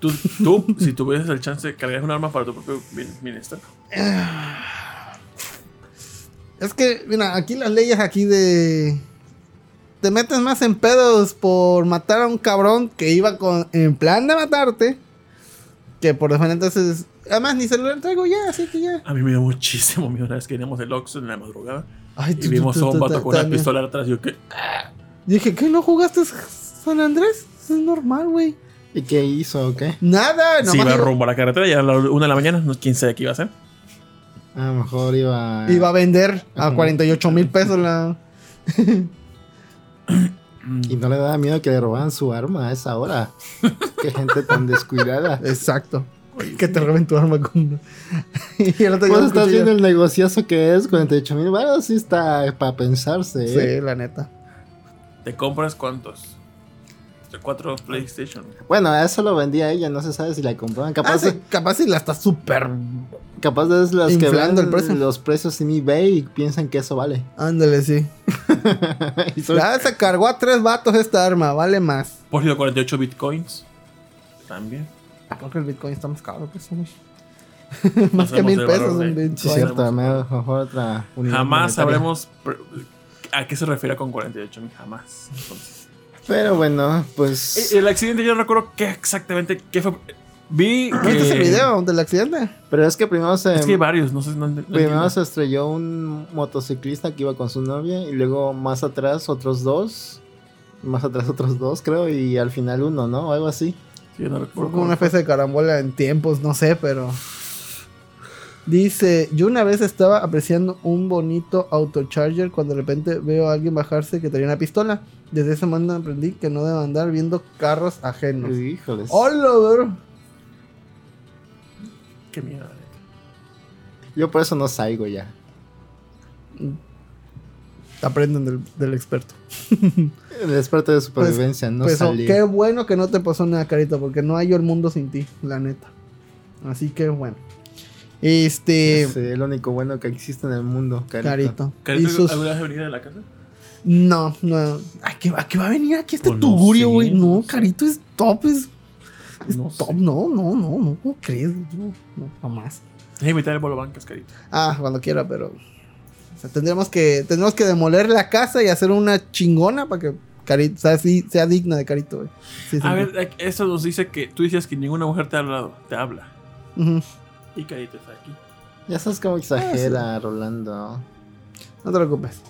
B: Tú, tú, si tuvieses el chance, cargarías un arma para tu propio bien- bienestar.
C: Es que, mira, aquí las leyes aquí de... Te metes más en pedos por matar a un cabrón que iba con en plan de matarte. Que por defender entonces... Además, ni celular traigo ya, así que ya.
B: A mí me dio muchísimo miedo una vez que veníamos del Oxxo en la madrugada
C: Ay,
B: y vimos a un vato con una pistola atrás. Y yo, ¿qué?
C: Dije, ¿qué? ¿No jugaste San Andrés? Eso Es normal, güey.
A: ¿Y qué hizo o qué?
C: Nada,
B: Si iba
C: nomás iba,
B: rumbo a la carretera, ya a la una de la mañana, no, quién sabe qué iba a hacer.
A: A lo mejor iba.
C: iba a vender a
A: Ujú.
C: 48 mil pesos la... Mm.
A: Y no le daba miedo que le robaban su arma a esa hora. Qué gente tan descuidada.
C: Exacto. Que te roben tu arma con... y el otro día
A: Pues
C: un
A: estás
C: cuchillo.
A: viendo el negociazo que es, 48 mil baros, sí está para pensarse. ¿eh?
C: Sí, la neta.
B: ¿Te compras cuántos? Este, Cuatro PlayStation.
A: Bueno, eso lo vendía ella, no se sabe si la compraban. Capaz,
C: Ah, sí, capaz si la está súper.
A: capaz es las que
C: Inflando
A: ven
C: el precio.
A: los precios en eBay y piensan que eso vale.
C: Ándale, sí.
A: Y son-
C: Ya se cargó a tres vatos esta arma, vale más.
B: Por cierto, 48 bitcoins. También.
C: Porque el Bitcoin está más caro pues, que eso, güey. más que
B: sabemos
C: mil
B: el
C: pesos
B: valor de-
A: Pues,
C: un Bitcoin.
A: Sí, cierto, a lo mejor otra unidad
B: Jamás
A: monetaria.
B: sabremos pr- a qué se refiere con 48 jamás. Entonces,
A: Pero bueno, pues.
C: Eh,
B: Eh, el accidente yo no recuerdo qué exactamente qué fue. Vi que,
C: ¿Viste ese video Eh, del accidente?
A: Pero es que primero se.
B: Es que hay varios, no sé no- no
A: Primero
B: entiendo.
A: se estrelló un motociclista que iba con su novia y luego más atrás otros dos. Más atrás otros dos, creo, y al final uno, ¿no? O algo así.
B: Sí, yo no
C: Fue
B: recuerdo.
C: como una especie de carambola en tiempos, no sé, pero. Dice, yo una vez estaba apreciando un bonito autocharger cuando de repente veo a alguien bajarse que tenía una pistola. Desde ese momento aprendí que no debo andar viendo carros ajenos.
A: Híjoles.
C: ¡Hola, bro!
B: Qué mierda.
A: Yo por eso no salgo ya.
C: Aprenden del, del experto.
A: El experto de supervivencia, no
C: pues oh,
A: salí.
C: qué bueno que no te pasó nada, carito, porque no hay el mundo sin ti, la neta. Así que bueno. Este,
A: Sí, el único bueno que existe en el mundo, carito.
C: carito.
B: ¿Carito
C: Y sus-
B: alguna vez venida de la casa?
C: No, no. ¿A qué, a qué va a venir aquí este
B: Pues no
C: tugurio,
B: sé,
C: güey?
B: no
C: No,
B: sé.
C: Carito es top, es, es
B: No sé.
C: top. No, no, no, no, ¿cómo crees? No, no, jamás.
B: Sí, invitar el Bolo Bancas, carito.
C: Ah, cuando quiera, pero. o sea, tendremos que, tendremos que demoler la casa y hacer una chingona para que Carito, o sea, sí, sea digna de Carito, güey. Sí, sí,
B: A
C: sí.
B: ver, eso nos dice que tú dices que ninguna mujer te ha hablado, te habla.
C: Ujú.
B: Y Carito está aquí.
A: Ya sabes cómo exagera,
C: Ah,
A: Rolando.
C: No te preocupes.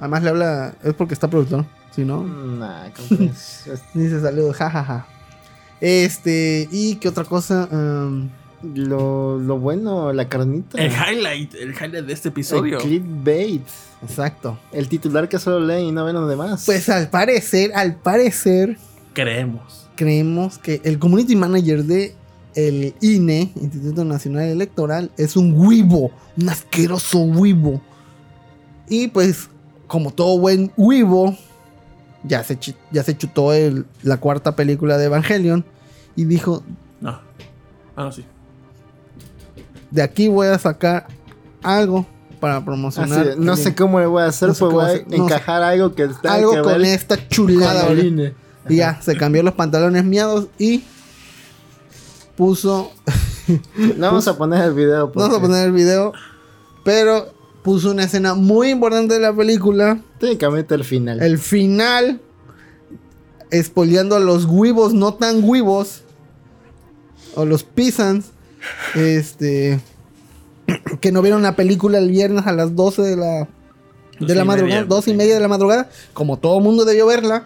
C: Además le habla, es porque está productor, si no,
A: Nah, ¿cómo crees? Es-
C: dice saludos, jajaja. Este, y qué otra cosa. Em,
A: lo, lo bueno, la carnita.
B: El highlight, el highlight de este
A: el
B: episodio.
A: clickbait.
C: exacto.
A: El titular que solo leen y no ven los demás.
C: Pues al parecer, al parecer,
B: Creemos.
C: creemos que el community manager de el INE, Instituto Nacional Electoral, es un huevo, un asqueroso huevo. Y pues, como todo buen huevo, ya se, chi- ya se chutó el- la cuarta película de Evangelion y dijo,
B: No. Ah, no, sí.
C: de aquí voy a sacar algo para
A: Así
C: promocionar.
A: de, no
C: el
A: sé
C: INE".
A: cómo le voy a hacer,
C: No sé
A: pues
C: cómo
A: voy a
C: hacer- no sé.
A: encajar algo que está
C: algo
A: que
C: con este
A: ver
C: esta
A: con
C: chulada.
A: el
C: ahorita.
A: INE.
C: Y ya, se cambió los pantalones miados y puso
A: No vamos a poner el video.
C: Vamos a
A: porque
C: poner el video. Pero puso una escena muy importante de la película.
A: Técnicamente el final.
C: El final. Espoleando a los huevos no tan huevos. O los pisans. Este. Que no vieron la película el viernes a las 12 de la.
B: Doce
C: De
B: y media,
C: la madrugada, dos y
B: sí.
C: media de la madrugada, como todo mundo debió verla.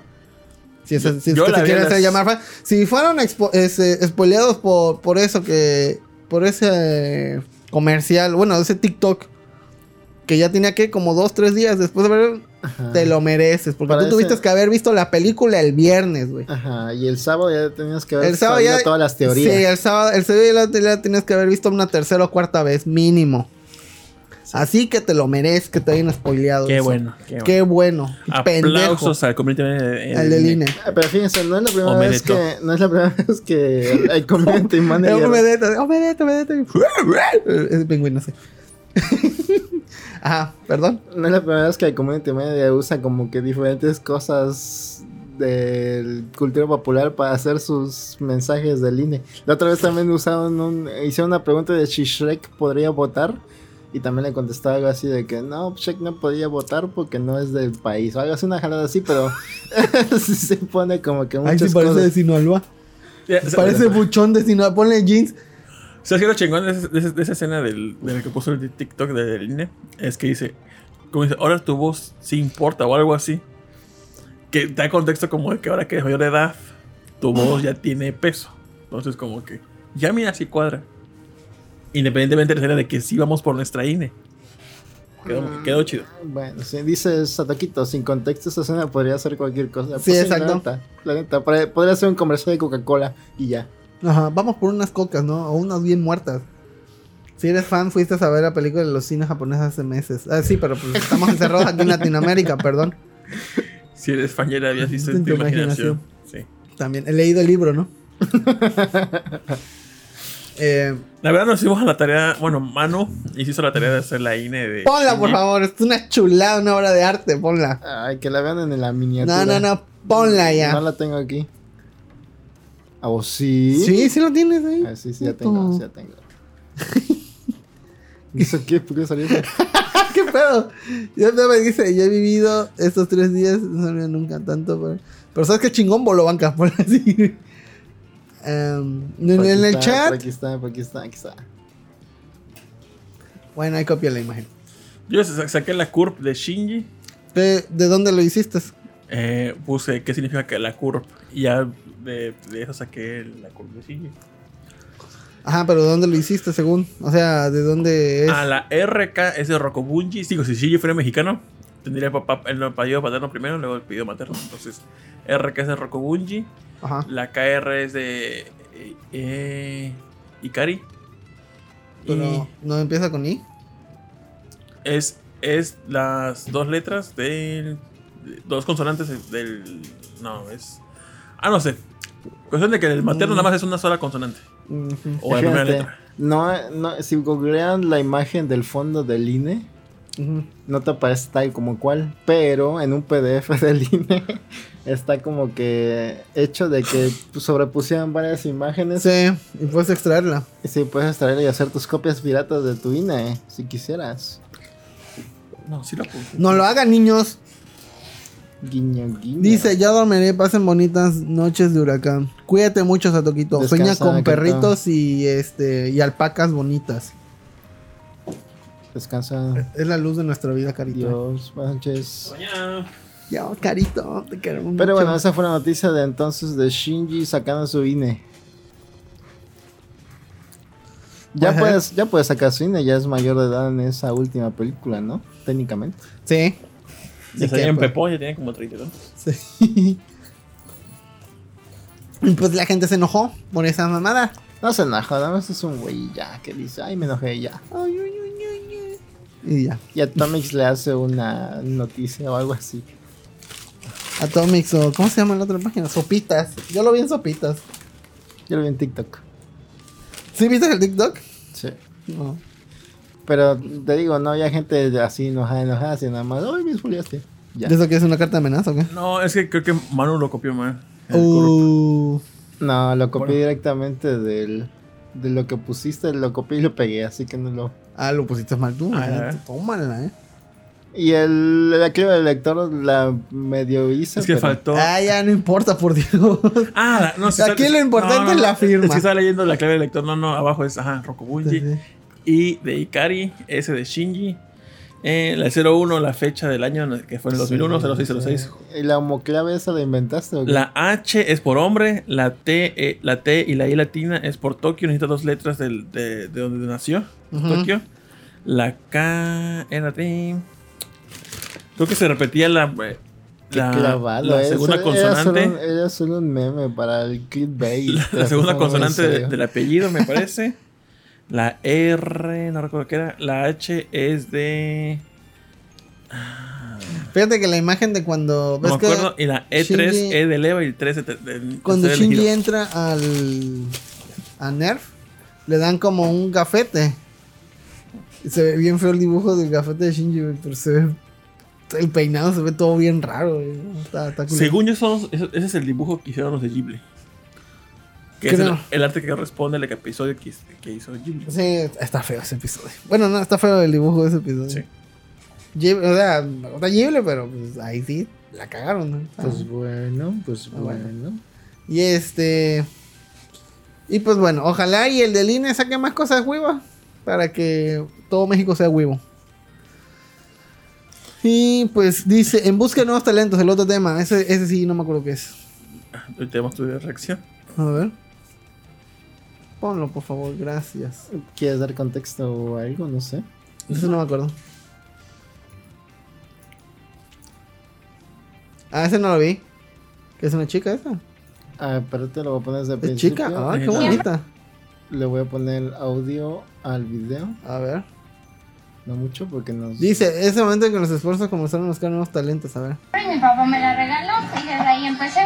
C: Si, es-
B: Yo-
C: si es
B: yo
C: que
B: la vi
C: se
B: a
C: quieren
B: las-
C: hacer llamar fan. Si fueron expo- ese, spoileados por, por eso que. Por ese comercial, bueno, ese TikTok. Que ya tenía que como dos, tres días después de ver.
A: Ajá.
C: Te lo mereces. Porque
A: Para
C: tú tuviste
A: ese-
C: que haber visto la película el viernes, güey.
A: Ajá, y el sábado ya tenías que ver
C: El sábado ya.
A: todas las teorías.
C: Sí, el sábado, el sábado ya la, la tenías que haber visto una tercera o cuarta vez, mínimo. Así que te lo mereces que te hayan spoileado.
B: Qué
C: eso.
B: bueno. Qué bueno.
C: Qué bueno. Pendejo.
B: Aplausos al community manager.
C: Al del INE.
A: Ah, Pero fíjense, no es la primera vez
B: Omedeto.
A: que no es la primera vez que el, el community
C: Eh,
A: manager
C: Omedeto, omedeto, omedeto. Es pingüino, sí. Ajá, perdón.
A: no es la primera vez que el community manager usa como que diferentes cosas del cultura popular para hacer sus mensajes del INE. La otra vez también usaron un, hicieron una pregunta de si Shrek podría votar y también le contestaba algo así de que no, Shrek no podía votar porque no es del país o algo así, una jalada así, pero sí se pone como que
C: Ay,
A: muchas
C: sí, parece de
A: cosas.
C: Sinaloa.
B: Ya, sa-
C: Parece buchón de Sinaloa. Ponle jeans.
B: ¿Sabes qué es lo chingón de, ese- de ese- de esa escena del, de la que puso el TikTok de- del INE? Es que dice, como dice, ahora tu voz sí importa o algo así. Que da contexto como de que ahora que es mayor de edad, tu voz ya tiene peso. Entonces como que, ya mira si cuadra. Independientemente de la escena de que sí vamos por nuestra INE. Quedó,
C: Mm.
B: quedó chido.
A: Bueno, si dices Satoquito, sin contexto esa escena podría ser cualquier cosa. Pues
C: Sí, exacto.
A: La neta, la neta, podría- podría ser un comercial de Coca-Cola y ya.
C: Ajá, vamos por unas cocas, ¿no? O unas bien muertas. Si eres fan, fuiste a ver la película de los cines japoneses hace meses. Ah, sí, pero pues estamos encerrados aquí en Latinoamérica, perdón.
B: Si eres fan ya la habías visto en tu
C: Tu
B: imaginación.
C: imaginación.
B: Sí.
C: También he leído el libro, ¿no? eh,
B: La verdad nos hicimos a la tarea, bueno, Manu hizo la tarea de hacer la INE de...
C: ponla, por
B: Shinji.
C: favor. Es una chulada, una obra de arte. Ponla.
A: Ay, que la vean en la miniatura.
C: No, no, no. Ponla
A: No
C: ya.
A: la tengo aquí. ¿A vos sí?
C: Sí, sí lo tienes ahí.
A: Ah, sí, sí, ya tengo, sí, ya tengo. ¿Eso qué? ¿Por qué salió eso?
C: ¿Qué pedo? Yo me dice, yo he vivido estos tres días, no olvido nunca tanto. Pero, pero sabes que chingón bolobanca, por así. Em, en,
A: Por aquí
C: en el
A: está, Por
C: chat.
A: aquí está, por aquí está, aquí está.
C: Bueno, ahí copia la imagen.
B: Yo sa- saqué la curve de Shinji.
C: ¿De, de dónde lo hiciste?
B: eh, puse qué significa que la curve. Y ya de, de eso saqué la curve de Shinji.
C: Ajá, pero ¿de dónde lo hiciste según? O sea, ¿de dónde es?
B: A Ah, la RK es de Rokobunji. Digo, si Shinji fuera mexicano, tendría el papá, el apellido paterno primero, luego el apellido materno. Entonces, RK es de Rokobunji.
C: Ajá.
B: La KR es de eh, eh, Ikari.
C: Pero no empieza con I.
B: Y es, es las dos letras del. de- Dos consonantes del. No, es. Ah, no sé. Cuestión de que el
C: Mm.
B: materno nada más es una sola consonante.
C: Ujú.
B: O la primera
A: Fíjate,
B: letra.
A: no, no, si googlean la imagen del fondo del INE,
C: Ujú.
A: no te aparece tal como cual, pero en un PDF del INE está como que hecho de que pues, sobrepusieran varias imágenes.
C: Sí, y puedes extraerla.
A: Y si puedes extraer y hacer tus copias piratas de tu INE, eh, si quisieras.
B: No, sí la puse.
C: No lo hagan, niños.
A: Guiño, guiño.
C: Dice, ya dormiré, pasen bonitas noches de huracán. Cuídate mucho, Satoquito. Sueña
A: Descansa,
C: con
A: Akito.
C: perritos y este y alpacas bonitas.
A: Descansa.
C: Es la luz de nuestra vida, carito.
A: Dios, buenas noches.
B: Mañana.
C: Ya, carito, te queremos mucho.
A: Pero bueno, esa fue la noticia de entonces de Shinji sacando su E. INE. Ya
C: Ajá.
A: puedes, ya puedes sacar su INE, ya es mayor de edad en esa última película, ¿no? Técnicamente.
C: Sí.
B: Ya
C: Sí,
B: salía
C: que,
B: en
C: pues.
B: Pepón, ya tiene como 30, ¿no?
C: sí. Y pues la gente se enojó por esa mamada.
A: No se enoja, nada más es un güey ya que dice, ay, me enojé ya.
C: Y ya.
A: Y Atomics le hace una noticia o algo así.
C: Atomics o... ¿Cómo se llama la otra página? Sopitas. Yo lo vi en Sopitas.
A: Yo lo vi en TikTok.
C: ¿Sí viste el TikTok?
A: Sí.
C: No.
A: Pero te digo, no había gente así enojada, enojada, así nada más, ay, me esfoliaste. Ya.
C: ¿De eso que es una carta de amenaza o qué?
B: No, es que creo que Manu lo copió mal. El
C: Uh,
A: No, lo copié
B: Bueno.
A: directamente del, de lo que pusiste, lo copié y lo pegué, así que no lo...
C: ah, lo pusiste mal tú.
B: Ah,
C: eh.
B: eh.
C: Tómala, eh.
A: Y el, la clave del lector la medio hice,
B: Es que
A: pero
B: faltó.
C: Ah, ya no importa, por Dios.
B: Ah, la- no, sí,
C: Aquí
B: sale-
C: lo importante es la firma.
B: Es que estaba leyendo la clave del lector. No, no, abajo es, ajá, Rokobunji. Y de Ikari, S de Shinji. Eh, la 01, la fecha del año en el que fue en el 2001, 0606.
A: ¿Y la homoclave esa la inventaste o qué?
B: La H es por hombre, la T, eh, la T y la I latina es por Tokio, necesita dos letras del- de, de donde nació,
C: Ujú.
B: Tokio. La K era de... Creo que se repetía la, eh,
A: Qué
B: la,
A: clavado,
B: la
A: eh,
B: segunda
A: solo- era solo
B: consonante.
A: un- Era solo, un meme para el clickbait.
B: La,
A: Las
B: segunda
A: personas no
B: consonante
A: en
B: de-
A: serio.
B: del apellido, me parece. La R, no recuerdo qué era. La H es de...
C: Fíjate que la imagen de
B: No
C: cuando. ¿Ves
B: me
C: que
B: acuerdo. Y la E3,
C: Shinji-
B: E de leva y el 3 de... de- de-
C: cuando
B: tercer
C: Shinji
B: elegido.
C: entra al. a Nerf, le dan como un gafete. Y se ve bien feo el dibujo del gafete de Shinji, güey, pero se ve. El peinado se ve todo bien raro, güey. Está, está cool.
B: Según yo, son los- ese ese es el dibujo que hicieron los de Ghibli. Que es el,
C: Creo.
B: el arte que corresponde al episodio que, que hizo Ghibli.
C: Sí, está feo ese episodio. Bueno, no, está feo el dibujo de ese episodio.
B: Sí.
C: Ghib- o sea, no está Ghibli, pero pues, ahí sí la cagaron, ¿no? Está-
A: Pues bueno, pues
C: Ah, bueno.
A: bueno.
C: Y este. Y pues bueno, ojalá y el del INE saque más cosas huevas para que todo México sea huevo. Y pues dice, en busca de nuevos talentos, el otro tema. Ese, ese sí, no me acuerdo qué es.
B: Hoy tenemos tu reacción.
C: A ver. Ponlo, por favor, gracias.
A: ¿Quieres dar contexto o algo? No sé.
C: Eso no me acuerdo. Ah, ese no lo vi. Que es una chica esa.
A: Ah, pero te lo voy a poner desde el
C: Es
A: principio.
C: chica. Ah, qué
B: Sí, claro.
C: bonita.
A: Le voy a poner audio al video.
C: A ver.
A: No mucho porque nos...
C: Dice, ese momento en que los esfuerzos comenzaron a buscar nuevos talentos, a ver.
F: Y mi papá me la regaló y desde ahí empecé.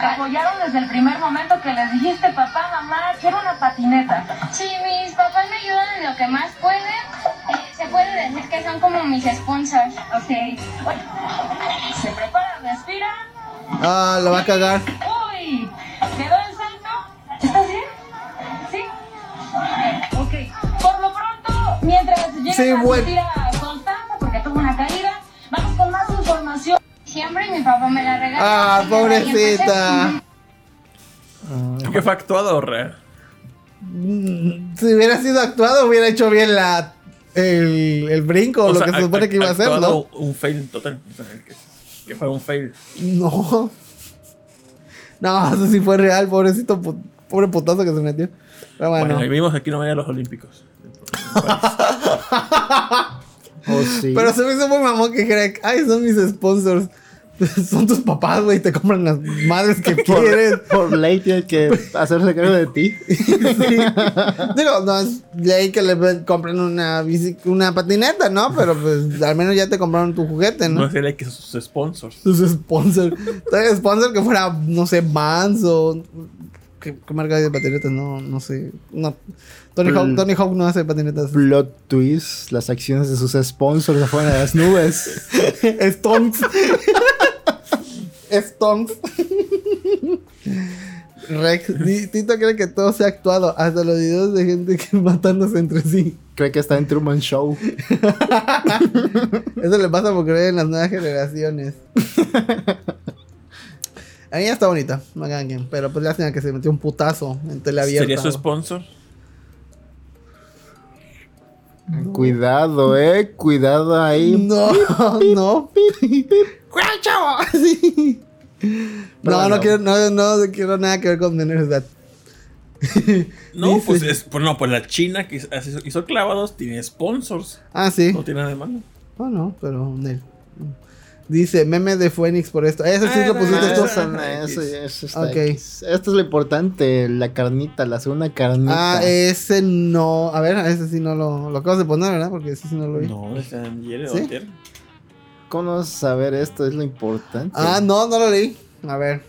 G: Te apoyaron desde el primer momento que les dijiste, papá, mamá, quiero una patineta.
F: Sí, mis papás me ayudan en lo que más pueden. Eh, se puede decir que son como mis sponsors.
G: Ok. Bueno, se prepara, respira.
C: Ah, la va a cagar.
G: ¡Uy! ¿Quedó el salto? ¿Estás bien? ¿Sí? Ok. Por lo pronto, mientras llegas
C: Sí,
G: a
C: bueno.
G: sentir a Constanza, porque mi papá me la regaló.
C: Ah,
G: Y yo, "Ay, entonces,
C: pobrecita.
A: Ah,
B: ¿Qué fue actuado, re?
C: Si hubiera sido actuado, hubiera hecho bien la el, el brinco,
B: O
C: lo
B: sea,
C: que se
B: act-
C: supone que iba a hacer, ¿no?
B: actuado Un fail total. O sea, que, que fue un fail.
C: No. No, eso sí fue real, pobrecito, pu- pobre putazo que se metió. Pero
B: Bueno,
C: bueno,
B: ahí vimos aquí no vayan los Olímpicos.
A: Oh, sí.
C: pero se me hizo muy mamón que dijera, ay, son mis sponsors. Son tus papás, güey, te compran las madres que quieres.
A: Por ley tiene que hacerse cargo de ti.
C: Digo, no es ley que le ven- compren una, bici- una patineta, ¿no? Pero pues al menos ya te compraron tu juguete,
B: No
C: Ah, ¿no?
B: es el que sus sponsors.
C: Sus sponsor. Tal sponsor que fuera, no sé, Vans o. ¿Qué, qué marca de patinetas? No, no sé. No. Tony Hawk,
A: Mm.
C: Tony Hawk no hace patinetas.
A: Plot twist, las acciones de sus sponsors afuera de las nubes.
C: Stonks. Stonks. Rex, di- Tito cree que todo se ha actuado, hasta los videos de gente que matándose entre sí.
A: Cree que está en Truman Show.
C: Eso le pasa por creer en las nuevas generaciones. A mí ya está bonita, no hagan quien, pero pues lástima que se metió un putazo en tele abierta.
B: ¿Sería su
C: güey.
B: sponsor?
A: Cuidado, eh. Cuidado ahí.
C: No, no. ¡Cuál chavo! Sí.
A: Pero
C: No, no
A: bueno.
C: quiero, no, no quiero nada que ver con menores de edad.
B: No,
C: Dice-
B: pues, es, pues no, pues la China que hizo, hizo clavados tiene sponsors.
C: Ah, sí.
B: No tiene nada de malo.
C: Oh, no, pero Nel. Dice, meme de Fénix por esto. Eso sí
B: Ah,
C: lo
B: no,
C: pusiste
B: no,
C: tú.
B: no.
A: Eso no, eso ya- eso está
C: Ok.
A: X. Esto es lo importante, la carnita, la segunda carnita.
C: Ah, ese no. A ver, a ese sí no lo, lo acabas de poner, ¿verdad? Porque ese sí no lo vi.
B: No, desde ayer o
C: ¿Sí?
B: antier.
A: ¿Cómo no vas a saber esto? Es lo importante.
C: Ah, no, no lo leí. A ver.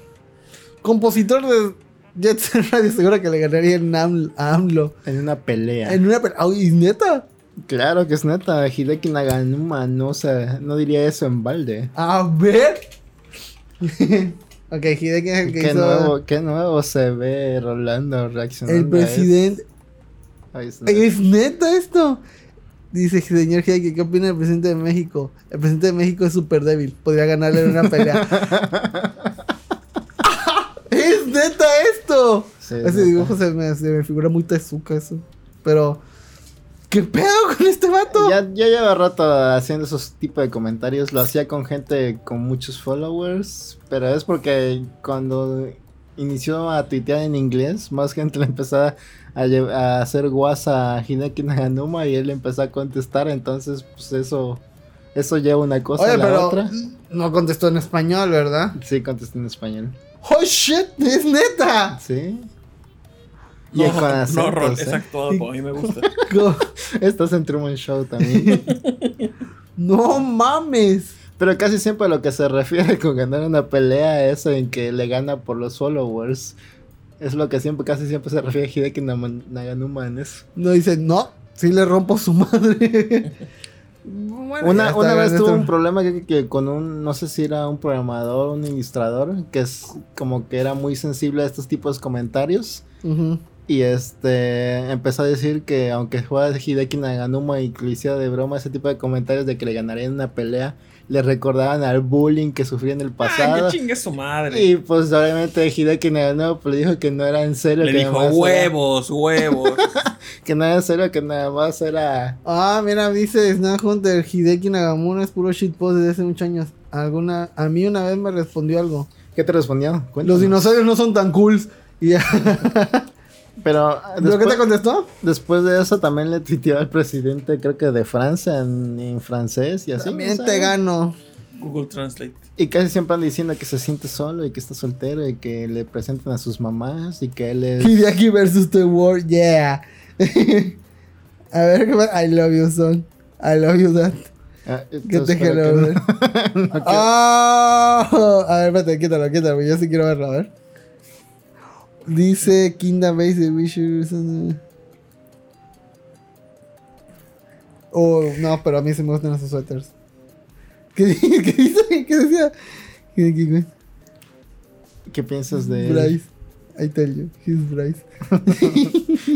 C: Compositor de Jet Set Radio, seguro que le ganaría en AML- a AMLO.
A: En una pelea.
C: En una. pe- ¡Ay, neta!
A: Claro que es neta. Hideki Naganuma no, se- no diría eso en balde.
C: A ver. ok, Hideki es el que
A: Qué
C: hizo
A: nuevo, ¿eh? qué nuevo se ve Rolando reaccionando.
C: el
A: a esto.
C: presidente.
A: Ahí está.
C: ¿Es neta esto? Dice señor Hideki, ¿qué opina del presidente de México? El presidente de México es súper débil, podría ganarle en una pelea. ¡Es neta esto!
A: Sí,
C: Ese
A: neta.
C: dibujo se me, se me figura muy tezuka eso. Pero, ¿qué pedo con este vato?
A: Ya, ya lleva rato haciendo esos tipos de comentarios. Lo hacía con gente con muchos followers. Pero es porque cuando inició a tuitear en inglés, más gente le empezaba a, lle- a hacer guasa a Hideki Naganuma y él le empezó a contestar. Entonces, pues eso, eso lleva una cosa a
C: Oye,
A: la
C: pero
A: otra.
C: no contestó en español, ¿verdad?
A: Sí, contesté en español.
C: ¡Oh, shit! ¡Es neta!
A: Sí. Y
B: No,
A: con
B: no,
A: acentos,
B: Rol,
A: ¿eh?
B: es actuado, como a mí me gusta.
C: Co-
A: Estás en Truman Show también.
C: ¡No mames!
A: Pero casi siempre a lo que se refiere con ganar una pelea es en que le gana por los followers. Es lo que siempre, casi siempre se refiere Hideki Nam- Naganuma en eso.
C: No dice, no, sí le rompo su madre. Bueno, ya
A: Una,
C: está,
A: una vez
C: gracias,
A: tuvo
C: Tom.
A: un problema que, que con un, no sé si era un programador, un administrador, que es como que era muy sensible a estos tipos de comentarios.
C: Ujú.
A: Y este empezó a decir que aunque jugara Hideki Naganuma y que le hiciera de broma ese tipo de comentarios de que le ganarían una pelea, le recordaban al bullying que sufría en el
B: Ay,
A: pasado.
B: que chingue su madre.
A: Y pues obviamente Hideki Naganuma pues, le dijo que no era en serio,
B: Le
A: que,
B: dijo
A: nada más
B: huevos, huevos.
A: era- que no era en serio, que nada más era...
C: Ah, mira, dice Snack Hunter, Hideki Nagamura es puro shitpost desde hace muchos años. Alguna, a mí una vez me respondió algo.
A: ¿Qué te respondió?
C: Los
A: Cuéntanos.
C: dinosaurios no son tan cool. Y ya.
A: Pero
C: ¿Lo que
A: después,
C: te contestó?
A: después de eso también le tuiteó al presidente, creo que de Francia, en, en francés y así.
C: También
A: ¿no
C: te
A: sabes?
C: gano.
B: Google Translate.
A: Y casi siempre andan diciendo que se siente solo y que está soltero y que le presentan a sus mamás y que él es...
C: Hideki versus The World, yeah. a ver, ¿qué más? I love you, son. I love you, that.
A: Ah,
C: ¿Qué te
A: entonces,
C: quiero
A: creo que
C: ver?
A: no.
C: ¡Ah! A ver, espérate, quítalo, quítalo. Yo sí quiero verlo, a ver. Dice Kinda Base uh, Wish You Some- Oh, no, pero a mí se me gustan esos suéteres. ¿Qué, di- qué dice? ¿Qué decía? ¿Qué, qué, qué?
A: ¿Qué piensas de él?
C: Bryce. I tell you, he's Bryce.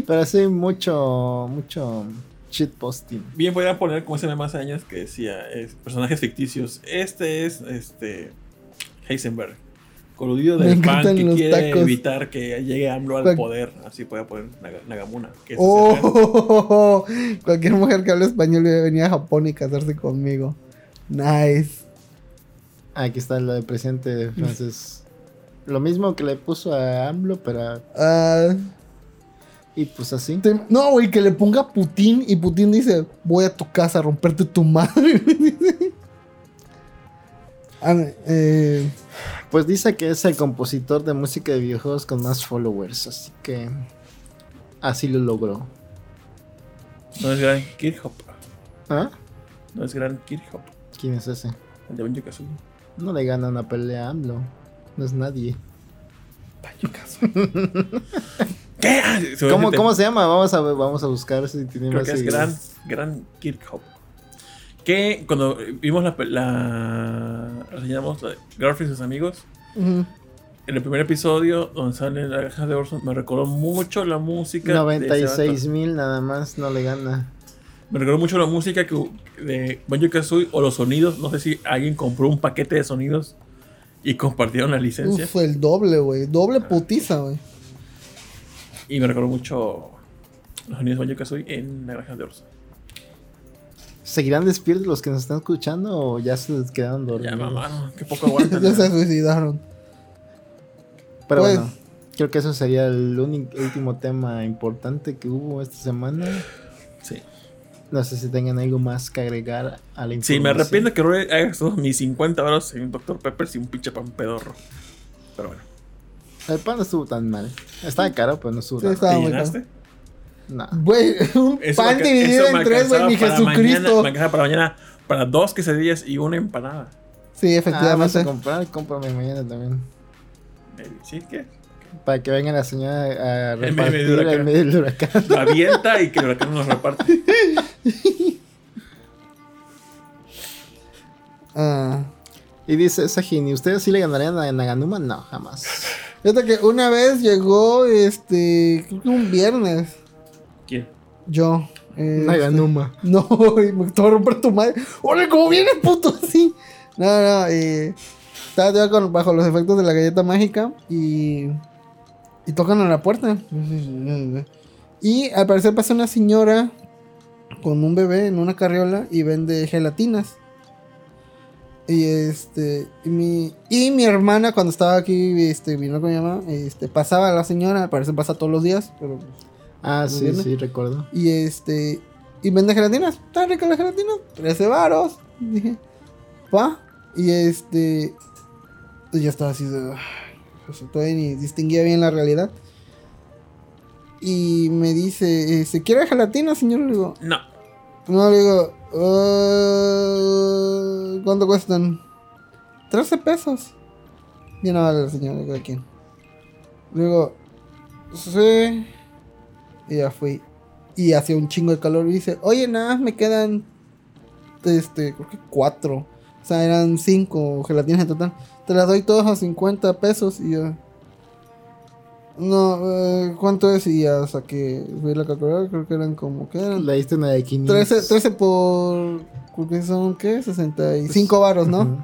A: Pero sí, mucho, mucho shitposting.
B: Bien, voy a poner como ese meme hace años que decía: es, personajes ficticios. Este es este Heisenberg. Coludido del
C: Me
B: PAN
C: encantan
B: que
C: los
B: quiere
C: tacos.
B: evitar que llegue AMLO al
C: Cuac-
B: poder. Así puede poner Naga- Nagamuna. Que es
C: Oh,
B: ese-
C: cualquier mujer que hable español debe venir a Japón y casarse conmigo. Nice.
A: Aquí está lo del presidente francés. Lo mismo que le puso a AMLO, pero.
C: Ah,
A: Y pues así.
C: te- no, güey, que le ponga Putin y Putin dice, voy a tu casa a romperte tu madre. Ah, eh,
A: Pues dice que es el compositor de música de videojuegos con más followers. Así que. Así lo logró.
B: No es Gran Kirchhoff.
A: ¿Ah?
B: No es Gran Kirchhoff.
A: ¿Quién es ese?
B: El de Banjo Kazooie.
A: No le gana una pelea a AMLO. No es nadie.
B: ¿Qué? Ah, se me
A: ¿Cómo,
B: olvidó.
A: cómo se llama? Vamos a ver, vamos a buscar si tiene
B: Creo
A: más
B: que es Gran,
A: seguidores.
B: Gran Kirchhoff. Que cuando vimos la. pe- la reseñamos la de Garfield y sus amigos.
C: ujú.
B: En el primer episodio, donde sale la caja de Orson, me recordó mucho la música. de ese vato.
A: 96 mil nada más no le gana.
B: Me recordó mucho la música que, de Banjo Kazooie o los sonidos. No sé si alguien compró un paquete de sonidos y compartieron la licencia.
C: Uf, el doble, güey. Doble
B: Ah.
C: putiza, güey.
B: Y me recordó mucho los sonidos de Banjo Kazooie en la granja de Orson.
A: ¿Seguirán despiertos los que nos están escuchando o ya se les quedaron dormidos?
B: Ya, mamá, no, qué poco aguanta.
C: Ya se suicidaron.
A: Pero
C: Pues-
A: bueno, creo que eso sería el único, último tema importante que hubo esta semana.
B: sí.
A: No sé si tengan algo más que agregar a la información.
B: Sí, me arrepiento que no haya gastado mis 50 horas en Dr. Pepper sin un pinche pan pedorro. Pero bueno,
A: El pan no estuvo tan mal. Estaba caro, pero no estuvo
C: Sí,
A: tan
C: estaba
B: ¿te
C: muy
B: llenaste?
C: caro.
A: Nada.
C: Güey, un
B: Eso
C: pan
B: me alca-
C: dividido
B: eso me
C: en tres, güey,
B: alcanzaba
C: mi
B: para
C: Jesucristo.
B: mañana- me alcanzaba para mañana para dos quesadillas y una empanada.
A: Ah,
C: Sí,
A: vas
C: efectivamente.
A: a comprar, cómprame mañana también.
B: Eh, ¿Sí? ¿Qué?
A: Para que venga la señora a
B: En medio del
A: repartir en
B: huracán.
A: medio del huracán.
B: Lo avienta y que el huracán nos reparte.
C: Ah.
A: Y dice Sajini, ¿ustedes sí le ganarían a Naganuma? No, jamás.
C: Fíjate que una vez llegó, este, creo que un viernes,
B: ¿Quién?
C: yo. eh,
A: Naganuma.
C: No, y me te voy a romper tu madre. ¡Hola, cómo vienes, puto! Así. No, no, eh, estaba yo con- bajo los efectos de la galleta mágica y. Y tocan a la puerta. Y al parecer pasa una señora con un bebé en una carriola y vende gelatinas. Y este. Y mi, y mi hermana, cuando estaba aquí, este, vino con mi mamá, este, pasaba a la señora, al parecer pasa todos los días, pero
A: Ah,
C: ¿No
A: sí,
C: viene?
A: sí, recuerdo.
C: y este. Y vende gelatinas. Están ricas las gelatinas. 13 varos. Dije. Pa. Y este. Y yo estaba así de. O sea, todavía ni distinguía bien la realidad. Y me dice, "Eh, ¿se quiere gelatina, señor? Le digo,
B: No.
C: no, le digo, "Eh, ¿cuánto cuestan? 13 pesos. Y no vale el señor, le digo, aquí. Le digo, sí. Y ya fui. Y hacía un chingo de calor y dice, oye, nada, más me quedan, este, creo que 4. O sea, eran 5 gelatinas en total. Te las doy todas a 50 pesos y yo... No, eh, ¿cuánto es? Y ya saqué, vi la calculadora, creo que eran como, ¿qué eran?
A: Le diste una de 500.
B: Pues,
C: 13, 13 por. creo que son qué?
B: pues,
C: 65 varos, ¿no?
A: Ujú.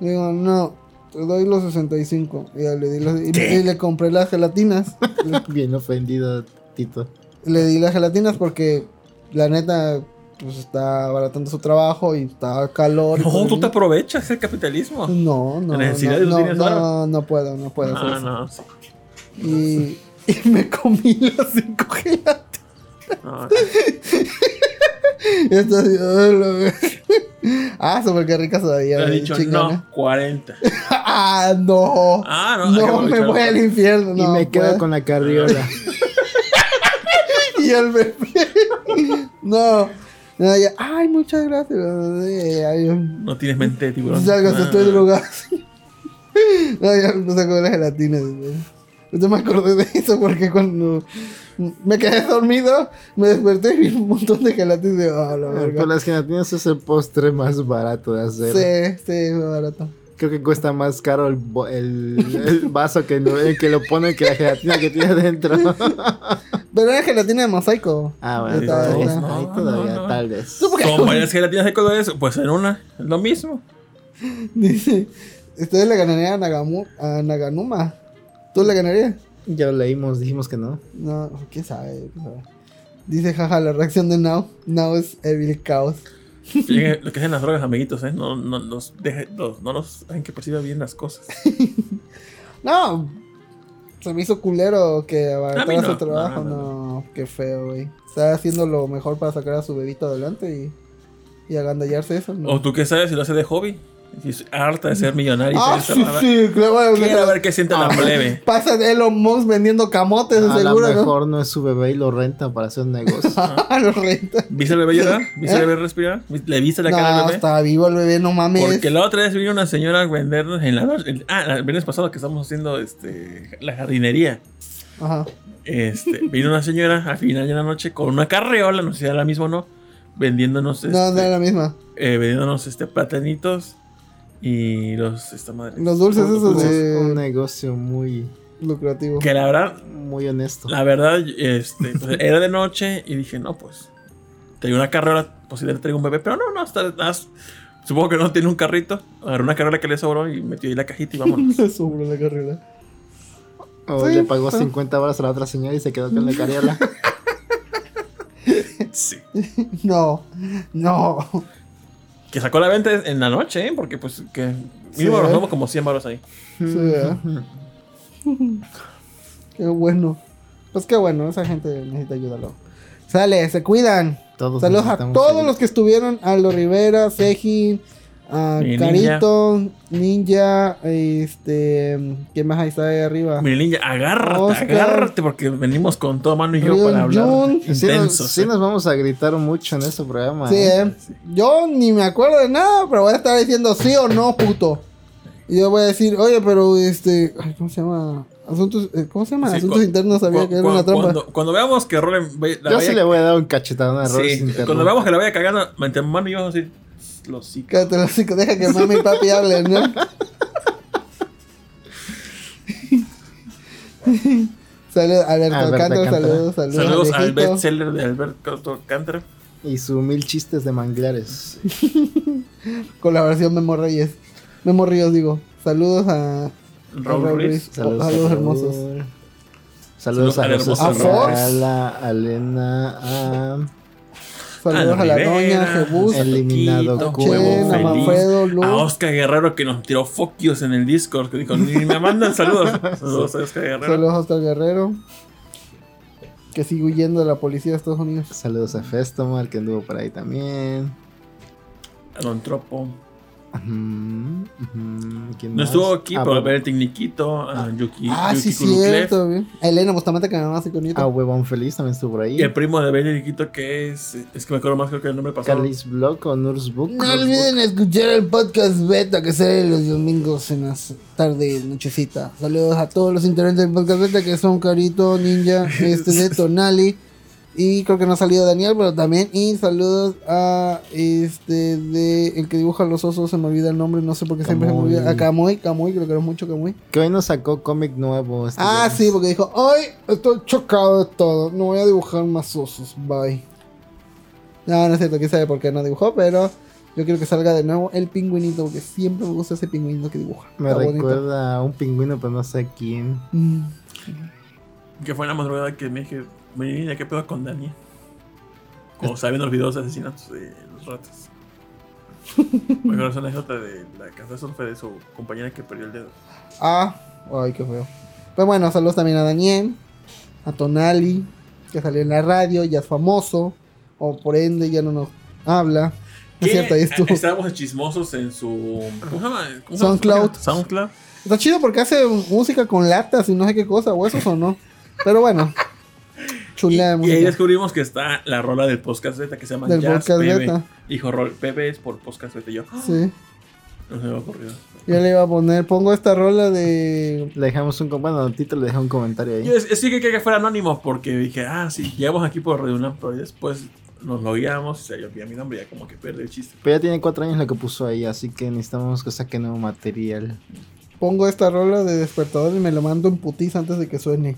C: Le Digo, no, te doy los 65. Y ya le di los- y, y le compré las gelatinas. le,
A: Bien ofendido, Tito.
C: le di las gelatinas porque la neta, pues está abaratando su trabajo y está calor. y todo
B: No, tú
C: el-
B: te aprovechas el capitalismo.
C: No, no.
B: La necesidad de
C: no, no,
B: los dineros
C: no,
B: varos.
C: no puedo, no puedo. hacer
B: No,
C: eso.
B: no, sí.
C: Y, y me comí las 5 gelatinas.
B: No,
C: Y está así, "Ay, la ver-". Ah, súper que ricas todavía.
B: te has
C: güey,
B: dicho
C: chingona.
B: no, 40.
C: Ah, no.
B: Ah, no, hay que
C: no, me
B: aprovechar.
C: voy al infierno.
A: y
C: no,
A: me quedo
C: pues.
A: con la carriola.
C: Y el bebé. no. No, ya, Ay, muchas gracias. Eh, ay,
B: No tienes mente de tiburón.
C: Sálgase
B: Ah.
C: estoy drogado. no, ya no sacó la gelatina. güey. Yo me acordé de eso porque cuando me quedé dormido, me desperté y vi un montón de gelatina. Y digo, ah, la
A: Por
C: verga.
A: las gelatinas es el postre más barato de hacer.
C: Sí, sí, fue barato.
A: Creo que cuesta más caro el, bo- el, el vaso que, no- el que lo pone que la gelatina que tiene adentro.
C: Pero era gelatina de mosaico.
A: Ah, bueno,
C: Sí,
A: todavía,
C: está
B: bien.
A: ahí
B: No,
A: todavía,
B: no, no.
A: tal vez.
B: Son varias gelatinas de colores, pues en una, es lo mismo.
C: Dice, ¿Ustedes le ganarían a, Nagamu, a Naganuma? ¿Tú le ganarías?
A: Ya lo leímos, dijimos que no.
C: No, quién sabe. quién sabe. Dice, jaja, la reacción de Now. Now es Evil Chaos.
B: Oye, Eh, Lo que hacen las drogas, amiguitos, ¿eh? No, no, nos deje- no, no nos dejen que perciba bien las cosas.
C: No, se me hizo culero que abarcara
B: no,
C: su trabajo.
B: no,
C: No,
B: no,
C: qué feo, güey. Está haciendo lo mejor para sacar a su bebito adelante y, y agandallarse eso. ¿no?
B: O tú qué sabes si lo hace de hobby. Si es harta de ser millonario.
C: ah,
B: y ser
C: sí,
B: esa rara.
C: sí, Ah. claro. güey,
B: Quiero
C: mientras
B: ver qué siente la plebe.
C: Pasa Elon Musk vendiendo camotes,
A: A lo
C: seguro, ¿no?
A: mejor ¿no? es su bebé y lo renta para hacer un negocio.
C: Ah, lo renta.
B: ¿Viste al bebé llorar? ¿Viste al bebé respirar? ¿Le viste la cara al
C: ¿Eh? No,
B: bebé?
C: está vivo el bebé, no mames.
B: Porque la otra vez vino una señora a vendernos en la noche. en- Ah, el viernes pasado que estamos haciendo este, la jardinería.
C: Ajá.
B: Este, vino una señora al final de la noche con una carriola, no sé si era la misma o no, vendiéndonos, este,
C: No, no era la misma.
B: eh, vendiéndonos este, platanitos y los. Esta madre.
C: Los dulces esos
A: es un
C: de
A: negocio muy,
C: lucrativo.
B: Que la verdad,
A: muy honesto.
B: la verdad, este, pues, era de noche y dije, no, pues. Tengo una carriola, posiblemente traigo un bebé, pero no, no, hasta, hasta- supongo que no tiene un carrito. Agarré una carriola que le sobró y metí ahí la cajita y vámonos.
C: Le sobró la carrera.
A: O
C: Sí,
A: le pagó
C: pero-
A: 50 dólares a la otra señora y se quedó con la cariola.
B: sí.
C: No, no.
B: Que sacó la venta en la noche, ¿eh? Porque pues que...
C: Sí,
B: mínimo nos
C: ¿eh?
B: vamos como 100 baros ahí.
C: Sí, ¿verdad? qué bueno. Pues qué bueno, esa gente necesita ayuda luego. Sale, se cuidan.
A: Todos
C: Saludos a
A: necesitamos
C: todos
A: ayuda.
C: los que estuvieron: Aldo Rivera, Seji, a
B: Mi
C: Carito, Ninja. este. ¿Quién más ahí está ahí arriba?
B: Mi niña, agárrate,
C: Oscar.
B: agárrate porque venimos con toda mano y yo
C: Ryun
B: para hablar.
C: Jun.
A: Sí nos,
B: Intensos.
A: sí
B: ¿eh?
A: nos vamos a gritar mucho en este programa.
C: Sí,
A: ¿eh?
C: eh. Yo ni me acuerdo de nada, pero voy a estar diciendo sí o no, puto. Y yo voy a decir, oye, pero este. ay, ¿Cómo se llama? Asuntos, eh, ¿Cómo se llama?
B: Sí,
C: Asuntos
B: cu-
C: internos, sabía
B: cu-
C: que era
B: cu-
C: una trampa.
B: Cuando, cuando veamos que Rolen... ve- la
A: Yo
B: vaya-
A: sí le voy a dar un cachetadón a Rollins
B: sí,
A: Internet.
B: cuando veamos que la vaya cagando, mete mano y yo así... Los sí.
C: Cállate el hocico, deja que mami y papi hablen, ¿no? saludos,
A: Alberto
C: Alberto, Cantor,
A: Alcántara.
C: saludos, saludos.
B: Saludos al
C: Alejito.
B: bestseller de Alberto Cantor.
A: Y su mil chistes de manglares.
C: Colaboración Memo Reyes. Memo Ríos, digo. Saludos a.
B: Raúl Ruiz.
A: Saludos,
C: Oh,
A: a
C: saludos
A: Raúl.
C: hermosos.
A: Saludos
B: Saludos
A: a
B: al
A: Jesús
B: hermoso
C: Raúl.
A: Ayala, a Elena, a
C: Saludos a, la doña,
B: Rivera,
C: Jebus.
B: a
A: Eliminado
B: Toquito,
A: Cubo
B: Huevo
C: Chen, a
A: Feliz.
C: Manfredo, Luz.
B: A Oscar Guerrero que nos tiró focus en el Discord. Que dijo, ni me mandan saludos. Saludos a Oscar Guerrero.
C: Saludos a Oscar Guerrero. Que sigue huyendo de la policía de Estados Unidos.
A: saludos a Festomo, al que anduvo por ahí también.
B: A Don Tropo.
A: Ujú, ujú, ¿quién
B: No
A: más? Ah,
B: estuvo aquí,
A: a,
B: pero a
A: Hue-
B: ver el Tecniquito, a Yuki,
C: Ah,
B: Yuki
C: sí,
B: Kuruclef,
C: cierto, Ah, bien. A Elena Bustamante que nada más se
A: a
C: conecta.
A: Ah, Huevón Feliz también estuvo por ahí.
B: Y el primo de Benediquito que es. Es que me acuerdo más creo que el nombre pasado.
A: Carlis Block o Nurs Book.
C: No olviden escuchar el podcast beta que sale los domingos en las tardes, nochecita. Saludos a todos los integrantes del podcast beta que son Carito, Ninja, este de Tonali. Y creo que no ha salido Daniel, pero también. Y saludos a este de el que dibuja los osos, se me olvida el nombre, no sé por qué siempre se me
A: Kamui.
C: olvida. A Camoy, Camoy, creo que era mucho Camoy.
A: Que hoy nos sacó cómic nuevo. este
C: Ah,
A: viernes.
C: sí, porque dijo, hoy estoy chocado de todo, no voy a dibujar más osos, bye. No, no es cierto, quién sabe por qué no dibujó, pero yo quiero que salga de nuevo el pingüinito, porque siempre me gusta ese pingüinito que dibuja.
A: Me
C: Está bonito.
A: recuerda a un pingüino, pero no sé quién.
C: Mm.
B: Que fue en la madrugada que me dije, "Mi niña, ¿qué pedo con Dani? Como sabiendo los videos de asesinatos de los ratas. Me acuerdo esa anécdota de la catástrofe de su compañera que perdió el dedo.
C: Ah, ay, qué feo. Pues bueno, saludos también a Daniel, a Tonali, que salió en la radio, ya es famoso, o por ende ya no nos habla. No
B: Que
C: es cierto, ahí estuvo.
B: Estábamos chismosos en su. ¿Cómo se llama? ¿Cómo se llama?
C: SoundCloud.
B: SoundCloud.
C: Está chido porque hace música con latas y no sé qué cosa, huesos o no. Pero bueno, chulada de
B: Y, y ahí
C: música.
B: descubrimos que está la rola del podcast beta que se llama
C: Del
B: Jazz
C: podcast
B: Bebe.
C: beta.
B: Dijo Rol, Bebe es por podcast beta. Y Yo, "Ah,
C: Sí.
B: no se me ha ocurrido.
C: Yo le iba a poner, pongo esta rola de.
A: Le dejamos un, com- bueno, Tito le dejó un comentario ahí.
B: Yo es- es- sí que quería que fuera anónimo porque dije, ah, sí, llegamos aquí por redundar, pero después nos logueamos y se yo vi mi nombre ya como que perdí el chiste.
A: Pero ya tiene cuatro años lo que puso ahí, así que necesitamos que saque nuevo material.
C: Pongo esta rola de despertador y me lo mando en putiza antes de que suene.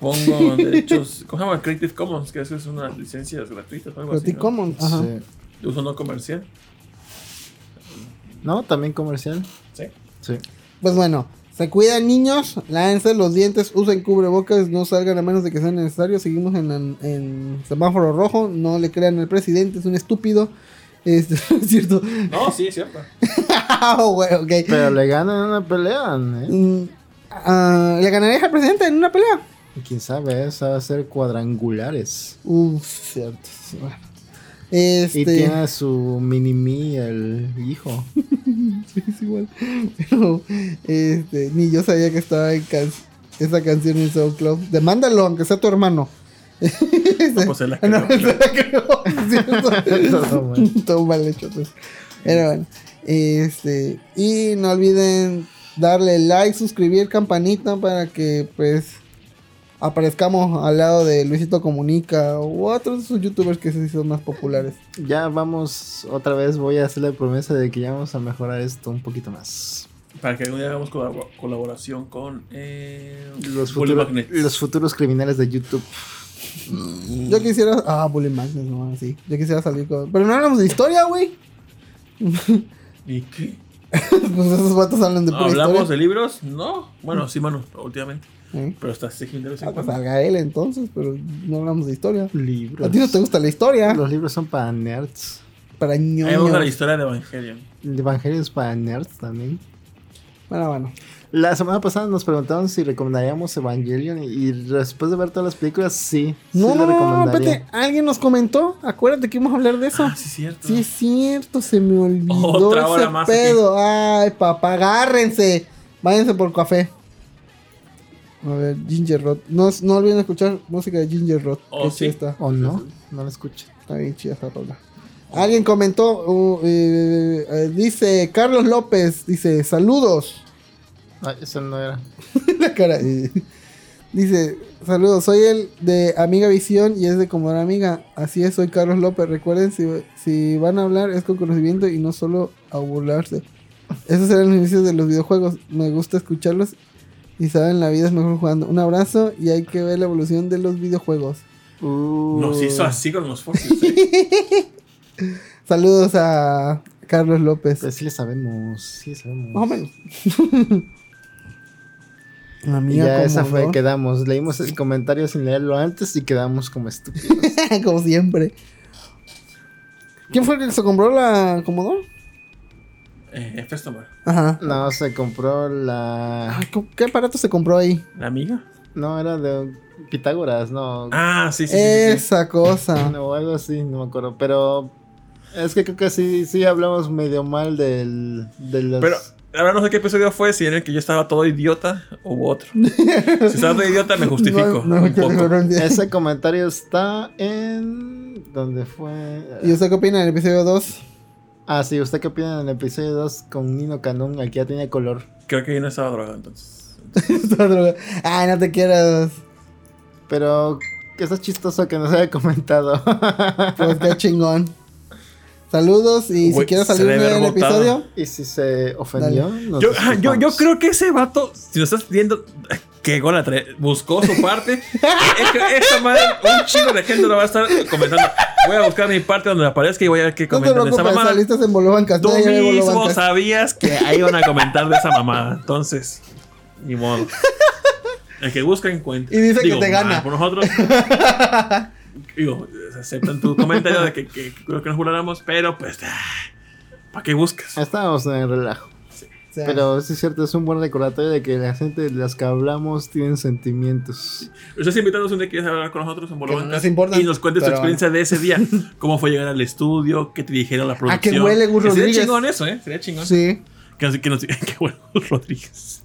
B: Pongo derechos, ¿cómo se llama? Creative Commons, que eso es unas licencias gratuitas o algo
C: Pero
B: así.
C: ti
B: ¿no?
C: Commons, ajá.
A: Sí.
B: De uso no comercial.
A: No, también comercial.
B: Sí.
A: Sí.
C: Pues bueno, se cuidan niños, lávense los dientes, usen cubrebocas, no salgan a menos de que sea necesario. Seguimos en, en- en semáforo rojo, no le crean al presidente, es un estúpido. Este, no es cierto.
H: No, sí, es cierto.
C: Ah, güey, ok.
A: Pero le ganan una pelea, ¿eh?
C: Mm, ah, ¿Le ganarías al presidente en una pelea?
A: Quién sabe, esa va a ser cuadrangulares.
C: Uf, cierto. sí, bueno.
A: Y
C: Este,
A: tiene a su mini mí, el hijo.
C: sí, es igual. Pero, este, ni yo sabía que estaba en can- esa canción en SoundCloud. Demándalo, aunque sea tu hermano.
B: No, pues es la que
C: No,
B: no.
C: se la creó, ¿cierto?
A: Todo mal.
C: Todo mal hecho, pues. Pero bueno, este, y no olviden darle like, suscribir, campanita para que, pues, aparezcamos al lado de Luisito Comunica u otros youtubers que sí son más populares.
A: Ya vamos, otra vez voy a hacer la promesa de que ya vamos a mejorar esto un poquito más.
B: Para que algún día hagamos colabo- colaboración con eh,
A: Los,
B: Bully
A: futuro-
B: Magnet.
A: los futuros criminales de YouTube.
C: Yo quisiera. Ah, Bully Magnus, no, sí. Yo quisiera salir con. Pero no hablamos de historia, güey.
B: ¿Y qué?
C: Pues esos vatos hablan de
B: No,
C: pura
B: ¿Hablamos
C: historia.
B: de libros? No. Bueno, sí, Manu, últimamente.
C: ¿Eh?
B: Pero está Sigmund de vez en
C: Mm. Ah, pues
B: cuando.
C: salga él entonces, pero no hablamos de historia.
A: Libros.
C: A ti no te gusta la historia.
A: Pues, Los libros son para nerds.
C: Para
B: A mí me gusta la
C: ñoños.
B: historia de Evangelion.
A: El Evangelio es para nerds también.
C: Bueno, bueno.
A: La semana pasada nos preguntaron si recomendaríamos Evangelion y, y después de ver todas las películas, sí.
C: No,
A: sí lo
C: no, no,
A: recomendaría.
C: espérate. Alguien nos comentó. Acuérdate que íbamos a hablar de eso.
B: Ah, sí, es cierto.
C: Sí, es cierto, se me olvidó
B: Otra hora
C: ese
B: más
C: pedo. Ay, papá, agárrense. Váyanse por café. A ver, Ginger Rod. No, no olviden escuchar música de Ginger Rod.
B: Oh,
C: que
B: sí.
C: está,
A: ¿O no? No lo escuché.
C: está bien chida esa rola. Alguien comentó, uh, eh, eh, dice Carlos López, dice, saludos.
A: Ay, eso no era.
C: La cara. eh. Dice, saludos, soy el de Amiga Visión y es de Comodora Amiga. Así es, soy Carlos López. Recuerden, si, si van a hablar es con conocimiento y no solo a burlarse. Esos eran los inicios de los videojuegos. Me gusta escucharlos y saben, la vida es mejor jugando. Un abrazo y hay que ver la evolución de los videojuegos.
A: Uh,
B: Nos hizo
C: Uh.
B: así con los Foxes. ¿eh?
C: Saludos a Carlos López.
A: Pues sí le sabemos, sí le sabemos.
C: Más o menos.
A: Y
C: Amiga
A: ya esa fue,
C: Comodoro.
A: quedamos. Leímos el comentario sin leerlo antes y quedamos como estúpidos.
C: Como siempre. ¿Quién fue el que se compró la Commodore?
B: Eh, Festomer.
C: Ajá.
A: No, se compró la.
C: Ay, ¿cu- Ah, ¿Qué aparato se compró ahí?
B: ¿La amiga?
A: No, era de Pitágoras, no.
B: Ah, sí, sí. sí, sí, sí.
C: Esa cosa.
A: O algo así, no me acuerdo. Pero es que creo que sí, sí hablamos medio mal del. De los...
B: Pero, la verdad, no sé qué episodio fue, si en el que yo estaba todo idiota u otro. si estaba todo idiota, me justifico.
C: No, no,
B: un
C: que
B: poco.
C: no, no.
A: Ese comentario está en. ¿Dónde fue?
C: ¿Y usted qué opina del episodio 2?
A: Ah, sí, ¿usted qué opina del episodio 2 con Nino Canón? Aquí ya tenía color.
B: Creo que yo no estaba drogado entonces.
C: Ay, no te quieras.
A: Pero que está chistoso que nos haya comentado.
C: Pues qué chingón. Saludos y si
B: Güey,
C: quieres
B: se
C: salir
B: debe
C: del
B: haber botado.
C: episodio.
A: y si se ofendió, nos
C: pues,
B: Yo, ah, yo, yo
A: disculpamos.
B: creo que ese vato, si lo estás viendo, que gola trae- buscó su parte. Es que esta madre, un chingo de gente lo va a estar comentando. Voy a buscar mi parte donde aparezca y voy a ver qué
C: No te
B: comentan de esa
C: preocupes,
B: mamada.
C: saliste en Bolobán
B: Tú
C: Castilla y
B: mismo sabías que ahí iban a comentar de esa mamada. Entonces, ni modo. El que busca encuentra.
C: Y dice que te
B: mal
C: gana.
B: Por nosotros. digo, aceptan tu comentario de que, que, que creo que nos juráramos, pero pues. ¿Para qué buscas?
A: Estábamos en el relajo. Pero sí es cierto, es un buen recordatorio de que la gente de las que hablamos tienen sentimientos.
B: Ustedes invitarnos un día que quieras hablar con nosotros en Bolobancas
C: no nos importa,
B: y nos cuentes tu
C: pero
B: experiencia de ese día. ¿Cómo fue llegar al estudio? ¿Qué te dijeron la producción?
C: Ah, qué huele Gus
B: Que Sería
C: Rodríguez?
B: chingón eso, ¿eh? Sería chingón.
C: Sí.
B: Que nos, que nos que huele Gus Rodríguez.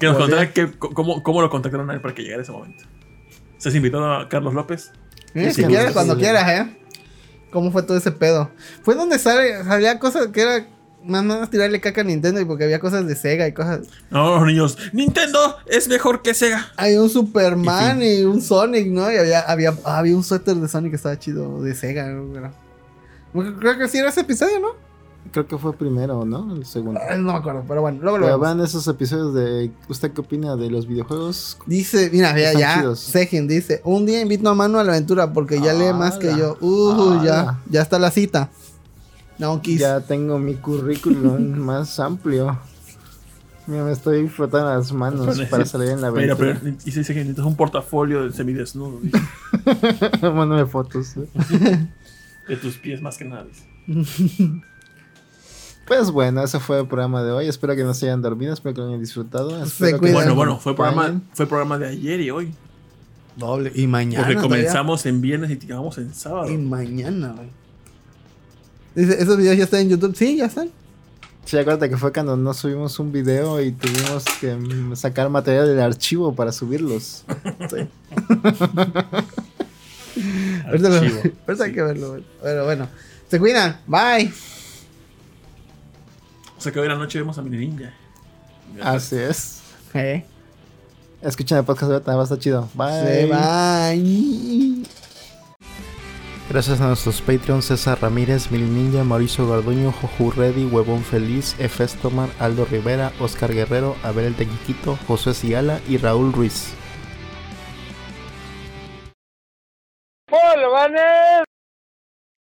B: Que nos contara que- c- cómo, cómo lo contactaron a él para que llegara ese momento. ¿Se invitó a Carlos López?
C: Eh,
A: Sí,
C: si
A: sí,
C: quieres,
A: sí,
C: cuando
A: sí.
C: quieras, ¿eh? ¿Cómo fue todo ese pedo? Fue donde sale, salía cosas que era más nada más tirarle caca a Nintendo y porque había cosas de Sega y cosas.
B: No, los niños. ¡Nintendo es mejor que Sega!
C: Hay un Superman y, un Sonic, ¿no? Y había, había, ah, había un suéter de Sonic que estaba chido, de Sega, ¿no? Era- Creo- Creo que sí era ese episodio, ¿no?
A: Creo que fue primero, ¿no? El segundo.
C: Ah, No me acuerdo, pero bueno, luego lo
A: Pero
C: vemos.
A: vean esos episodios de ¿Usted qué opina de los videojuegos?
C: Dice, mira, ya,
A: Están
C: ya,
A: chidos.
C: Sejin dice, un día invito a Manu a la aventura porque ya lee más que
A: Ala,
C: yo. Uh,
A: ala.
C: ya, ya está la cita. No, quis.
A: Ya tengo mi currículum más amplio. Mira, me estoy frotando las manos
B: Pero-
A: para salir en la
B: Mira,
A: aventura.
B: pero y se dice que necesitas un portafolio de semidesnudo dice,
A: Mándame fotos.
B: de tus pies más que nada. dice.
A: Pues bueno, ese fue el programa de hoy. Espero que no se hayan dormido, espero que lo hayan disfrutado. espero que
C: cuidan.
A: nos
B: Bueno, bueno, fue programa,
A: acompañen.
B: fue programa de ayer y hoy.
C: Doble. Y mañana.
B: Porque
C: Ah, todavía.
B: comenzamos en viernes y tiramos en sábado.
C: Y mañana, güey. Dice, ¿esos videos ya están en YouTube? Sí, ya están.
A: Sí, acuérdate que fue cuando no subimos un video y tuvimos que mm, sacar material del archivo para subirlos. Sí.
C: Ahorita, lo-
B: Archivo.
C: ahorita hay que verlo, güey. Pero bueno. Se cuidan. Bye.
B: O sea que hoy en la noche vemos a mi ninja.
C: Ah,
A: Así es.
C: Eh,
A: Escuchen el podcast ahorita, va a estar chido. Bye.
C: sí, bye.
A: Gracias a nuestros Patreons César Ramírez, Mil Ninja, Mauricio Garduño, Joju Reddy, Huevón Feliz, Efestomar, Aldo Rivera, Oscar Guerrero, Abel el Tequiquito, José Sigala y Raúl Ruiz.